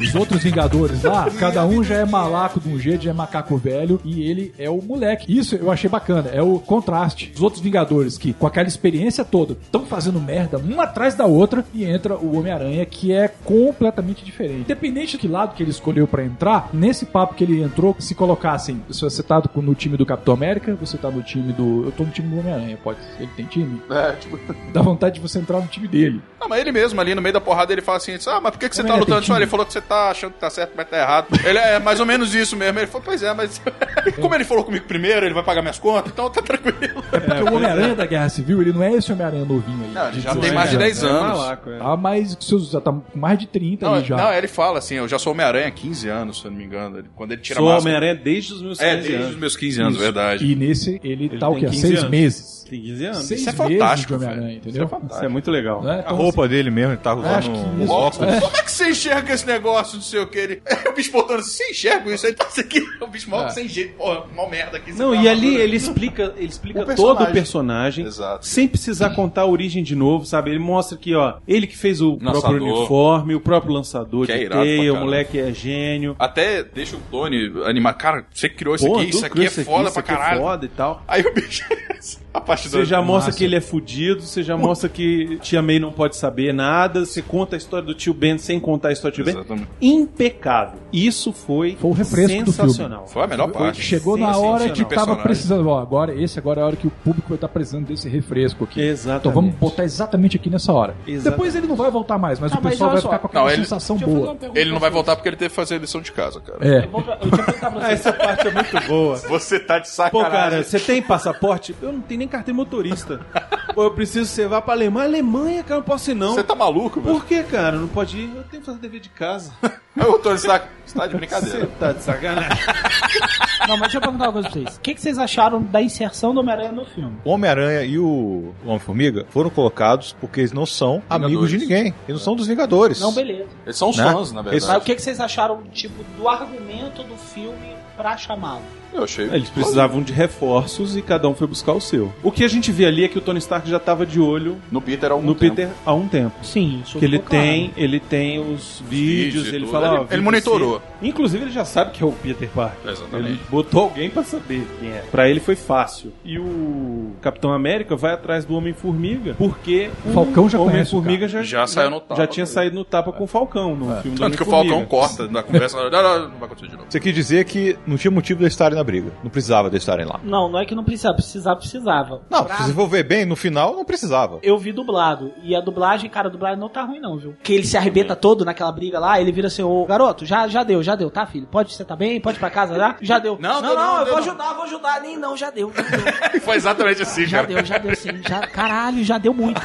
S7: Os outros Vingadores lá, cada um já é malaco de um jeito, já é macaco velho e ele é o moleque. Isso eu achei bacana, é o contraste. Os outros Vingadores que, com aquela experiência toda, estão fazendo merda uma atrás da outra e entra o Homem-Aranha que é completamente diferente. Independente de que lado que ele escolheu pra entrar, nesse papo que ele entrou, se colocassem, se você tá do- no time do Capitão América, você tá no time do. Eu tô no time do Homem-Aranha, pode. Ele tem time?
S6: É, tipo...
S7: Dá vontade de você entrar no time dele.
S6: Não, mas ele mesmo ali no meio da porrada ele fala assim: ele diz, Ah, mas por que, que você
S7: Como
S6: tá
S7: ele é
S6: lutando?
S7: pequeno.
S6: Ele falou que você tá achando que tá certo, mas tá errado. Ele é mais ou menos isso mesmo. Ele falou: Pois é, mas. [laughs] Como ele falou comigo primeiro, ele vai pagar minhas contas, então tá tranquilo.
S7: É porque o Homem-Aranha da Guerra Civil, ele não é esse Homem-Aranha novinho aí.
S6: Não, ele
S7: de
S6: já
S7: 18
S6: tem mais de
S7: anos.
S6: 10 anos.
S4: Malaco, é.
S7: Tá mais, seus, já tá com mais de 30
S6: Não,
S7: aí já.
S6: não, ele fala assim: Eu já sou Homem-Aranha há 15 anos, se eu não me engano. Ele- Quando ele tira a
S4: Sou
S6: máscara.
S4: Homem-Aranha desde os meus 15
S6: É, desde os
S4: anos.
S6: meus 15 anos, verdade.
S7: E nesse, ele,
S4: Ele
S7: tá o
S4: tem
S7: quê?
S4: 15
S7: Seis
S4: anos.
S7: meses.
S4: Tem 15 anos.
S7: Seis
S6: Isso é
S7: meses
S6: fantástico,
S7: de Homem-Aranha, entendeu?
S4: Isso é muito legal.
S7: Né?
S5: A
S7: Então,
S5: roupa dele mesmo, ele tá usando
S6: é
S7: que
S5: um
S7: isso-
S5: óculos.
S6: Como é que você enxerga esse negócio, não sei o que? Ele... O bicho botando assim, você enxerga isso? Ele tá isso aqui, o bicho mal sem jeito, porra, mal merda aqui. tá
S4: Não, e ali ele explica, ele explica
S6: O
S4: todo
S6: personagem.
S4: o personagem,
S6: Exato.
S4: sem precisar contar a origem de novo, sabe? Ele mostra que, ó, ele que fez o
S6: Lançador.
S4: próprio uniforme, o próprio lançador
S6: Que é
S4: de
S6: irado pra
S4: teia, o
S6: caramba.
S4: moleque é gênio.
S6: Até deixa o Tony animar. Cara, você que criou isso
S4: Pô,
S6: aqui,
S4: tu
S6: isso aqui
S4: criou
S6: é foda
S4: isso
S6: pra
S4: aqui é
S6: caralho.
S4: foda e tal.
S6: Aí o bicho. [laughs] a parte
S4: Você já mostra
S7: Massa.
S4: que ele é fudido, você já mostra que Tia May não pode saber nada, você conta a história do tio Ben sem contar a história do tio Ben.
S6: Exatamente.
S4: Impecável. Isso foi,
S7: Foi o refresco do
S4: sensacional.
S6: Foi a melhor parte.
S7: chegou na
S4: sensacional.
S7: hora que tava
S6: é Personagem.
S7: precisando. Ó, agora, esse agora é a hora que o público vai estar precisando desse refresco aqui.
S4: Exatamente.
S7: Então vamos botar exatamente aqui nessa hora.
S4: Exatamente.
S7: Depois ele não vai voltar mais, mas
S3: Ah,
S7: o
S3: mas
S7: pessoal vai
S3: olha só.
S7: ficar com aquela
S6: Não, ele-
S7: sensação
S3: Deixa eu fazer
S7: boa.
S3: uma pergunta
S6: Ele não
S3: pra
S6: vai
S3: você.
S6: voltar porque ele teve que fazer a lição de casa, cara.
S7: É.
S3: Eu, vou, eu tinha perguntar pra você.
S4: Essa parte é muito boa.
S6: Você tá de
S4: Pô,
S6: sacanagem.
S4: cara, você tem passaporte? Eu não tenho nem carteira motorista. Pô, eu preciso que você vá pra Alemanha. Alemanha, cara, eu não posso ir não.
S6: Você tá maluco, velho?
S4: Por que, cara? Não pode ir? Eu tenho que fazer dever de casa.
S6: O Tony Stark você tá de
S4: Você
S6: brincadeira.
S4: tá de sacanagem.
S3: Não, mas deixa eu perguntar uma coisa pra vocês. O que, que vocês acharam da inserção do Homem-Aranha no filme?
S5: O Homem-Aranha e o Homem-Formiga foram colocados porque eles não são amigos de ninguém. Eles não são dos Vingadores.
S3: Não, beleza.
S6: Eles são os
S5: Né?
S6: fãs, na
S5: Eles-
S6: verdade.
S3: Mas o que, que vocês acharam, tipo, do argumento do filme pra chamá-lo?
S6: Eu achei.
S4: Eles precisavam de reforços e cada um foi buscar o seu. O que a gente vê ali é que o Tony Stark já tava de olho
S6: No Peter há algum
S4: no
S6: tempo.
S4: Peter há um tempo.
S3: Sim, isso
S4: Que ele
S3: ficou claro.
S4: tem, ele tem os vídeos,
S6: Vídeos e
S4: ele
S6: tudo.
S4: fala.
S6: Ele-
S4: ó,
S6: ele
S4: vídeo
S6: monitorou.
S4: assim. Inclusive, ele já sabe que é o Peter Parker.
S6: Exatamente.
S4: Ele botou alguém pra saber quem é. Pra ele foi fácil. E o Capitão América vai atrás do Homem-Formiga, porque o
S7: Falcão já conhece o
S4: Homem-Formiga já,
S6: Já saiu no tapa. É.
S4: já tinha saído no tapa com o Falcão no
S3: É.
S4: filme do
S6: Tanto que o
S4: Homem-Formiga.
S6: Falcão corta da conversa. Não, não, não vai acontecer de novo.
S5: Isso quer dizer que não tinha motivo de eles estarem na briga. Não precisava de eles estarem lá.
S3: Não, não é que não precisava, precisava, precisava.
S5: Não,
S3: Pra-
S5: se você for ver bem, no final não precisava.
S3: Eu vi dublado. E a dublagem, cara, a dublagem não tá ruim, não, viu? Que ele se arrebenta todo naquela briga lá, ele vira assim, ô garoto, já, já deu, já deu, tá, filho? Pode, você tá bem? Pode ir pra casa já? Já deu.
S6: Não,
S3: não,
S6: deu não,
S3: eu
S6: deu
S3: vou
S6: não.
S3: ajudar, vou ajudar. Nem não, já deu. Já deu.
S6: [laughs] Foi exatamente assim,
S3: Já
S6: cara.
S3: deu, já deu sim. Já, caralho, já deu muito.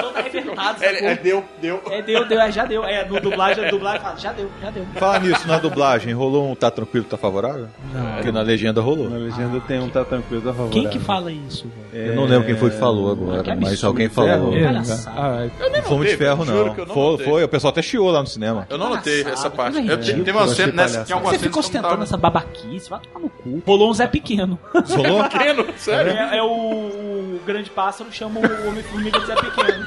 S3: Todo arrebentado,
S6: Ele-
S3: sacou?
S6: é, deu, deu.
S3: É, deu, deu, é, já deu. É, no dublagem, a dublagem fala, já deu, já deu.
S5: Falar nisso, na dublagem, rolou um tá tranquilo, tá favorável?
S3: Não.
S5: Porque na legenda
S4: Na
S5: rolou.
S4: legenda tem um tá tranquilo, tá favorável. É.
S3: Quem que fala isso, velho?
S5: Eu não lembro quem foi que falou agora,
S3: Que
S5: mas
S3: absurdo,
S5: alguém falou.
S3: velho.
S5: Não
S3: Palhaçada.
S7: Ah, é.
S5: fomos de
S6: notei,
S5: ferro,
S6: velho, juro
S5: não.
S6: que eu não
S5: foi,
S6: notei.
S5: foi, o pessoal até chiou lá no cinema.
S6: [laughs] Eu não notei
S3: Palhaçada,
S6: essa parte.
S3: coisa
S6: Eu,
S3: ridícula,
S6: teve uma
S4: achei
S6: cena. Nessa,
S4: palhaçada.
S6: tinha algumas
S3: né? Você ficou
S6: cenas que eu não
S3: ostentando
S6: tava-
S3: essa babaquice, vai tomar no cu,
S4: cu.
S3: Rolou um Zé Pequeno.
S4: Solou?
S6: Pequeno, sério?
S3: É, é o, o grande pássaro chama o Homem-Formiga de Zé Pequeno.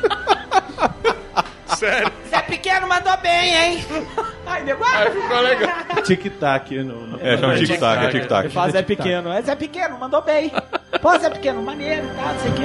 S6: Sério.
S1: Zé Pequeno mandou bem, hein?
S3: Ai, nego,
S6: Aí ficou legal.
S4: Tic-tac. No, no...
S11: É, chama tic-tac, é
S3: Ele
S11: tic-tac.
S3: fala Zé Pequeno. É Zé Pequeno, mandou bem. Pô, Zé Pequeno, maneiro e tal, não sei o quê.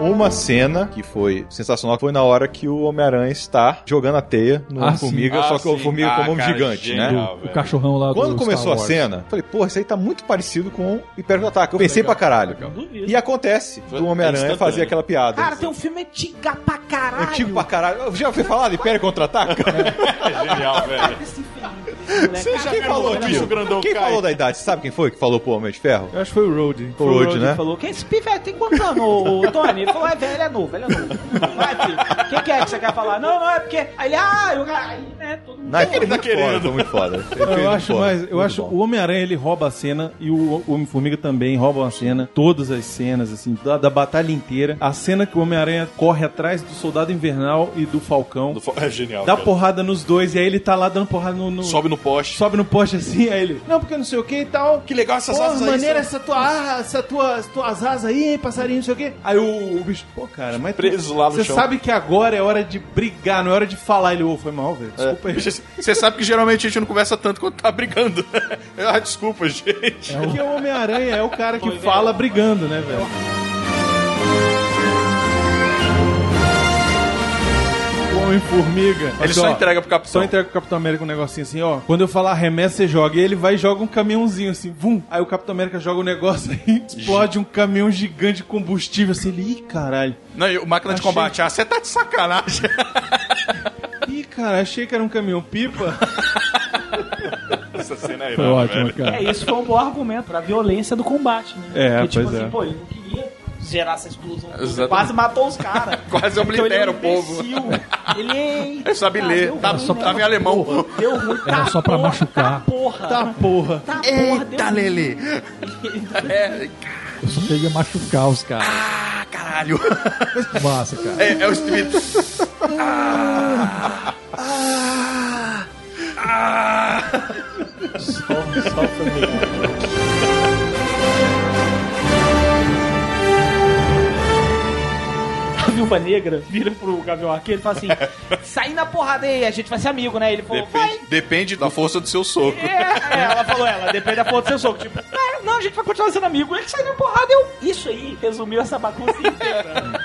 S5: Uma cena que foi sensacional foi na hora que o Homem-Aranha está jogando a teia no
S7: Ah, sim.
S5: Formiga, só que o
S6: sim.
S5: Formiga
S6: Ah,
S5: como um
S6: cara,
S5: gigante, né?
S6: genial,
S7: O
S6: velho.
S7: cachorrão lá
S5: Quando
S7: do
S5: começou
S7: Star
S5: a
S7: Wars.
S5: cena, falei, porra, isso aí tá muito parecido com o Império Ataque. Eu pensei pra caralho.
S3: Duvido.
S5: E acontece do Homem-Aranha
S6: instantâneo.
S5: fazer aquela piada.
S3: Cara, tem um filme antigo pra caralho.
S5: Antigo pra caralho. Já foi falado Império Contra-Ataca?
S6: Genial, velho.
S3: Esse infeliz, moleque.
S5: Você já quem falou
S6: o bicho
S5: disso?
S6: grandão
S5: Quem
S6: cai?
S5: falou da idade? Você sabe quem foi que falou pro Homem de Ferro?
S4: Eu acho que foi o Road.
S5: Foi o Road, né?
S3: falou, quem é esse pivete tem quantos anos, ô, ô, Tony? Ele falou, é velho, é novo, ele é novo. Vai, filho. O que, que é que você quer falar? Não, não, é porque... Aí ele, ah, eu... Aí, né, todo mundo...
S5: Não, ele tá
S6: querendo?
S5: Foda, foi muito foda. Ele fez
S4: Eu
S5: muito
S4: acho,
S5: foda,
S4: mas eu
S5: muito
S4: acho
S5: bom.
S4: o Homem-Aranha ele rouba a cena e o Homem-Formiga também rouba uma cena, todas as cenas, assim, da, da batalha inteira. A cena que o Homem-Aranha corre atrás do Soldado Invernal e do Falcão,
S6: Do fo- É genial.
S4: dá
S6: cara.
S4: porrada nos dois e aí ele tá lá dando porrada no. no-
S6: Sobe no poste.
S4: sobe no poste assim, aí ele. Não, porque não sei o que e tal.
S6: Que legal essas
S4: Pô,
S6: asas aí,
S4: maneira
S6: são-
S4: essa tua ar- essa tua, as tuas asas aí, hein, passarinho, não sei o quê. Aí o, o bicho, pô, cara, mas.
S6: Preso lá no
S4: Você
S6: chão.
S4: sabe que agora é hora de brigar, não é hora de falar. Ele, ô, foi mal, velho.
S6: É.
S4: Desculpa
S6: [laughs]
S4: aí.
S6: Você sabe que geralmente a gente não conversa tanto quando tá brigando. [laughs] ah, desculpa, gente.
S4: Porque o Homem-Aranha é o cara que fala brigando, né, velho? O Homem-Formiga.
S6: Ele
S4: Assim,
S6: só
S4: ó,
S6: entrega pro capitão.
S5: Então-
S4: Só entrega pro Capitão América um negocinho assim, ó. Quando eu falar remessa, você joga. E ele vai e joga um caminhãozinho assim, vum. Aí o Capitão América joga o negócio [laughs] aí, explode um caminhão gigante de combustível. Assim, ele, ih, caralho.
S6: Não, e o máquina de
S4: Achei-
S6: combate. Ah, você tá de sacanagem.
S4: Ih, cara, achei que era um caminhão pipa.
S6: [laughs]
S5: [laughs]
S6: Essa cena aí,
S7: Foi ótimo, cara.
S3: É, isso foi um bom argumento pra violência do combate, né?
S4: É,
S3: Porque, tipo
S4: pois
S3: assim,
S4: é.
S3: pô, ele não queria gerar essa explosão. toda,
S6: Exatamente.
S3: Quase matou os caras.
S6: Quase oblitera o povo.
S3: Ele é um imbecil. Ele é-
S6: Ele sabe
S3: Ah,
S6: ler.
S3: deu
S6: Tá-
S3: ruim,
S6: só
S3: né?
S6: tava em alemão.
S3: Porra, Deu ruim.
S7: Era
S3: Tá
S7: só pra
S3: porra,
S7: machucar.
S3: Tá porra.
S4: Tá porra.
S3: Tá porra. Deu
S6: Eita,
S3: ruim.
S6: Lele. É,
S7: Eu só queria machucar os caras.
S6: ah, caralho.
S7: [laughs] Massa, cara.
S6: É, é o Steve.
S3: A viúva negra vira pro Gavião Arqueiro e fala assim, sai na porrada aí, a gente vai ser amigo, né? Ele falou, vai.
S6: Depende, depende da força do seu soco.
S3: É, é, ela falou, ela, depende da fonte do seu soco. Tipo, "Ah, não, a gente vai continuar sendo amigo. Ele sai na porrada, eu... Isso aí resumiu essa bagunça inteira.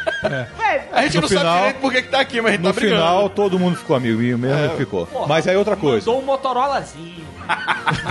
S3: Ué,
S6: A gente
S5: No
S6: não
S5: final-
S6: sabe direito por que que tá aqui, mas a gente
S5: No
S6: tá brigando.
S5: final, todo mundo ficou amigo e o mesmo
S4: É.
S5: ele ficou. Mas aí outra coisa.
S3: Montou um Motorolazinho.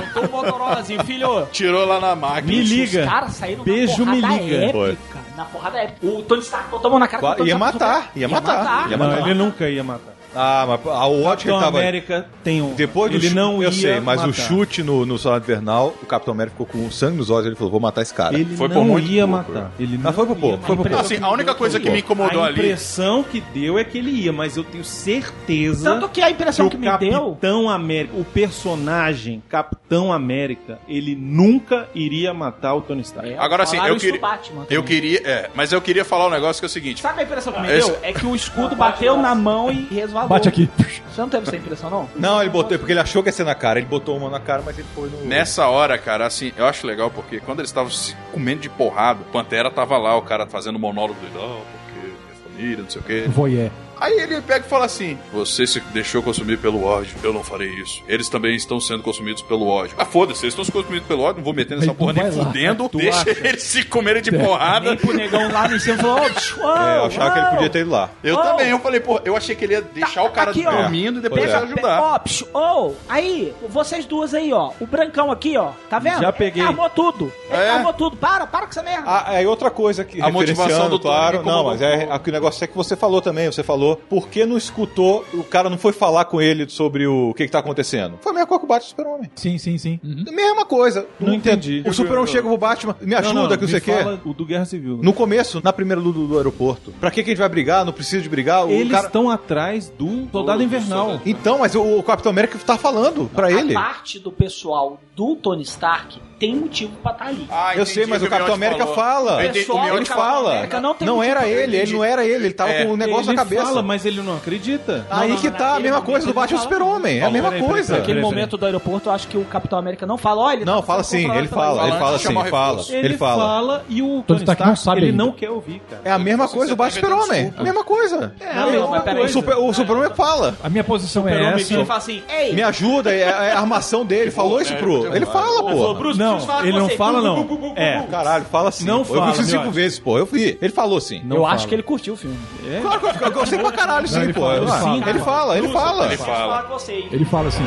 S3: Montou um Motorolazinho, filho.
S6: Tirou lá na máquina.
S4: Me
S3: Os
S4: liga.
S3: caras saíram
S4: Beijo,
S3: na
S4: me
S3: porrada
S4: liga.
S3: épica. Na porrada épica. O Tony Stark botou a mão na cara do
S5: Qua-
S3: Tony
S5: ia
S3: Stark.
S5: matar, ia matar, ia
S4: Não,
S5: matar.
S4: ele nunca ia matar.
S5: Ah, mas a ótica
S4: Capitão
S5: que tava.
S4: América tem um.
S5: Depois do
S4: ele
S5: chu-
S4: não
S5: Eu
S4: ia
S5: sei, mas o
S4: matar.
S5: chute no, no Soldado Invernal, o Capitão América ficou com sangue nos olhos ele falou: vou matar esse cara.
S4: Ele
S6: Foi
S4: não
S6: por muito
S4: ia
S5: pouco.
S4: matar. Ele não
S5: Mas foi pro
S4: ia
S5: pouco,
S4: matar.
S5: foi pro pouco.
S6: Assim, a única coisa que me incomodou
S4: A
S6: ali.
S4: impressão que deu é que ele ia, mas eu tenho certeza
S3: Tanto que a impressão que,
S4: o
S3: me deu...
S4: Capitão América, o personagem Capitão América, ele nunca iria matar o Tony Stark.
S5: É.
S6: Agora sim,
S3: falaram
S6: eu
S3: isso
S6: queria-
S3: do Batman também.
S6: Eu queria. É, mas eu queria falar um negócio que é o seguinte.
S3: Sabe a impressão que me
S6: Esse-
S3: deu? É que o escudo bateu na mão e resvalou.
S7: Bate aqui.
S3: Você não teve essa impressão, não?
S5: Não, ele botou, é porque ele achou que ia ser na cara. Ele botou uma na cara, mas ele foi no.
S6: Nessa hora, cara, assim, eu acho legal porque quando eles estavam se comendo de porrada, o Pantera tava lá, o cara fazendo monólogo dele, ah, porque minha família, não sei o quê.
S7: Voyeur.
S6: Aí ele pega e fala assim: Você se deixou consumir pelo ódio, eu não farei isso. Eles também estão sendo consumidos pelo ódio. Ah, foda-se, eles estão se consumindo pelo ódio, não vou
S5: Então
S6: meter nessa
S7: Mas tu
S6: porra nem
S7: vai lá,
S6: fudendo,
S7: tu
S6: deixa
S7: acha?
S6: eles se comerem de porrada.
S3: Nem pro negão lá em cima falou, oh,
S5: É, eu achava que ele podia ter ido lá.
S6: Eu
S3: Oh.
S6: também, eu falei, porra, eu achei que ele ia deixar o cara
S3: aqui, ó.
S6: dormindo e depois
S5: Pois é.
S6: ia ajudar.
S3: Ó, psh, ó, aí, vocês duas aí, ó. O brancão aqui, ó. Tá vendo?
S4: Já peguei.
S3: Ele armou tudo. Ele
S6: É?
S3: armou tudo. Para, para com essa merda.
S5: Ah, é outra coisa que
S3: Tá
S6: A motivação
S5: referenciando,
S6: do Tony
S5: claro.
S6: como
S5: Não, mas é aqui o negócio é que você falou também. Você falou por que não escutou? O cara não foi falar com ele sobre o que, que tá acontecendo. Foi a mesma coisa que o Batman e o Super-Homem.
S7: Sim, sim, sim.
S5: Mesma coisa.
S4: Não entendi.
S5: O Super-Homem chega pro Batman, me ajuda, que não
S4: me
S5: sei o quê.
S4: fala O do Guerra Civil.
S5: No começo, na primeira luta do aeroporto. Pra que, que a gente vai brigar? Não precisa de brigar.
S4: Eles
S5: o cara...
S4: estão atrás do Soldado
S6: Do
S4: Invernal.
S6: Soldado.
S5: Então, mas o, o Capitão América tá falando pra ele.
S3: A parte do pessoal do Tony Stark tem motivo pra estar ali.
S6: Ah,
S5: Eu
S6: entendi
S5: sei, mas o
S6: que
S5: Capitão
S6: Miotti
S5: América
S6: falou.
S5: fala.
S6: Eu entendi,
S3: Pessoal,
S6: o Miotti
S5: Ele
S3: Capitão
S5: fala.
S3: América não tem um tipo
S5: Não
S3: motivo
S5: era
S3: pra-
S5: ele, ele não era ele, ele tava
S6: É,
S5: com o negócio
S4: ele
S5: na cabeça.
S4: fala, mas ele não acredita.
S5: Aí que tá a mesma coisa do Batman Super-Homem. É a mesma coisa.
S3: Naquele momento do aeroporto, eu acho que o Capitão América não fala, olha... tá
S5: Não, fala sim, ele fala, ele fala sim,
S6: chamar o
S5: fala.
S6: reforço.
S5: Ele fala.
S4: e o
S7: Tony
S4: Tony
S7: Stark
S4: Stark
S7: não sabe
S4: ele
S7: ainda.
S4: não quer ouvir, cara.
S5: É a mesma coisa do Batman Super-Homem. A mesma coisa.
S3: É, não, mas peraí.
S5: O Super- O Super-Homem fala.
S7: A minha posição é
S4: Super-Homem
S7: essa.
S3: Ele fala assim, ei...
S5: Me ajuda, é é a armação dele. Falou
S3: né?
S5: isso
S3: um
S5: pro. Ele fala, pô.
S3: Bruce,
S4: Não,
S3: Bruce, fala com
S4: ele não
S3: você.
S4: fala,
S3: Bu,
S4: não.
S3: bu, bu, bu, bu,
S4: É.
S3: bu.
S5: Caralho, fala sim.
S4: Não
S5: Pô, Eu
S4: fala,
S5: vi isso cinco
S4: Miotti.
S5: vezes, pô. Eu vi. Ele falou sim.
S3: eu acho que ele curtiu o filme.
S5: Claro que eu- eu gostei pra caralho, sim,
S7: ele
S5: pô.
S7: fala, ele
S5: Ah,
S7: fala.
S5: Ele fala, ele fala.
S6: Ele fala.
S3: com você.
S7: Ele fala assim.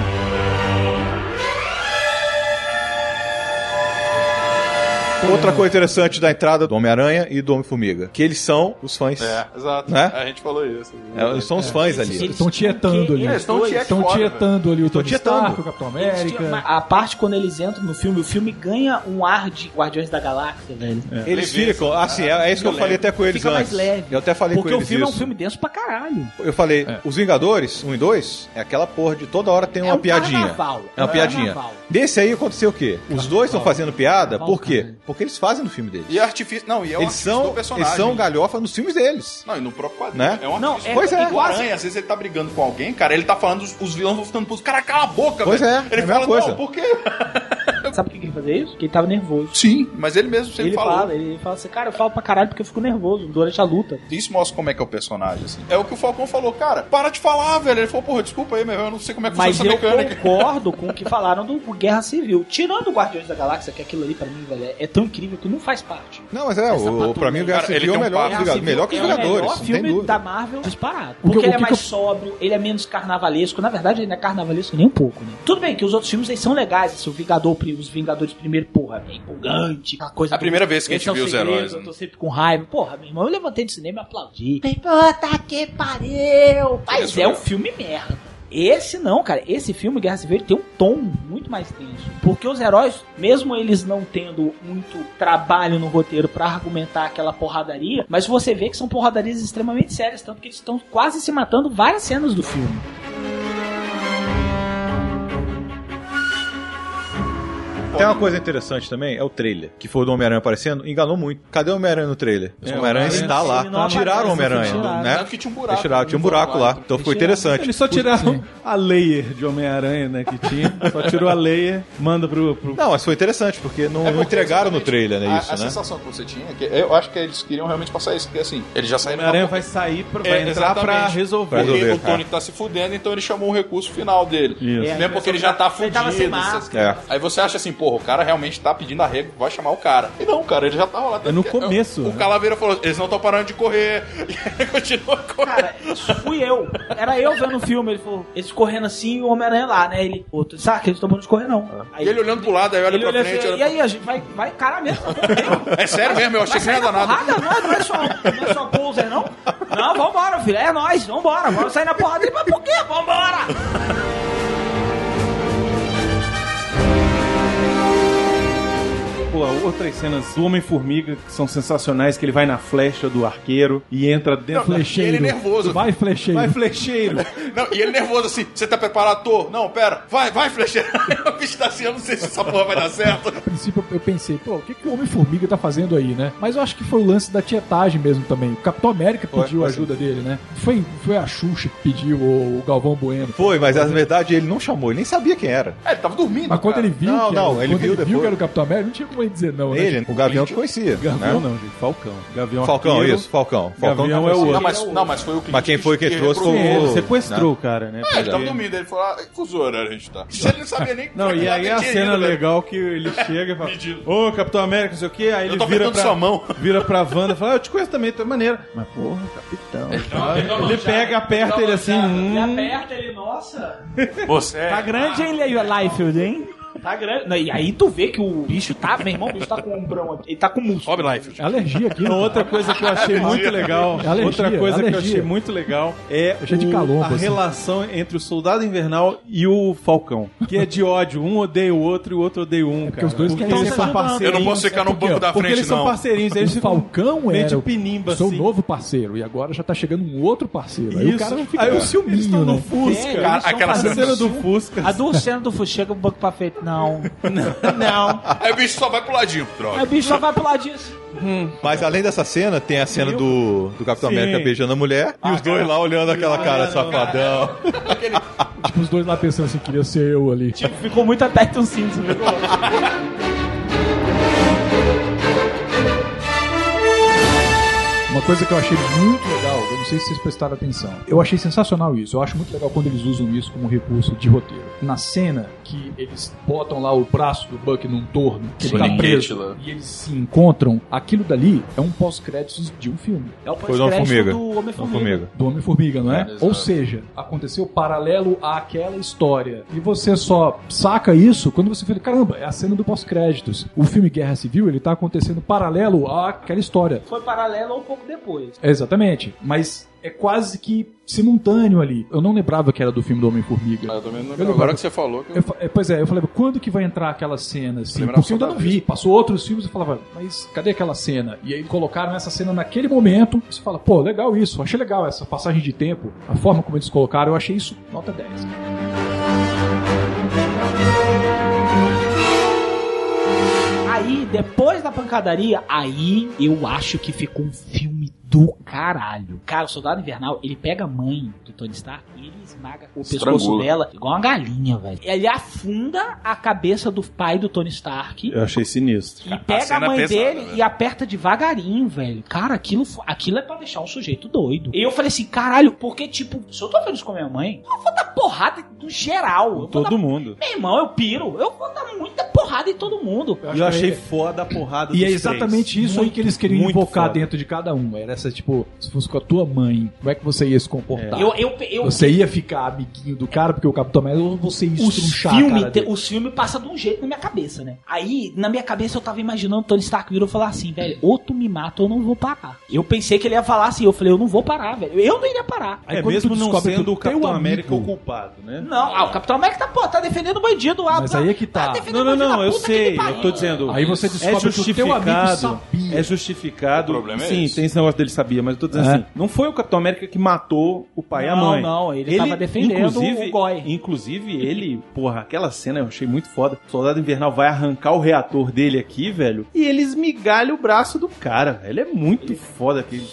S5: Outra coisa interessante da entrada do Homem-Aranha e do Homem-Formiga, que eles são os fãs.
S6: É, exato.
S5: Né?
S6: A gente falou isso.
S5: É, eles são os fãs ali.
S3: Eles-
S7: Estão tietando ali.
S3: Eles
S6: estão tietando.
S7: Estão
S6: Foda,
S7: tietando ali o Tony
S5: tietando.
S7: Stark, o Capitão América.
S3: A parte quando eles entram no filme, o filme ganha um ar de Guardiões da Galáxia, velho.
S5: Eles ficam, assim, é, é isso que eu falei até com eles
S3: Fica mais
S5: antes.
S3: leve.
S5: Eu até falei
S3: Porque
S5: com
S3: o
S5: eles
S3: filme é um
S5: isso.
S3: filme denso pra caralho.
S5: Eu falei, os Vingadores, 1 e 2, é aquela porra de toda hora tem É uma
S3: um
S5: piadinha.
S3: carnaval.
S5: É uma
S3: É um
S5: piadinha.
S3: carnaval.
S5: Desse aí aconteceu o quê? Os dois estão fazendo piada,
S3: Carnaval,
S5: por quê?
S3: cara.
S5: Porque eles fazem no filme deles.
S6: E artifício. Não, e é um
S5: Eles
S6: artifício do
S5: são,
S6: personagem.
S5: eles são galhofa nos filmes deles.
S6: Não, e no próprio quadrinho.
S5: Né?
S6: É um
S3: Não,
S6: artifício.
S3: é-
S5: Pois é.
S3: e
S6: O
S3: quase-
S6: Aranha, às vezes ele tá brigando com alguém, cara, ele tá falando, os, os vilões vão ficando putos. Cara, cala a boca,
S5: Pois
S6: velho.
S5: é, é a
S6: Ele
S5: mesma
S6: fala,
S5: coisa.
S6: não, por quê?
S3: Sabe por que ele fazia isso? Porque ele tava nervoso.
S6: Sim, mas ele mesmo sempre
S3: ele
S6: falou.
S3: fala, ele fala assim, cara, eu falo pra caralho porque eu fico nervoso durante a luta.
S6: Isso mostra como é que é o personagem, assim. É o que o Falcão falou, cara, para de falar, velho. Ele falou, porra, desculpa aí, meu, eu não sei como é que
S3: Mas
S6: funciona
S3: eu
S6: essa mecânica.
S3: concordo com o que falaram do Guerra Civil. Tirando o Guardiões da Galáxia, que aquilo ali pra mim, velho, é tão incrível que não faz parte.
S5: Não, mas é, o, pra mim o Guerra
S6: Cara, ele
S5: Civil é o
S6: tem um
S5: melhor,
S6: papo.
S5: dos Vingadores- melhor que
S3: é
S5: os
S3: o
S5: Vingadores,
S3: melhor
S5: não tem
S3: filme
S5: dúvida.
S3: da Marvel disparado.
S7: O que-
S3: Porque
S7: o
S3: ele é
S7: que
S3: mais
S7: que
S3: sóbrio, ele é menos carnavalesco. Na verdade, ele não é carnavalesco nem um pouco, né? Tudo bem que os outros filmes eles são legais. Esse, o Vingador, pri- os Vingadores primeiro, porra, é empolgante. aquela coisa
S6: A
S3: do-
S6: primeira vez que a gente
S3: esse é o
S6: viu os
S3: segredo,
S6: heróis,
S3: Eu
S6: né?
S3: tô sempre com raiva. Porra, meu irmão, eu levantei do cinema e aplaudi. Mas
S6: Isso,
S3: é um
S6: né?
S3: filme merda. Esse não, cara. Esse filme, Guerra Civil, ele tem um tom muito mais tenso. Porque os heróis, mesmo eles não tendo muito trabalho no roteiro pra argumentar aquela porradaria, mas você vê que são porradarias extremamente sérias, tanto que eles estão quase se matando várias cenas do filme.
S5: Tem uma coisa interessante também, é o trailer, que foi o do Homem-Aranha aparecendo, enganou muito. Cadê o Homem-Aranha no trailer? o Homem-Aranha
S4: É, Homem-Aranha
S5: está lá.
S3: ele não
S5: tiraram
S3: aparece,
S5: o Homem-Aranha,
S3: foi tirado.
S5: né?
S6: Tanto que tinha um buraco.
S5: Eles tiraram, tinha um
S6: Não
S5: buraco
S6: voava,
S5: lá.
S6: então.
S5: Então ficou
S3: Eles tiraram.
S5: interessante.
S4: Eles só tiraram a layer de Homem-Aranha, né, que tinha. Só tirou a layer, manda pro... pro...
S5: Não, mas foi interessante, porque não,
S6: É
S5: não
S6: porque,
S5: entregaram no
S6: exatamente,
S5: trailer, né?
S6: a,
S5: isso,
S6: a
S5: né?
S6: sensação que você tinha, é que eu acho que eles queriam realmente passar isso, porque assim, eles já saíram
S4: Homem-Aranha vai sair, pra, vai
S6: É,
S4: entrar pra
S6: exatamente.
S4: resolver.
S5: Pra
S6: Porque
S5: resolver,
S6: o Tony tá se fudendo, então ele chamou o recurso final dele.
S4: Isso.
S6: Mesmo porque ele já tá
S3: É, Ele
S6: fudido.
S3: tava sem
S6: essas-
S5: É.
S6: Aí você acha assim, porra, o cara realmente tá pedindo arrego, vai chamar o cara. E não, cara, ele já tava lá.
S4: É no começo,
S6: O,
S4: né?
S6: Calaveira falou, eles não estão parando de correr. [laughs] E ele continua correndo.
S3: Cara, isso fui eu. Era eu vendo o filme. Ele falou, eles correndo assim e o Homem-Aranha lá, né? Ele, outro, saca, eles estão de correr não. Aí,
S6: E ele olhando pro lado, aí olha
S3: ele
S6: pra
S3: olha
S6: frente.
S3: assim,
S6: olha
S3: e aí, a gente vai, vai cara mesmo.
S6: pra- É sério mesmo, [laughs] eu achei
S3: Vai
S6: que não
S3: sair
S6: era
S3: na
S6: nada.
S3: porrada? Não, não é só, não é só poser, não? Não, vambora, filho. É nóis, vambora. Vamos sair na porrada. Ele, mas por quê? Vambora!
S4: Pô, outras cenas do Homem-Formiga que são sensacionais, que ele vai na flecha do arqueiro e entra dentro... da
S7: Flecheiro.
S6: Ele nervoso.
S7: Vai, flecheiro.
S4: Vai, flecheiro!
S6: Não, e ele nervoso assim, você tá preparado, tô? Não, pera, vai, vai, flecha. [laughs] o bicho tá assim, eu não sei se essa porra vai dar certo.
S7: A princípio eu pensei, pô, o que, que o Homem-Formiga tá fazendo aí, né? Mas eu acho que foi o lance da tietagem mesmo também. O Capitão América pediu a ajuda dele, né? Foi, foi a Xuxa que pediu, ou o Galvão Bueno.
S5: Foi, mas na verdade ele não chamou, ele nem sabia quem era.
S6: É, ele tava dormindo.
S7: Mas quando
S6: cara.
S7: ele viu,
S5: Não,
S7: que,
S5: não,
S7: era,
S5: ele
S7: quando
S5: viu
S7: ele viu
S5: depois.
S7: que era o Capitão América, não tinha como ele dizer não, né?
S5: Ele, o Gavião que conhecia.
S4: Gavião
S5: né?
S4: não, gente, Falcão. Gavião,
S5: Falcão,
S4: arqueiro.
S5: isso, Falcão. Falcão
S4: Gavião
S5: que
S4: é o
S5: conhecia.
S6: Não, mas, não, mas foi o cliente
S5: Mas quem foi que trouxe foi
S4: Sim,
S5: o- né?
S4: ele sequestrou o cara, né?
S6: É, ele tava
S4: Porque-
S6: dormindo, ele falou, ah, fusora a gente tá. Ele não sabia
S4: [laughs]
S6: nem
S4: Não, e aí a cena legal que ele chega e fala:
S6: Pedido.
S4: Ô, Capitão América, não sei o quê. Aí
S6: Eu
S4: ele
S6: tô
S4: vira
S6: apertando
S4: pra,
S6: sua mão.
S4: vira pra Wanda e fala: ah, Eu te conheço também, tu é maneiro. Mas, porra, Capitão. Ele pega, aperta ele assim: hum,
S3: aperta ele, nossa.
S6: Você é
S3: Tá grande, hein, Leio Liefeld, hein? Tá grande. Não, e aí tu vê que o bicho tá, meu irmão, o bicho tá com o ombrão aqui. Ele tá com músculo.
S6: Sobe Life.
S7: É alergia aqui, né?
S4: [laughs] Outra coisa que eu achei muito legal.
S7: É alergia,
S4: outra coisa que eu
S7: alergia.
S4: achei muito legal é
S7: Cheio de calombo,
S4: a
S7: assim.
S4: relação entre o Soldado Invernal e o Falcão. Que é de ódio. Um odeia o outro e o outro odeia um, cara.
S7: É os dois
S4: porque
S7: querem
S4: eles
S7: se
S4: são
S7: ajudar.
S4: parceirinhos.
S6: Eu não posso ficar no
S7: Porque,
S6: banco da
S4: Porque
S6: frente,
S4: eles são
S6: não.
S4: parceiros. Eles
S7: o
S4: ficam
S7: um Falcão
S4: meio
S7: era
S4: de
S7: o-
S4: pinimba,
S7: sou um
S4: assim.
S7: novo parceiro e agora já tá chegando um outro parceiro. Aí o cara não fica
S4: Aí o
S7: ciúminho,
S4: ciúminho no
S7: né?
S4: Fusca.
S3: Sério, eles
S4: Cara,
S3: tão
S6: aquela
S4: a
S3: fazendo assim.
S4: cena do
S3: ciúme.
S4: Fusca.
S3: A do cena do Fuxiga, um banco pra frente. Não. Não.
S6: Aí o bicho só vai pro ladinho,
S3: Aí
S4: [laughs]
S3: o
S6: droga.
S3: bicho só vai pro lado disso.
S5: Mas além dessa cena, tem a cena do, do Capitão
S4: Sim.
S5: América beijando a mulher e os dois lá olhando aquela cara safadão.
S7: Tipo, os dois lá pensando assim, queria ser eu ali.
S3: Tipo, ficou muito aperto um cinto, viu?
S7: Uma coisa que eu achei muito legal, eu não sei se vocês prestaram atenção. Eu achei sensacional isso. Eu acho muito legal quando eles usam isso como recurso de roteiro. Na cena que eles botam lá o braço do Buck num torno, que ele tá preso, e eles se encontram, aquilo dali é um pós-créditos de um filme.
S3: É o
S5: Foi de uma
S3: pós-crédito
S5: formiga.
S3: do
S5: Vamos
S3: Homem-Formiga.
S5: comigo.
S7: Do Homem-Formiga, não é? Ou seja, aconteceu paralelo àquela história. E você só saca isso quando você fica, caramba, é a cena do pós-créditos. O filme Guerra Civil, ele tá acontecendo paralelo àquela história.
S3: Foi paralelo um pouco depois.
S7: Exatamente. Mas é quase que simultâneo ali. Eu não lembrava que era do filme do Homem-Formiga.
S6: Eu também não
S7: Eu não-
S6: Agora que você falou que eu...
S7: Eu fa- é, pois é, eu falei, quando que vai entrar aquela cena assim?
S6: Lembrava
S7: Porque eu
S6: só
S7: ainda
S6: da
S7: não vi. Passou outros filmes e falava, mas cadê aquela cena? E aí colocaram essa cena naquele momento. Você fala, pô, legal isso, achei legal essa passagem de tempo, a forma como eles colocaram, eu achei isso nota 10.
S3: Aí, depois da pancadaria, aí eu acho que ficou um filme do caralho. Cara, o Soldado Invernal, ele pega a mãe do Tony Stark e ele esmaga o pescoço
S6: Estrangula.
S3: dela igual uma galinha, velho. Ele afunda a cabeça do pai do Tony Stark.
S4: Eu achei sinistro.
S3: E pega a,
S6: É, cena é
S3: mãe
S6: pesada,
S3: dele
S6: velho.
S3: e aperta devagarinho, velho. Cara, aquilo, fo- aquilo é pra deixar um sujeito doido. E eu falei assim, caralho, porque, tipo, se eu tô feliz com a minha mãe, eu vou dar porrada no geral. Eu vou dar...
S4: Todo mundo.
S3: Meu irmão, eu piro. Eu vou dar muita porrada em todo mundo.
S4: E eu achei foda a porrada
S7: E é
S4: dos
S7: exatamente
S4: três.
S7: isso aí que eles queriam
S4: muito
S7: invocar
S4: foda.
S7: dentro de cada um. Era essa, tipo, se fosse com a tua mãe, como é que você ia se
S6: Tá.
S7: comportar?
S3: É. Eu, eu, eu,
S7: Você ia ficar amiguinho do cara, porque o Capitão América, ou você ia
S3: o
S7: estrunchar a
S3: filme,
S7: cara
S3: te-
S7: dele?
S3: o filme passa de um jeito na minha cabeça, né? Aí, na minha cabeça, eu tava imaginando o Tony Stark virou e falar assim, velho, ou tu me mata ou eu não vou parar. Eu pensei que ele ia falar assim, eu falei, eu não vou parar, velho. Eu não iria parar.
S4: É
S7: quando
S4: mesmo
S7: tu
S4: não
S7: descobre que
S4: sendo
S7: o
S4: o Capitão
S7: teu
S4: América o
S7: amigo-
S4: culpado, né?
S3: Não, ah, o Capitão América tá, pô, tá defendendo o bandido. Ah,
S7: Mas aí é
S3: [laughs]
S7: que tá.
S3: defendendo
S4: Não,
S3: o
S4: não,
S3: bandido,
S4: não,
S3: a
S4: eu
S3: puta que
S4: sei.
S3: me pariu.
S4: Eu tô dizendo.
S7: Aí você
S4: É
S7: descobre que o teu amigo
S4: justificado.
S7: sabia.
S4: É justificado.
S6: O problema é
S4: Sim,
S6: esse.
S4: tem esse negócio dele sabia, mas eu tô dizendo
S7: É.
S4: assim: não foi o Capitão América que matou o pai e a
S3: Não,
S4: mãe.
S3: não, ele tava defendendo o Goy.
S4: Inclusive, ele, porra, aquela cena eu achei muito foda. O soldado invernal vai arrancar o reator dele aqui, velho, e ele esmigalha o braço do cara, velho. É muito foda aquele.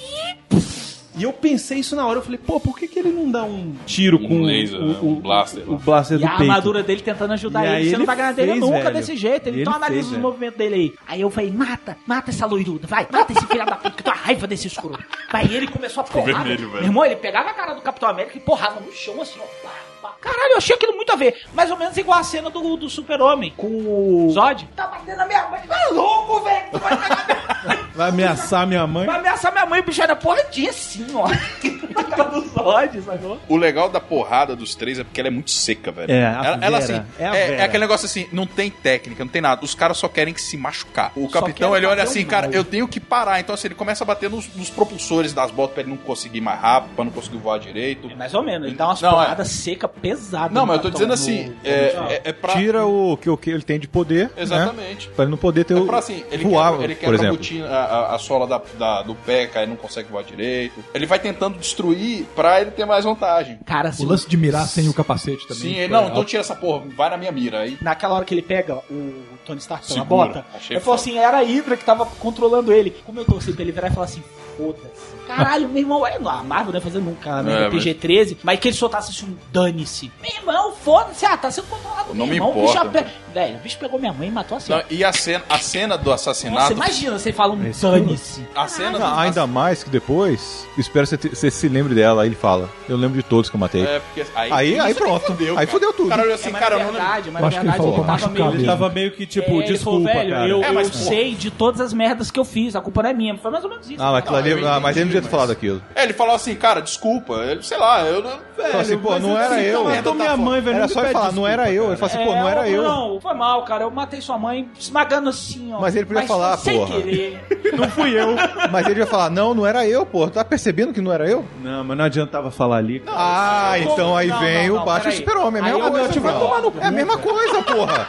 S4: E eu pensei isso na hora, eu falei, pô, por que, que ele não dá um tiro
S6: Um
S4: com
S6: laser, né? Um blaster
S4: o,
S6: lá.
S4: blaster
S3: E
S4: do
S3: a
S4: peito.
S3: armadura dele tentando ajudar
S4: E
S3: ele.
S4: aí
S3: Você não
S4: ele
S3: vai ganhar dele
S4: fez,
S3: nunca
S4: velho.
S3: desse jeito. Ele,
S4: Ele
S3: então analisa
S4: fez,
S3: os
S4: velho.
S3: movimentos dele aí. Aí eu falei, mata, mata essa loiruda, vai, mata esse filho da puta, que eu tô raiva desse escuro. Vai, e ele começou a porrada.
S6: vermelho, velho.
S3: Meu irmão, ele pegava a cara do Capitão América e porrava no chão assim, ó. pá, pá. Caralho, eu achei aquilo muito a ver. Mais ou menos igual a cena do, do Super-Homem com o Zod. Tá batendo na minha mãe. Vai louco, velho. Tu vai pegar minha...
S4: Vai ameaçar minha mãe.
S3: Vai ameaçar minha mãe, bicho, era porradinha assim, ó. Na cara do Zod, sacou?
S6: O legal da porrada dos três é porque ela é muito seca, velho.
S4: É, a
S6: ela, ela, assim,
S4: Vera.
S6: é,
S4: É a
S6: é
S4: Vera.
S6: aquele negócio assim, não tem técnica, não tem nada. Os caras só querem que se machucar. O
S3: Só
S6: capitão,
S3: querem
S6: ele olha
S3: bater
S6: assim,
S3: o
S6: cara,
S3: mal.
S6: eu tenho que parar. Então, assim, ele começa a bater nos, nos propulsores das botas pra ele não conseguir mais rápido, pra não conseguir voar direito.
S3: É mais ou menos. Ele dá umas
S6: Não, é.
S3: porradas secas pesadas. no
S6: Não, mas eu tô
S3: Capitão-
S6: dizendo assim,
S3: no-
S6: é,
S3: no-
S6: é, é pra.
S5: Tira o que, o que ele tem de poder. Né?
S6: Exatamente.
S5: Pra ele não poder ter
S6: É
S5: o.
S6: pra assim, ele
S5: voar,
S6: quebra, ele
S5: por
S6: quebra a,
S5: exemplo.
S6: botina, a, a- a sola da, da- do pé, cara, ele não consegue voar direito. Ele vai tentando destruir pra ele ter mais vantagem.
S3: Cara,
S7: O
S3: assim,
S7: lance de mirar sem o capacete também. tipo, é
S6: Sim,
S7: foi
S6: ele, não,
S7: legal.
S6: então tira essa porra, vai na minha mira. Aí
S3: Naquela hora que ele pega o Tony Stark pela
S6: Segura.
S3: bota,
S6: Achei
S3: ele falou assim, era a Hydra que tava controlando ele. Como eu torci pra ele virar e falar assim, foda-se. Caralho, meu irmão, é, a Marvel não ia fazer nunca, né?
S6: É,
S3: PG-13, mas... que ele soltasse assim, um dane-se. Meu irmão, foda-se, ah, tá sendo controlado. meu
S6: Não me
S3: irmão, o bicho
S6: importa.
S3: ape- Velho, o bicho pegou minha mãe e matou assim.
S6: Não,
S3: ó.
S6: e a cena, a cena do
S3: Nossa,
S6: assassinato.
S3: imagina, você fala um dane-se.
S6: a cena do,
S5: Ah, Ainda, ainda mais que depois, espero que você, você se lembre dela. Aí ele fala: Eu lembro de todos que eu matei.
S6: É, porque aí,
S5: aí aí
S6: isso
S5: pronto.
S6: fudeu,
S5: aí
S6: cara.
S5: fodeu
S6: O
S5: tudo.
S6: cara olha assim,
S3: É, mas
S6: cara,
S3: é
S6: eu não lembro.
S3: verdade, mas
S7: Eu
S3: é
S7: acho que ele
S3: verdade,
S7: falou,
S3: ele tava
S7: machucado.
S3: meio...
S4: Ele tava meio que
S3: É,
S4: tipo,
S3: ele falou,
S4: desculpa,
S3: velho,
S4: cara.
S3: eu,
S6: É, mas,
S3: eu
S6: pô.
S3: sei de todas as merdas que eu fiz, a culpa não é minha. Foi mais ou menos isso.
S5: Ah, mas aquilo ali.
S6: eu
S5: ah, mas ele não devia ter
S6: entendi,
S5: falado
S6: mas-
S5: aquilo.
S6: É, ele falou assim, cara, desculpa, eu- sei lá, eu não. [laughs]
S5: Fala assim, pô, não era eu.
S4: Matou minha mãe, velho.
S5: Era
S4: me
S5: só ele
S4: pede
S5: falar, não era eu. Ele fala assim, pô, não era
S3: É, ô,
S5: eu.
S3: Não, foi mal, cara. Eu matei sua mãe esmagando assim, ó.
S5: Mas ele podia falar,
S3: sem
S5: porra.
S3: querer.
S5: Não fui eu. Mas ele ia falar, não, não era eu, pô. Tá percebendo que não era eu?
S4: desculpa. Não, mas não adiantava falar ali.
S5: ah,
S3: como-
S5: então aí
S3: não,
S5: vem
S3: não,
S5: o
S3: não,
S5: Batman e o
S3: peraí.
S5: Super-Homem. É a
S3: Aí
S5: mesma
S3: eu-
S5: coisa,
S3: eu te vou
S5: Brunão.
S3: tomar no
S5: É a
S3: cu,
S5: mesma coisa, porra.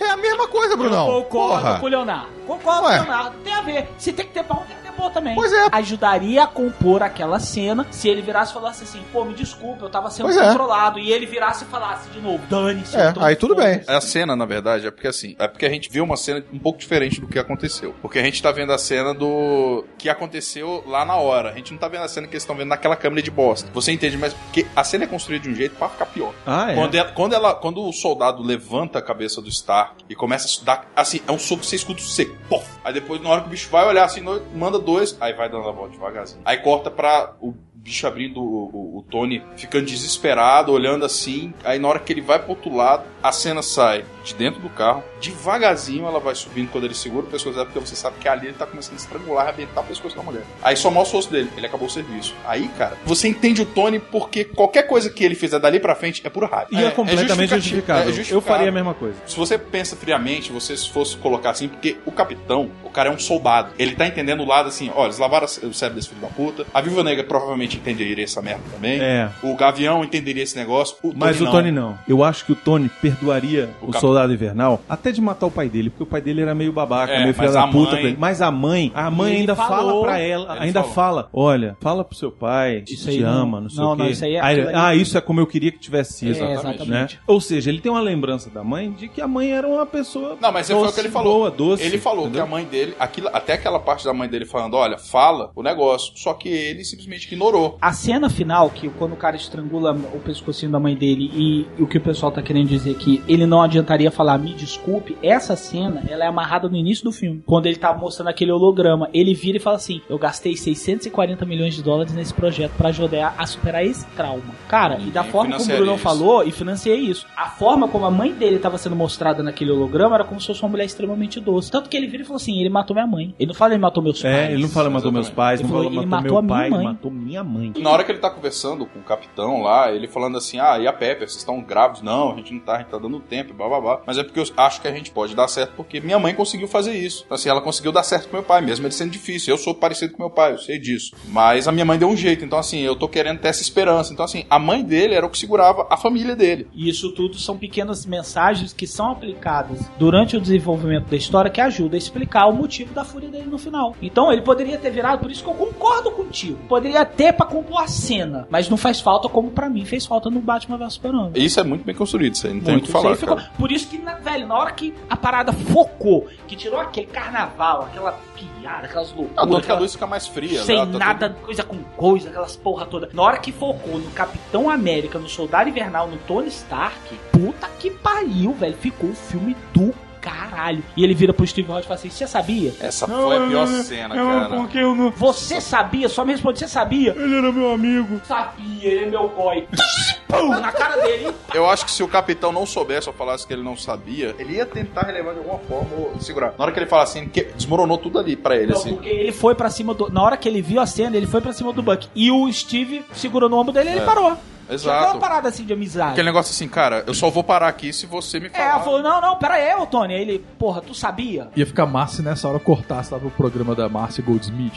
S5: É a mesma coisa, [laughs] Brunão.
S3: Eu concordo
S5: Porra.
S3: com o Leonardo. Concordo
S5: Ué.
S3: com o Leonardo. Tem a ver. Se tem que ter pau, tem que ter seria boa também.
S5: Pois é.
S3: Ajudaria a compor aquela cena se ele virasse e falasse assim, pô, me desculpa, eu tava sendo
S5: Pois é.
S3: controlado. E ele virasse e falasse de novo, dane-se.
S5: É,
S3: eu tô
S5: aí tudo
S3: exposto.
S5: bem.
S6: A cena, na verdade, é porque assim, é porque a gente viu uma cena um pouco diferente do que aconteceu. Porque a gente tá vendo a cena do que aconteceu lá na hora. A gente não tá vendo a cena que eles estão vendo naquela câmera de bosta. Você entende, mas porque a cena é construída de um jeito pra ficar pior.
S4: Ah, é.
S6: Quando, ela, quando, ela- quando o soldado levanta a cabeça do Stark e começa a su- dar. Assim, é um soco que você escuta seco. Pof! Aí depois, na hora que o bicho vai olhar assim, no- manda dois, aí vai dando a volta devagarzinho. Aí corta pra o bicho abrindo o, o- o Tony, ficando desesperado, olhando assim. Aí na hora que ele vai pro outro lado, a cena sai de dentro do carro, devagarzinho ela vai subindo quando ele segura o pescoço dela, porque você sabe que ali ele tá começando a estrangular, arrebentar o pescoço da mulher. Aí só mostra o osso dele, ele acabou o serviço. Aí, cara, você entende o Tony porque qualquer coisa que ele fizer dali pra frente é pura raiva.
S4: E é, completamente justificável.
S6: É
S4: Eu faria a
S6: mesmo.
S4: mesma coisa.
S6: Se você pensa friamente, você se fosse colocar assim, porque o capitão, o cara é um soldado. Ele tá entendendo o lado assim, olha, eles lavaram o cérebro desse filho da puta. A Viúva Negra provavelmente entenderia essa merda também.
S4: É.
S6: O Gavião entenderia esse negócio. O
S4: Mas
S6: Tony
S4: o Tony não. Eu acho que o Tony perdoaria
S6: O
S4: o,
S6: cap-
S4: soldado invernal até de matar o pai dele, porque o pai dele era meio babaca,
S6: É,
S4: meio filho
S6: mas
S4: da
S6: a
S4: puta.
S6: mãe-
S4: com ele. Mas a mãe, a mãe
S3: Ele
S4: ainda
S3: falou.
S4: fala pra ela,
S6: Ele
S4: ainda
S6: falou.
S4: fala, olha, fala pro seu pai,
S3: Isso
S4: te
S3: aí não-
S4: ama, não sei
S3: não,
S4: o quê.
S3: não, isso aí é-
S4: ele- ah, isso é como eu queria que tivesse sido.
S3: É,
S6: Exatamente.
S4: né?
S3: exatamente.
S4: Ou seja, ele tem uma lembrança da mãe de que a mãe era uma pessoa
S6: Não, mas foi o que ele falou.
S4: boa, doce.
S6: Ele falou
S4: entendeu?
S6: que a mãe dele, aquilo- até aquela parte da mãe dele falando, olha, fala o negócio. Só que ele simplesmente ignorou.
S3: A cena final, que quando o cara estrangula o pescocinho da mãe dele e, e o que o pessoal tá querendo dizer que ele não adiantaria falar me desculpe, essa cena ela é amarrada no início do filme. Quando ele tá mostrando aquele holograma, ele vira e fala assim: Eu gastei 640 milhões de dólares nesse projeto pra ajudar a superar esse trauma. Cara, e, da
S6: E
S3: forma como o
S6: financiaria
S3: Bruno
S6: isso.
S3: falou, e financiei isso. A forma como a mãe dele tava sendo mostrada naquele holograma era como se fosse uma mulher extremamente doce. Tanto que ele vira e falou assim: ele matou minha mãe. Ele não fala ele matou meus pais.
S4: É, ele não fala matou meus
S6: Exatamente.
S4: pais,
S3: Ele
S4: não
S3: falou,
S4: fala
S3: ele
S4: matou
S3: matou a
S4: meu pai,
S3: minha mãe.
S4: matou minha mãe.
S6: Na hora que ele tá conversando com o capitão lá, ele falando assim: Ah, e a Pepper, vocês estão grávidos? Não, a gente não tá, a gente tá dando tempo, blá blá blá. Mas é porque eu acho que a gente pode dar certo, porque minha mãe conseguiu fazer isso. Então, assim, ela conseguiu dar certo com meu pai, mesmo ele sendo difícil. Eu sou parecido com meu pai, eu sei disso. Mas a minha mãe deu um jeito, então assim, eu tô querendo ter essa esperança. Então, assim, a mãe dele era o que segurava a família dele.
S3: E isso tudo são pequenas mensagens que são aplicadas durante o desenvolvimento da história que ajuda a explicar o motivo da fúria dele no final. Então ele poderia ter virado, por isso que eu concordo contigo. Poderia ter pra compor a cena, mas não faz falta como pra mim fez falta no Batman vs Superman.
S6: E isso é muito bem construído, isso aí não tem o
S3: Muito.
S6: que
S3: Isso aí
S6: falar.
S3: ficou-
S6: cara.
S3: Por isso que, na- velho, na hora que a parada focou, que tirou aquele carnaval, aquela piada, aquelas
S6: Ah, tanto
S3: loucuras,
S6: que a
S3: aquela-
S6: luz fica mais fria.
S3: sem
S6: né? Tá
S3: nada, coisa com coisa, aquelas porra toda. Na hora que focou no Capitão América, no Soldado Invernal, no Tony Stark, puta que pariu, velho. Ficou o filme do caralho. E ele vira pro Steve Rogers e fala assim: Você sabia?
S6: Essa foi a pior cena, cara.
S4: eu não...
S3: Você sabia? Só me responde: Você sabia?
S4: Ele era meu amigo.
S3: Sabia, ele é meu boy. [laughs] Pum, na cara dele.
S6: Eu acho que se o capitão não soubesse ou falasse que ele não sabia, ele ia tentar relevar de alguma forma ou segurar. Na hora que ele fala assim, que desmoronou tudo ali pra [laughs] ele,
S3: Não,
S6: assim.
S3: porque ele foi pra cima do. Na hora que ele viu a cena, ele foi pra cima do Buck. E o Steve segurou no ombro dele e ele
S6: É.
S3: parou. Chegou uma
S6: Exato.
S3: parada assim de amizade.
S6: Aquele negócio assim, cara, eu só vou parar aqui se você me
S3: É, ela
S6: falar.
S3: falou: Não, não, pera aí, ô Tony. Aí ele, porra, tu sabia?
S7: Ia ficar massa se nessa hora cortasse lá pro programa da
S6: [laughs]
S7: Márcia Goldsmith.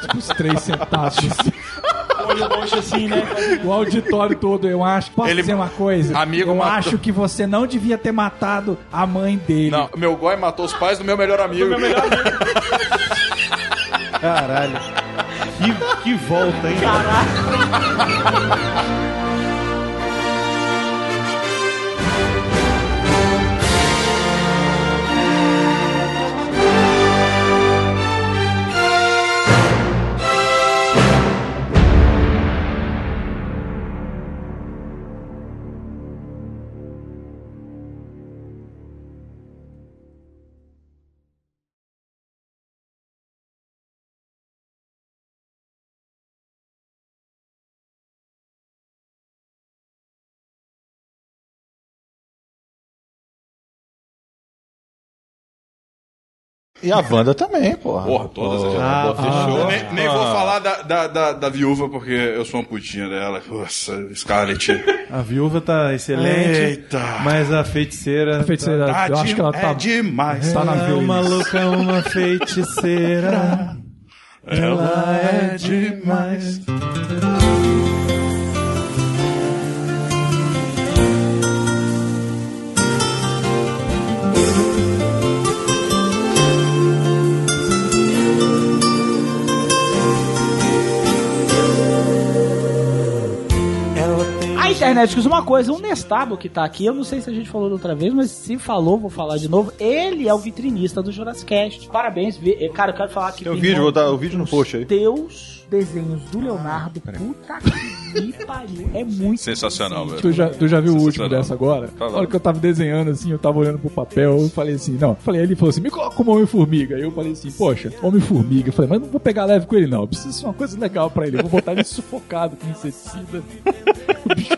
S7: tipo, os três sentados. assim.
S3: Olho longe assim, né?
S7: O auditório todo, eu acho. Posso
S6: Ele-
S7: dizer uma coisa?
S6: Amigo
S7: eu
S6: matou-
S7: acho que você não devia ter matado a mãe dele.
S6: Não, meu goi matou os pais do meu melhor amigo.
S4: Caralho. Que, que volta,
S6: [laughs]
S4: hein?
S5: E a Wanda também, porra.
S6: Porra, todas as
S5: Ah,
S4: Ah,
S6: Eu
S4: fechou.
S6: nem, nem vou falar da, da, da, da viúva, porque eu sou uma putinha dela. Nossa, Scarlett.
S5: [laughs]
S4: A viúva tá excelente.
S6: Eita.
S4: Mas a feiticeira.
S7: A feiticeira,
S6: Tá
S7: eu acho
S6: de-
S7: que ela
S6: É
S7: tá.
S6: demais.
S7: tá na
S4: Ela é
S7: viúva.
S4: uma louca, uma feiticeira. Ela é demais.
S3: Internet, uma coisa, o Nestabo que tá aqui, eu não sei se a gente falou da outra vez, mas se falou, vou falar de novo. Ele é o vitrinista do Jurassic Cast. Parabéns, vi- eh, cara, eu quero falar que
S5: Tem o vídeo, vou dar o vídeo no post aí.
S3: Teus desenhos do Leonardo, puta que pariu, é muito
S6: Sensacional,
S7: Tu
S6: velho.
S7: já, tu já viu o último dessa agora?
S6: Tá
S7: Na
S6: lá.
S7: hora que eu tava desenhando, assim, eu tava olhando pro papel, eu falei assim, não. Falei, ele falou assim, me coloca como Homem-Formiga. Aí eu falei assim, poxa, Homem-Formiga. Eu Falei, mas não vou pegar leve com ele, não. Eu preciso de uma coisa legal pra ele. Eu vou botar ele sufocado com inseticida. [laughs] O bicho-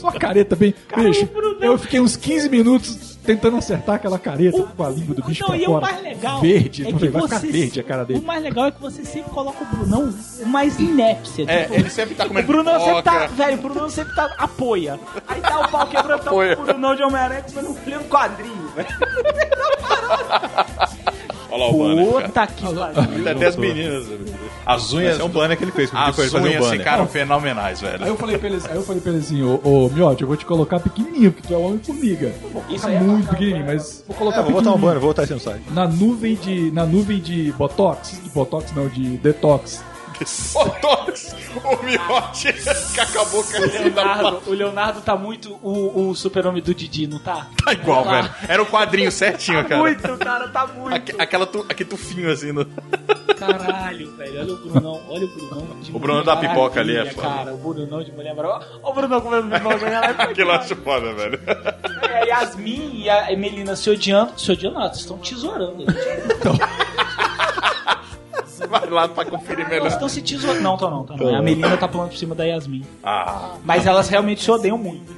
S7: Só a careta bem... Bicho, eu fiquei uns 15 minutos tentando acertar aquela careta com a língua do bicho
S3: Não,
S7: pra
S3: e
S7: fora.
S3: o mais legal
S7: Verde,
S3: é que
S7: eu falei, vai
S3: você
S7: ficar verde a cara dele.
S3: O mais legal é que você sempre coloca o Brunão o mais inépcia.
S6: É,
S3: tipo,
S6: ele sempre tá
S3: o
S6: comendo
S3: Brunão sempre tá,
S6: pipoca.
S3: velho, o Brunão sempre tá, apoia. Aí tá o pau quebrando, tá o Brunão de Homem-Aranha que não lê um quadrinho, velho.
S6: Olha lá o banner. né, cara.
S3: Puta que pariu.
S5: Até as meninas. As unhas. É um banner que ele fez.
S6: As
S5: depois ele fazia um
S6: unhas
S5: banner.
S6: ficaram fenomenais,
S7: Aí
S6: velho.
S7: eu falei pra ele, aí eu falei pra ele assim, ô, ô Miotti, eu vou te colocar pequenininho, porque tu é Homem-Formiga. Isso é muito pequenininho, mas vou
S5: É,
S7: colocar
S5: vou botar um
S7: pequenininho.
S5: banner, vou botar isso no site.
S7: na nuvem de na nuvem de botox, de botox não, de detox.
S6: Botox, o miote que acabou caindo da
S3: Leonardo, o Leonardo tá muito o, o super-homem do Didi, não tá?
S6: Tá igual, velho. Era o quadrinho certinho, cara.
S3: Muito, cara, tá muito.
S6: Aque- aquela tu, aquele tufinho assim. No...
S3: Caralho, velho. Olha o Brunão, olha o Brunão. de
S6: O Brunão da
S3: Mulher
S6: pipoca ali é
S3: Maravilha,
S6: foda.
S3: Cara, o Brunão de Mulher Maravilha. Olha o Brunão comendo pipoca. né?
S6: Aquilo eu acho foda, velho.
S3: É, a Yasmin e a Melina se odiando. Se odiando, não, elas estão tesourando. né? Elas
S6: Você vai lá pra conferir melhor.
S3: estão se tesourando. Não, tá não, tá não. A Melina tá pulando por cima da Yasmin.
S6: Ah,
S3: Mas elas realmente se odeiam [laughs] muito.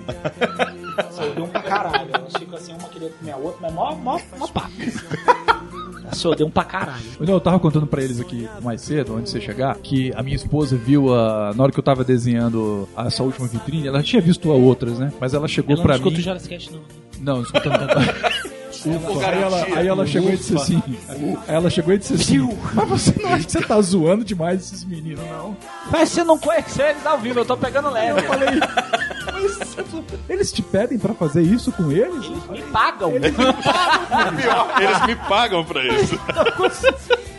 S3: Se odeiam pra caralho. Elas ficam assim, uma querendo comer a outra, mas mó, mó, mó papo. Elas se odeiam pra caralho.
S7: Não, eu tava contando pra eles aqui mais cedo, antes de você chegar, que a minha esposa viu a na hora que eu tava desenhando essa última vitrine, ela tinha visto a outras, né? Mas ela chegou
S3: Ela não
S7: pra
S3: escuta
S7: mim.
S3: o Jarascast, não.
S7: Não, não escuta não. Ufa. Aí ela, aí ela chegou e disse assim. Aí ela chegou e disse assim. Mas você não acha que você tá zoando demais esses meninos, não?
S3: Mas você não conheceu eles ao vivo, eu tô pegando leve.
S7: Eles te pedem pra fazer isso com eles?
S3: Eles me pagam.
S6: pior, eles me pagam pra isso.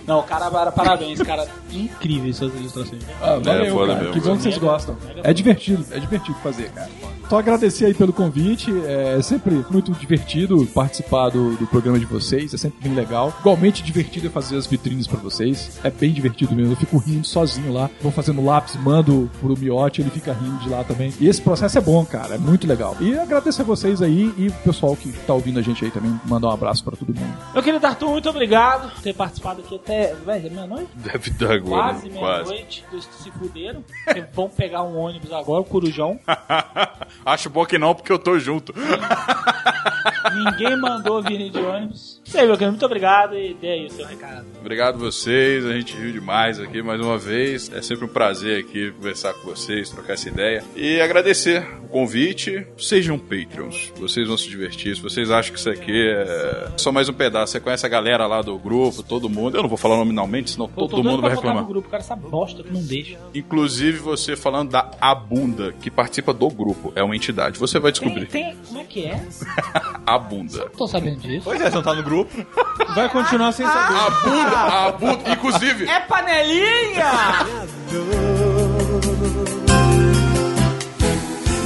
S3: Não, cara, para- parabéns, [laughs] cara. Incríveis suas ilustrações.
S7: Ah, valeu,
S6: foda
S7: cara.
S6: mesmo,
S7: que bom
S6: cara.
S7: que vocês gostam. É divertido, é divertido fazer, cara. Só agradecer aí pelo convite. É sempre muito divertido participar do, do programa de vocês. É sempre bem legal. Igualmente divertido é fazer as vitrines pra vocês. É bem divertido mesmo. Eu fico rindo sozinho lá. Vou fazendo lápis, mando pro Miote, ele fica rindo de lá também. E esse processo é bom, cara. É muito legal. E agradecer a vocês aí e o pessoal que tá ouvindo a gente aí também. Mandar um abraço pra todo mundo.
S3: Meu querido Arthur, muito obrigado por ter participado aqui até. Velho, é meia-noite?
S6: Deve dar agora.
S3: Quase meia-noite. Dois que se fuderam. Vão pegar um ônibus agora, o
S7: [laughs]
S3: Corujão.
S6: Acho bom que não, porque eu tô junto.
S3: Ninguém mandou vir de ônibus. Isso aí, meu querido, é, muito obrigado e dê aí o seu recado.
S6: Obrigado vocês, a gente riu demais aqui mais uma vez. É sempre um prazer aqui conversar com vocês, trocar essa ideia. E agradecer o convite. Sejam Patreons, vocês vão se divertir. Se vocês acham que isso aqui é só mais um pedaço, você conhece a galera lá do grupo, todo mundo. Eu não vou falar nominalmente, senão
S3: Eu tô
S6: todo
S3: doido
S6: mundo
S3: pra
S6: vai
S3: voltar
S6: reclamar.
S3: pro grupo, cara, essa bosta que não deixa.
S6: Inclusive você falando da Abunda, que participa do grupo, é uma entidade. Você vai
S3: Tem,
S6: descobrir.
S3: tem. Como é que é?
S6: [laughs] Abunda.
S3: Tô sabendo disso.
S5: Pois é, você não tá no grupo.
S4: Vai continuar sem saber.
S6: Abunda, Abunda, inclusive.
S3: É panelinha!
S5: Ah!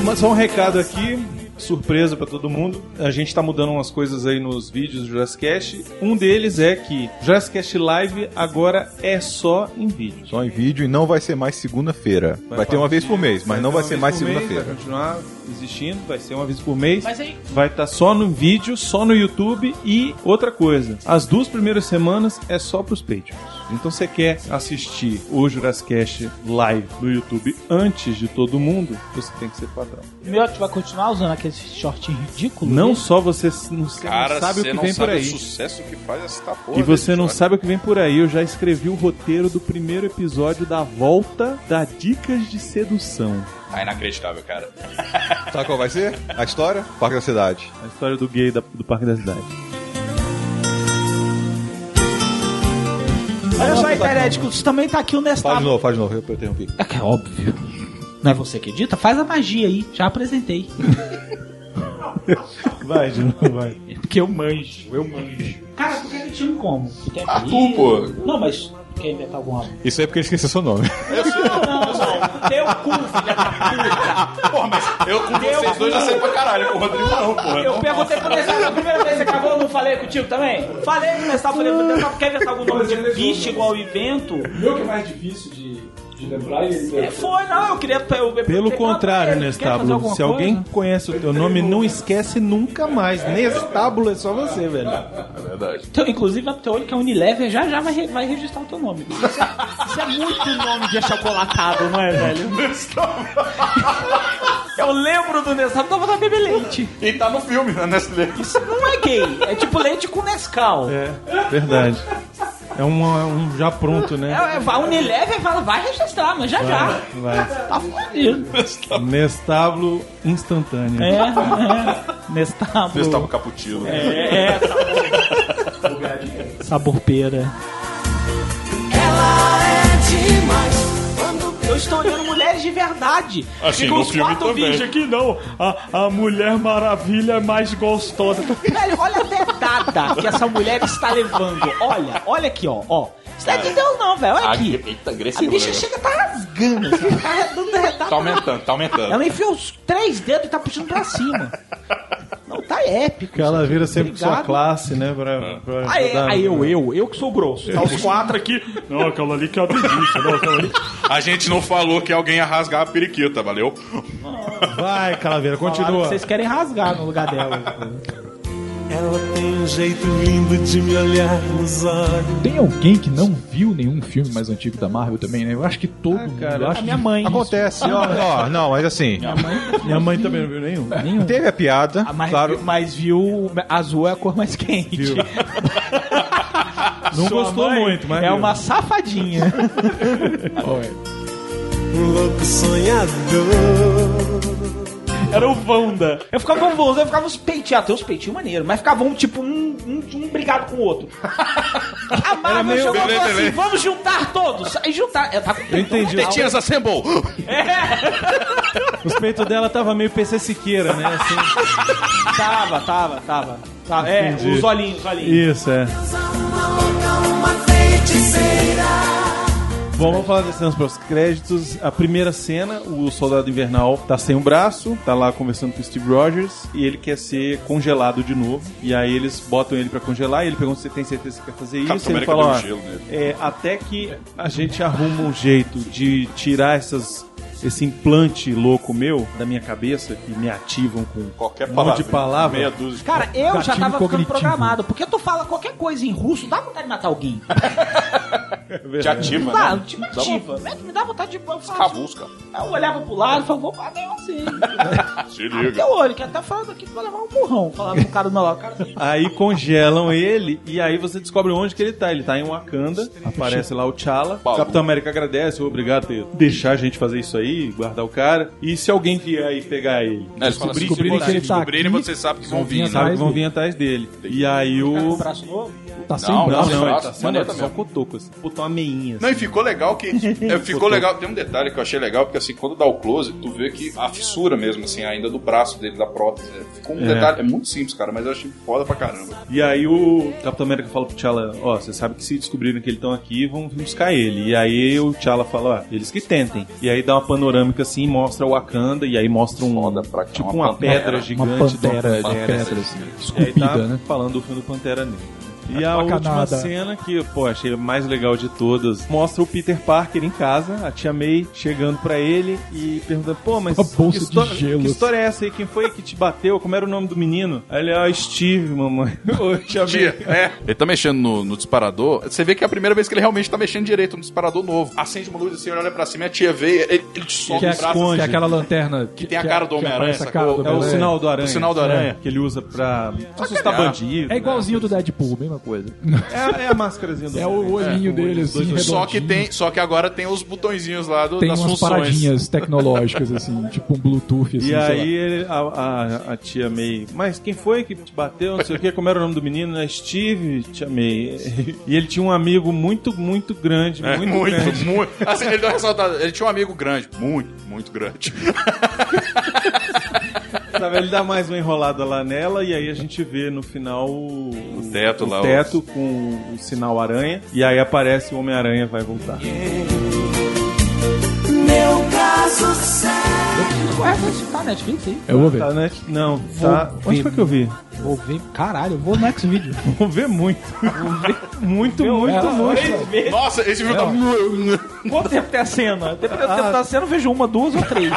S4: Mas só um recado aqui, surpresa pra todo mundo. A gente tá mudando umas coisas aí nos vídeos do Jurassic Cast. Um deles é que Jurassic Cast Live agora é só em vídeo.
S5: Só em vídeo e não vai ser mais segunda-feira. Vai, ter uma
S3: assim,
S5: vez por mês, mas não
S4: ter
S5: vai
S4: uma
S5: ser
S4: vez
S5: mais
S4: Então, por mês, Vai
S5: segunda-feira.
S4: continuar existindo, vai ser uma vez por mês.
S3: Mas aí,
S4: Vai estar só no vídeo, só no YouTube e outra coisa. As duas primeiras semanas é só pros Patreons. Então você quer assistir o Jurassic Cast Live no YouTube antes de todo mundo, você tem que ser padrão.
S3: meu, tu vai continuar usando aquele shortinho ridículo?
S4: Não
S3: dele?
S4: só você s- não, você não
S6: Cara,
S4: sabe o
S6: você
S4: que
S6: não
S4: vem por
S6: sabe o
S4: aí.
S6: sucesso que faz essa porra.
S4: E você
S6: desse
S4: não
S6: cara.
S4: sabe o que vem por aí. Eu já escrevi o roteiro do primeiro episódio da volta da Dicas de Sedução.
S6: Tá inacreditável, cara.
S5: Sabe qual vai ser? A história? Parque da Cidade.
S4: A história do gay da- do Parque da Cidade.
S3: Olha só, Heréticos, também tá aqui o
S5: Fala de
S3: Nestabo.
S5: novo, fala de novo. Eu um interrompi.
S3: É que é óbvio. Não é você que edita? Faz a magia aí. Já apresentei.
S4: Vai, de novo, vai.
S3: É porque eu manjo. Eu manjo. Cara, tu quer editar como? Quer
S6: Arthur, Ah, pô.
S3: Não, mas quer inventar alguma
S6: assim,
S5: Isso é porque ele esqueceu seu nome.
S3: Não, não, não. Teu cu, filha da puta.
S6: Porra, mas eu com
S3: Deu
S6: vocês dois já sei pra caralho. Com o Rodrigo não, porra.
S3: Eu perguntei pro Nestor a primeira vez que você cavou, eu não falei contigo também? Falei pro Nestor, falei pro Nestor, quer inventar algum nome de bicho igual evento?
S7: Meu que é mais difícil de, de lembrar e
S3: É, Foi, não, eu queria... Eu, eu-
S4: Pelo
S3: eu-
S4: contrário,
S3: eu- eu- quer fazer
S4: Nestábulo,
S3: alguma
S4: se alguém
S3: coisa?
S4: conhece o teu nome, não esquece nunca mais. Nestábulo é só você, velho.
S6: É verdade.
S3: Então, inclusive, a teu olho que a Unilever já já vai, re- vai registrar o teu nome. Isso é, isso é muito nome de achocolatado, não é, velho? [laughs] Eu lembro do Nestábulo, tava vontade de beber leite.
S6: E tá no filme, né, Nestlé?
S3: Isso não é gay, é tipo leite com Nescau. É,
S4: Verdade. É um, é um já pronto, né?
S3: É, é, a Unilever fala, vai registrar, mas já já.
S4: Vai.
S3: Tá fudido.
S4: Nestábulo instantâneo.
S3: É, é. Nestábulo.
S6: Vocês estavam caputino. né?
S3: É, é. Sabor pera. é Eu estou olhando mulheres de verdade.
S6: Assim,
S3: Ficam
S6: no
S3: uns
S6: filme
S3: quatro
S6: também.
S3: vídeos
S7: Que não, a, a Mulher Maravilha é mais gostosa.
S3: Velho, olha a dedada que essa mulher está levando. Olha, olha aqui, ó, ó. Isso não é de Deus não, velho. Olha aqui.
S6: Eita,
S3: A
S6: agressivo.
S3: bicha
S6: Ah, né?
S3: chega e tá rasgando, assim, tá dando dedada.
S6: Tá aumentando,
S4: É.
S6: tá aumentando.
S3: Ela enfia os três dedos e tá puxando pra cima. Não, tá épico.
S4: Que ela vira sempre
S3: Obrigado.
S4: sua classe, né? Pra, pra
S3: Aí,
S4: ajudar. né?
S3: aí eu, eu, eu que sou grosso. Tá os quatro aqui.
S7: Não, aquela ali que é a delícia. Não, aquela ali.
S6: A gente não falou que alguém ia rasgar a periquita, valeu?
S4: Vai, Calaveira,
S3: Falaram que é
S4: continua.
S3: Vocês querem rasgar no lugar dela.
S9: Ela tem um jeito lindo de me olhar nos olhos.
S7: Tem alguém que não viu nenhum filme mais antigo da Marvel também, né? Eu acho que todo mundo. eu acho
S3: Ah, Minha
S4: tá
S3: mãe.
S5: Acontece. ó, ó, não, mas assim,
S4: Minha mãe também não viu nenhum.
S5: teve a piada,
S3: Ah, Mas,
S5: claro.
S3: viu, mas viu, azul é a cor mais quente.
S4: Não
S3: Sua
S4: gostou
S3: mãe
S4: muito, mas.
S3: É
S4: viu. [laughs]
S3: uma safadinha.
S9: Um louco sonhador.
S3: Era o Wanda. Eu ficava com o Wanda, eu ficava os peitinhos. Tem uns peitinhos maneiros, mas ficava um tipo, um, um, um brigado com o
S4: [laughs]
S3: outro. A Marvel
S4: meio
S3: chegou e
S6: belê,
S3: falou assim:
S6: belê.
S3: vamos juntar todos. Aí juntar. Ela tá com
S4: Eu entendi. É.
S6: Tetinhas assemble!
S4: Os peitos dela tava meio PC Siqueira, né? Assim.
S3: Tava, tava, tava. tava. É,
S4: Entendi.
S3: os olhinhos, os olhinhos.
S4: Isso, é. Bom, vamos falar das cenas pós créditos. A primeira cena, o soldado invernal tá sem o braço, tá lá conversando com o Steve Rogers e ele quer ser congelado de novo. E aí eles botam ele pra congelar e ele pergunta se tem certeza que quer fazer
S6: Capitão
S4: isso. E ele
S6: América
S4: fala:
S6: deu
S4: ó,
S6: um gelo nele.
S4: é, até que a gente arruma um jeito de tirar essas. Esse implante louco meu da minha cabeça que me ativam com
S6: Qualquer
S4: um
S6: palavra.
S4: monte de palavra.
S6: Meia dúzia. de
S3: Cara, eu já
S7: Gatilho
S3: tava ficando
S7: cognitivo.
S3: programado, porque tu fala qualquer coisa em russo, dá vontade de matar alguém.
S4: [laughs] É
S6: Te ativa,
S4: Ah,
S3: Dá,
S6: né?
S3: te ativa. Me dá vontade de. eu falava,
S6: Cavusca.
S3: Eu olhava pro lado e falava, um vou bater você.
S6: Ah, Se
S3: Até
S6: liga.
S3: é o olho, que até falando aqui que vai levar um burrão. Falava pro cara do meu lado. Cara, assim,
S4: Aí congelam ele e aí você descobre onde que ele tá. Ele tá em Wakanda, aparece lá o T'Challa. O
S6: Balu.
S4: Capitão América agradece, obrigado por deixar a gente fazer isso aí, guardar o cara. E se alguém vier aí pegar ele?
S6: É, eles falam assim,
S7: Descobrirem
S6: se
S7: que ele
S6: vocês
S7: tá
S6: descobrirem,
S7: aqui,
S6: vocês sabem que vão
S7: vão
S6: vir,
S7: vir
S6: né?
S4: Sabe que vão
S7: dele.
S4: vir atrás dele. E aí o.
S3: braço novo.
S7: Tá sem
S4: Não,
S6: Não,
S7: braço.
S4: não, ele tá
S6: braço,
S4: sendo
S6: maneiro
S4: só um
S6: mesmo.
S4: cotoco, assim. Botou uma meinha.
S6: Não, e ficou legal [laughs] que. é, ficou legal. Tem um detalhe que eu achei legal, porque assim, quando dá o close, tu vê que a fissura mesmo, assim, ainda do braço dele, da prótese. né? Ficou um
S4: É.
S6: detalhe. É muito simples, cara, mas eu achei foda pra caramba.
S4: E aí o Capitão América fala pro T'Challa, ó, você sabe que se descobrirem que eles estão aqui, vão vir buscar ele. E aí o T'Challa fala, ó, eles que tentem. E aí dá uma panorâmica assim, mostra o Wakanda, e aí mostra um,
S6: Foda pra cá,
S4: tipo
S6: uma
S4: uma,
S6: pantera.
S4: pedra
S6: Uma
S4: gigante.
S7: Uma pantera,
S4: do
S7: uma
S4: Wakanda.
S7: pedra, assim,
S4: E aí
S7: esculpida,
S4: tá
S7: né?
S4: falando do filme do Pantera Negra. E a
S7: Bacanada.
S4: última cena que, pô, achei a mais legal de todas, mostra o Peter Parker em casa, a tia May chegando pra ele e perguntando, pô, mas
S7: Uma bolsa
S4: que
S7: de
S4: história,
S7: gelo.
S4: que história é essa aí? Quem foi que te bateu? Como era o nome do menino? Aí ele, ó, Steve, mamãe. [laughs] Ô, tia May.
S6: Tia, é. Ele tá mexendo no, no disparador. Você vê que é a primeira vez que ele realmente tá mexendo direito no disparador novo. Acende uma luz assim, olha pra cima, e a tia vê, ele, ele sobe
S7: Que é,
S6: o braço. assim,
S7: que é aquela lanterna. Que,
S6: tem a cara do
S7: que
S6: Homem-Aranha,
S7: aparece a
S6: sacou?
S7: cara
S4: É
S7: do
S4: o
S7: Homem-Aranha.
S4: sinal do aranha.
S6: O sinal do aranha.
S4: É, que ele usa pra assustar
S6: Sacanear.
S4: bandido.
S7: É igualzinho do Deadpool, mesma coisa.
S4: né? É, é a máscarazinha do
S7: É o olhinho dele,
S4: dois
S7: assim,
S4: olhos.
S6: Só que
S7: redondinho.
S6: tem, só que agora tem os botõezinhos lá do,
S7: Tem
S6: das
S7: umas
S6: funções.
S7: paradinhas tecnológicas, assim, tipo um Bluetooth, assim,
S4: E
S7: sei
S4: aí
S7: lá.
S4: ele- a, a- a tia May, mas quem foi que te bateu? Não sei o que, como era o nome do menino, né? Steve, tia May. [laughs] E ele tinha um amigo muito, muito grande,
S6: É,
S4: muito,
S6: muito, muito.
S4: grande.
S6: Assim, ele deu uma ressaltada. Ele tinha um amigo grande. Muito,
S5: [laughs]
S6: muito grande.
S4: Sabe, Ele dá mais uma enrolada lá nela e aí a gente vê no final o, o
S6: teto lá, o-
S4: teto com o sinal aranha. E aí aparece o Homem-Aranha vai voltar.
S9: Meu caro.
S3: Ué, mas tá Netflix aí?
S7: Eu vou ver.
S4: Tá, né? Não,
S3: Vou
S4: tá. Onde foi que eu vi? [laughs]
S3: Vou ver. Caralho, eu vou no [laughs] X-Video.
S4: Vou ver muito. Muito, muito, muito.
S6: Nossa, esse
S5: É,
S6: filme tá.
S3: Quanto tempo tem a cena? Dependendo do tempo da cena, eu vejo uma, duas ou três.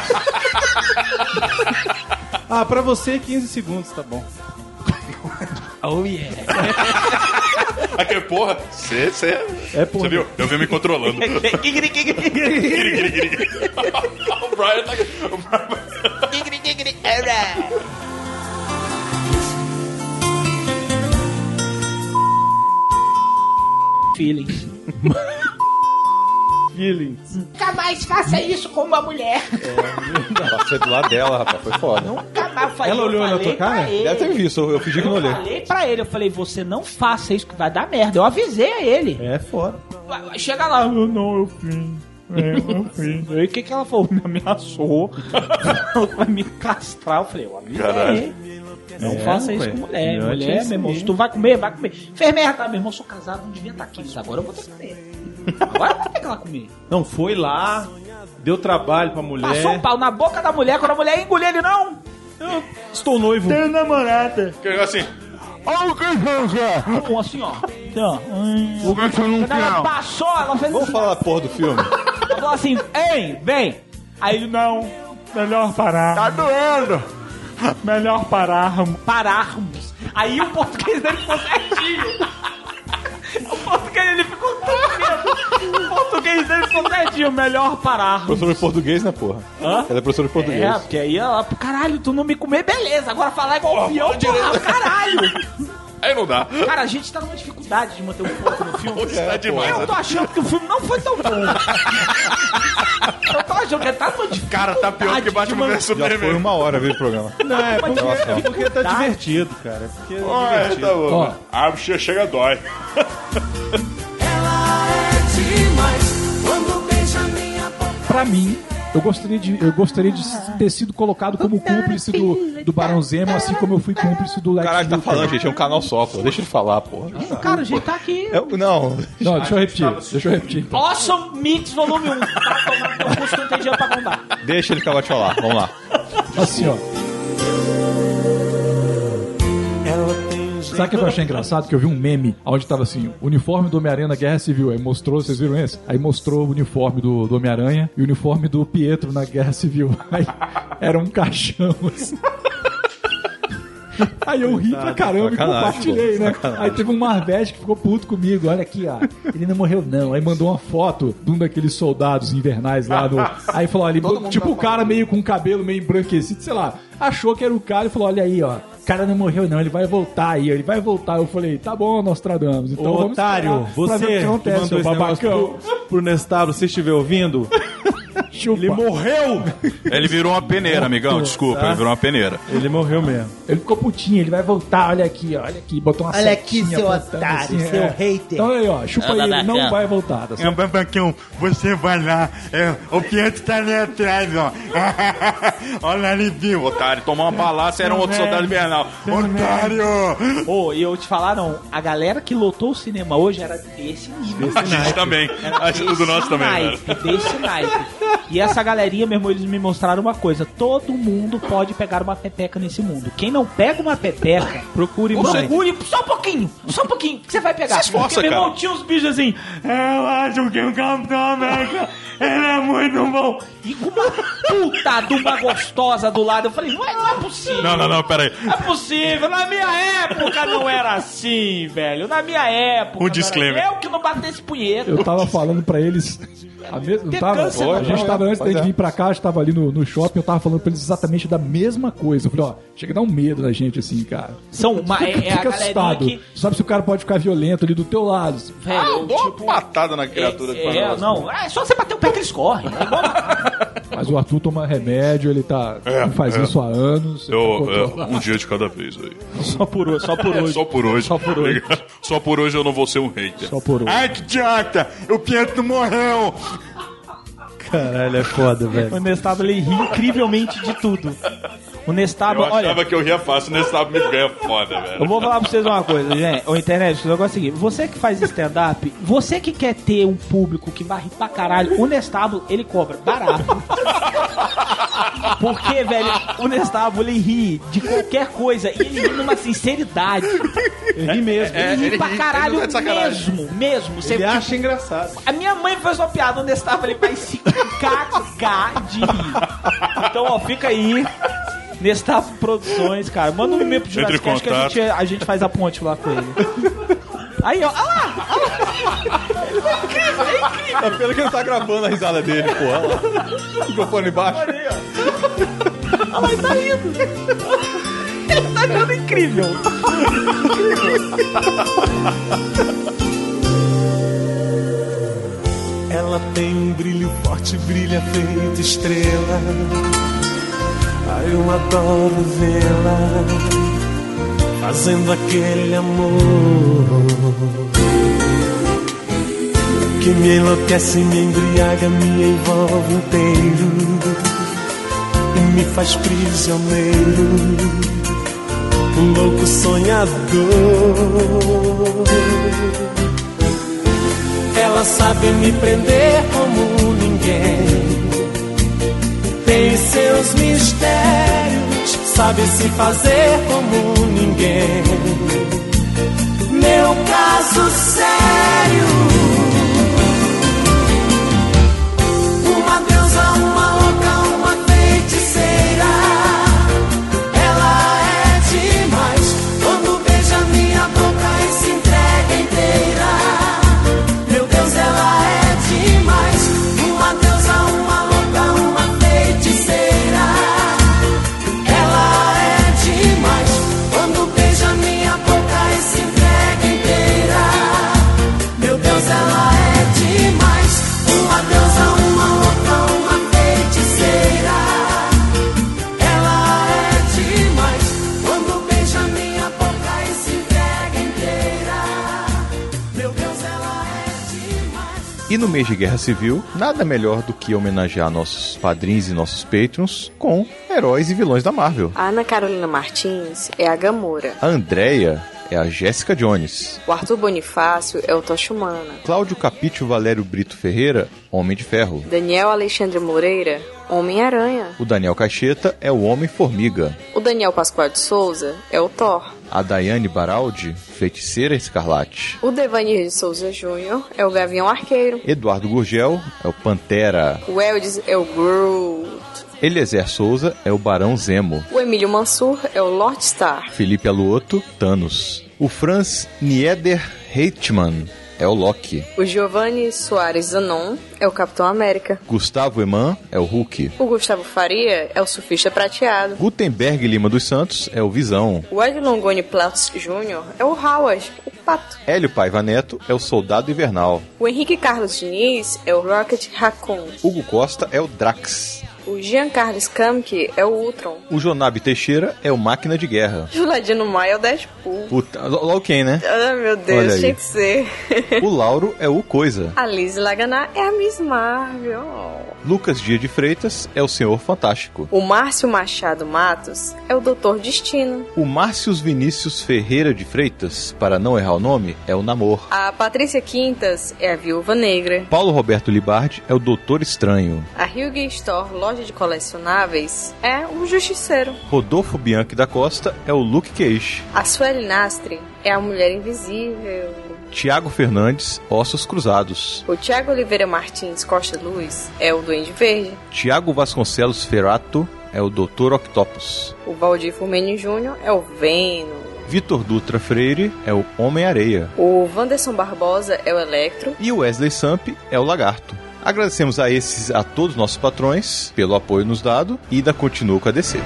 S4: Ah, pra você 15 segundos, tá bom.
S3: Oh yeah.
S6: Aqui, porra, você. Você
S4: É por.
S6: viu? Eu venho
S5: [laughs]
S6: me controlando. o Brian tá. O Brian...
S3: Feelings.
S4: Feelings.
S11: Nunca mais faça isso com uma mulher.
S5: Passei do lado dela, rapaz, foi foda.
S3: Nunca mais falei.
S4: Ela olhou
S3: eu
S4: na
S3: falei
S4: tua
S3: pra
S4: cara?
S3: ele.
S5: Deve ter visto, eu, eu fingi que não olhei.
S3: Falei pra ele, eu falei, você não faça isso que vai dar merda. Eu avisei a ele.
S4: É foda.
S3: Chega lá, eu não, eu fiz. É, [laughs] eu fiz. Aí o que, que ela falou? [laughs] Me ameaçou. Falou que vai me castrar. Eu falei, eu avisei.
S6: Caralho.
S3: Não
S4: É,
S3: faça isso
S4: ué.
S3: com mulher.
S4: Eu te
S3: mulher, meu irmão,
S4: ensinei.
S3: se tu vai comer, vai comer. Fez merda, meu irmão, sou casado, não devia estar aqui. Mas agora eu vou ter que [laughs] comer. Agora eu vou ter que ir lá comer.
S4: Não, foi lá, deu trabalho pra mulher.
S3: Passou um pau na boca da mulher, quando a mulher engoliu ele, não.
S4: Estou noivo.
S6: Que negócio assim.
S3: Um assim, ó. Assim, ó. Hum. Quando ela [laughs] passou, ela fez
S5: Vamos
S3: assim,
S5: falar da porra do filme?
S3: Ela falou assim, ei, vem. Aí ele, não, melhor parar. Tá doendo. Melhor pararmos. Pararmos. Aí o português dele ficou certinho. O português ele ficou com medo. O português dele ficou certinho. Melhor pararmos.
S5: Professor de português, né, porra?
S3: Hã?
S5: Ela é professora de português.
S3: É, porque aí ela, caralho, tu não me comer, beleza. Agora falar igual o peão, porra, caralho.
S6: Aí não dá.
S3: Cara, a gente tá numa dificuldade de manter o foco no filme.
S6: Hoje tá
S5: É
S6: demais.
S3: Eu tô achando que o filme não foi tão bom. Eu tô achando que ele tá numa dificuldade.
S6: Cara, tá pior que Batman
S3: de
S6: vs
S5: Já foi
S6: Superman.
S5: uma hora viu o programa.
S4: [laughs] Não, é porque,
S5: Relação.
S4: é porque tá
S3: Tá.
S4: divertido, cara. É porque é
S6: Ué,
S4: divertido.
S6: tá bom.
S7: Ó.
S6: A bochecha chega dói.
S7: Pra mim, eu gostaria de, eu gostaria de ter sido colocado como cúmplice do, do Barão Zemo, assim como eu fui cúmplice do Lex
S5: Caralho, tá
S7: Luthor.
S5: falando, gente, é um canal só, pô. Deixa ele falar, porra.
S3: Cara, a gente tá aqui.
S5: Eu- não,
S7: Não, deixa eu repetir. Deixa eu repetir. então.
S3: Awesome Mix Volume 1. Tá tomando teu custo, não tem dinheiro pra contar.
S5: deixa ele acabar de falar. Vamos lá.
S7: Assim, ó. Sabe o que eu achei engraçado? Que eu vi um meme onde tava assim, uniforme do Homem-Aranha na Guerra Civil. Aí mostrou, vocês viram esse? Aí mostrou o uniforme do, do Homem-Aranha e o uniforme do Pietro na Guerra Civil. [laughs] Aí era um caixão, assim. Aí eu ri pra caramba e
S5: sacanagem,
S7: compartilhei,
S5: pô,
S7: né?
S5: sacanagem.
S7: Aí teve um Marvete que ficou puto comigo. Olha aqui, ó. Ele não morreu, não. Aí mandou uma foto de um daqueles soldados invernais lá no. Aí falou, olha, ele- tipo o cara meio com o cabelo meio embranquecido, sei lá. Achou que era o cara e falou, olha aí, ó. O cara não morreu, não. Ele vai voltar aí, ó, ele vai voltar. Eu falei, tá bom, Nostradamus. Então
S4: Ô,
S7: vamos
S4: otário,
S7: esperar pra ver o
S4: você
S7: que
S4: que
S7: acontece,
S4: mandou
S7: ô
S4: esse
S7: babacão.
S4: negócio pro, pro Nestábulo, se estiver ouvindo,
S7: Chupa.
S4: ele morreu!
S6: Ele virou uma peneira, amigão. Desculpa, ele virou uma peneira.
S4: Ele morreu mesmo.
S7: Ele ficou putinho, ele vai voltar, olha aqui, ó, olha aqui, botou uma
S11: Olha aqui,
S7: setinha
S11: seu
S7: apontando
S11: otário, seu hater.
S7: Então aí, ó, chupa aí, ele não vai voltar. Tá certo?
S9: Babacão, você vai lá. É, o Pietro tá ali atrás, ó. Olha ali, viu?
S6: Otário, tomou uma balaça era um outro soldado invernal.
S9: Otário!
S3: Ô, e eu te falar, não. A galera que lotou o cinema hoje era desse nível.
S6: A gente também. A gente, o do nosso também, né?
S3: naipe,
S6: velho.
S3: Desse naipe. E essa galerinha, meu irmão, eles me mostraram uma coisa. Todo mundo pode pegar uma pepeca nesse mundo. Quem não pega uma pepeca, procure mais. Procure só um pouquinho. Só um pouquinho. Que você vai pegar.
S6: Se esforça,
S3: Porque, meu irmão,
S6: cara.
S3: tinha uns bichos assim.
S9: Eu acho
S3: um
S9: que o Capitão América, ele é muito bom.
S3: E com uma puta de uma gostosa do lado. Eu falei, não é, não é possível.
S6: Não, não, não, peraí.
S3: Não é possível, na minha época não era assim, velho. Na minha época.
S6: Um disclaimer.
S3: não era- Eu que não batesse punheta.
S7: Eu tava falando pra eles. A, mes... não
S3: Ter
S7: tava?
S3: câncer,
S7: a
S3: não.
S7: gente tava antes da
S5: Pois
S7: gente
S5: é.
S7: vir pra cá, a gente tava ali no, no shopping, eu tava falando pra eles exatamente da mesma coisa. Eu falei, ó, chega a dar um medo na gente assim, cara.
S3: São uma, é, é a
S7: Fica
S3: galerinha
S7: assustado.
S3: que.
S7: Sabe se o cara pode ficar violento ali do teu lado.
S3: Velho,
S6: Ah,
S3: eu,
S6: eu dou uma
S3: tipo,
S6: patada na
S3: é,
S6: criatura que faz
S3: é,
S6: negócio.
S3: não, é só você bater o pé que eles correm.
S6: né?
S3: É igual
S7: Mas o Arthur toma remédio, ele tá. não faz isso há anos. tá
S6: Eu, é, um dia de cada vez aí.
S3: só por hoje, só por
S6: É, só por hoje.
S3: Só por hoje.
S6: Obrigado. Só por hoje eu não vou ser um hater.
S7: Só tá por hoje.
S6: Ai, que idiota! O Pietro morreu!
S4: Caralho, é foda,
S3: O
S4: velho.
S3: Nestável ele ri incrivelmente de tudo. O
S6: Eu
S3: Nestável, olha.
S6: achava que eu ria fácil, nesse sabe me ganha foda, velho.
S3: Eu vou falar pra vocês uma coisa, gente. Ô, internet, o negócio é o seguinte: você que faz stand-up, você que quer ter um público que vai rir pra caralho, o Nestábulo, ele cobra barato. Porque, velho, o Nestábulo, ele ri de qualquer coisa. E ele ri numa sinceridade. Ele
S6: ri mesmo.
S3: Ele
S6: É,
S3: ri
S6: ele
S3: pra
S6: ri, ele
S3: caralho
S6: não tá de sacanagem.
S3: mesmo. Mesmo. Você,
S6: Ele
S3: tipo,
S6: acha engraçado.
S3: A minha mãe fez uma piada, o Nestábulo, ele vai se cagar de rir. Então, ó, fica aí... Nestábulo Produções, cara. Manda um e-mail pro
S12: Entre em
S3: Jurassic Cast que a
S12: contato.
S3: gente, a gente faz a ponte lá com ele. Aí, ó. Ah lá!
S4: É pena que ele tá gravando a risada dele, pô. Olha lá. Microfone embaixo.
S3: Olha lá, ele tá rindo. Ele tá achando incrível.
S1: Ela tem um brilho forte, brilha feito estrela. Ai, eu adoro vê-la fazendo aquele amor que me enlouquece, me embriaga, me envolve inteiro e me faz prisioneiro. Um louco sonhador. Ela sabe me prender como ninguém. Tem seus mistérios, sabe se fazer como ninguém. Meu caso sério. Uma deusa, uma louca, uma feiticeira. Ela é demais. Quando beija minha boca e se entrega inteira. Meu Deus, ela é demais. Uma deusa, uma louca, uma feiticeira. Ela é demais. Quando beija minha boca e se entrega inteira. Meu Deus, ela é demais. Uma deusa, uma louca, uma feiticeira. Ela é demais. Quando beija minha boca e se entrega inteira. Meu Deus, ela é demais.
S4: E no mês de Guerra Civil, nada melhor do que homenagear nossos padrinhos e nossos patrons com heróis e vilões da Marvel.
S7: A Ana Carolina Martins é a Gamora.
S4: A Andrea é a Jessica Jones.
S7: O Arthur Bonifácio é o Tocha Humana.
S4: Cláudio Capitio Valério Brito Ferreira, Homem de Ferro.
S7: Daniel Alexandre Moreira, Homem-Aranha.
S4: O Daniel Caixeta é o Homem-Formiga.
S7: O Daniel Pascoal de Souza é o Thor.
S4: A Daiane Baraldi, Feiticeira Escarlate.
S7: O Devanir de Souza Júnior é o Gavião Arqueiro.
S4: Eduardo Gurgel é o Pantera.
S7: O Eldis é o Groot.
S4: Eliezer Souza é o Barão Zemo.
S7: O Emílio Mansur é o Lord Star.
S4: Felipe Aluoto, Thanos. O Franz Nieder Heitmann é o Loki.
S7: O Giovanni Soares Zanon é o Capitão América.
S4: Gustavo Eman é o Hulk.
S7: O Gustavo Faria é o Surfista Prateado.
S4: Gutenberg Lima dos Santos é o Visão.
S7: O Ed Longoni Platts Jr. é o Howard, o Pato.
S4: Hélio Paiva Neto é o Soldado Invernal.
S7: O Henrique Carlos Diniz é o Rocket Raccoon.
S4: Hugo Costa é o Drax.
S7: O Giancarlo Scampi é o Ultron.
S4: O Jonab Teixeira é o Máquina de Guerra.
S7: Juladino Maia é o Deadpool.
S4: Puta, lo- logo quem, [laughs] né?
S7: Ah, meu
S4: Olha
S7: Deus,
S4: aí.
S7: tinha que ser. [laughs]
S4: O Lauro é o Coisa.
S7: A Liz Laganá é a Miss Marvel.
S4: Lucas Dia de Freitas é o Senhor Fantástico.
S7: O Márcio Machado Matos é o Doutor Destino.
S4: O Márcio Vinícius Ferreira de Freitas, para não errar o nome, é o Namor.
S7: A Patrícia Quintas é a Viúva Negra.
S4: Paulo Roberto Libardi é o Doutor Estranho.
S7: A Hugh Store, loja de colecionáveis, é o Justiceiro.
S4: Rodolfo Bianchi da Costa é o Luke Cage.
S7: A Sueli Nastre é a Mulher Invisível.
S4: Tiago Fernandes, Ossos Cruzados.
S7: O Tiago Oliveira Martins Costa Luz é o Duende Verde.
S4: Tiago Vasconcelos Ferato é o Doutor Octopus.
S7: O Valdir Fumene Júnior é o Venom.
S4: Vitor Dutra Freire é o Homem-Areia.
S7: O Wanderson Barbosa é o Electro.
S4: E o Wesley Samp é o Lagarto. Agradecemos a esses, a todos os nossos patrões, pelo apoio nos dado e ainda continua com a DC.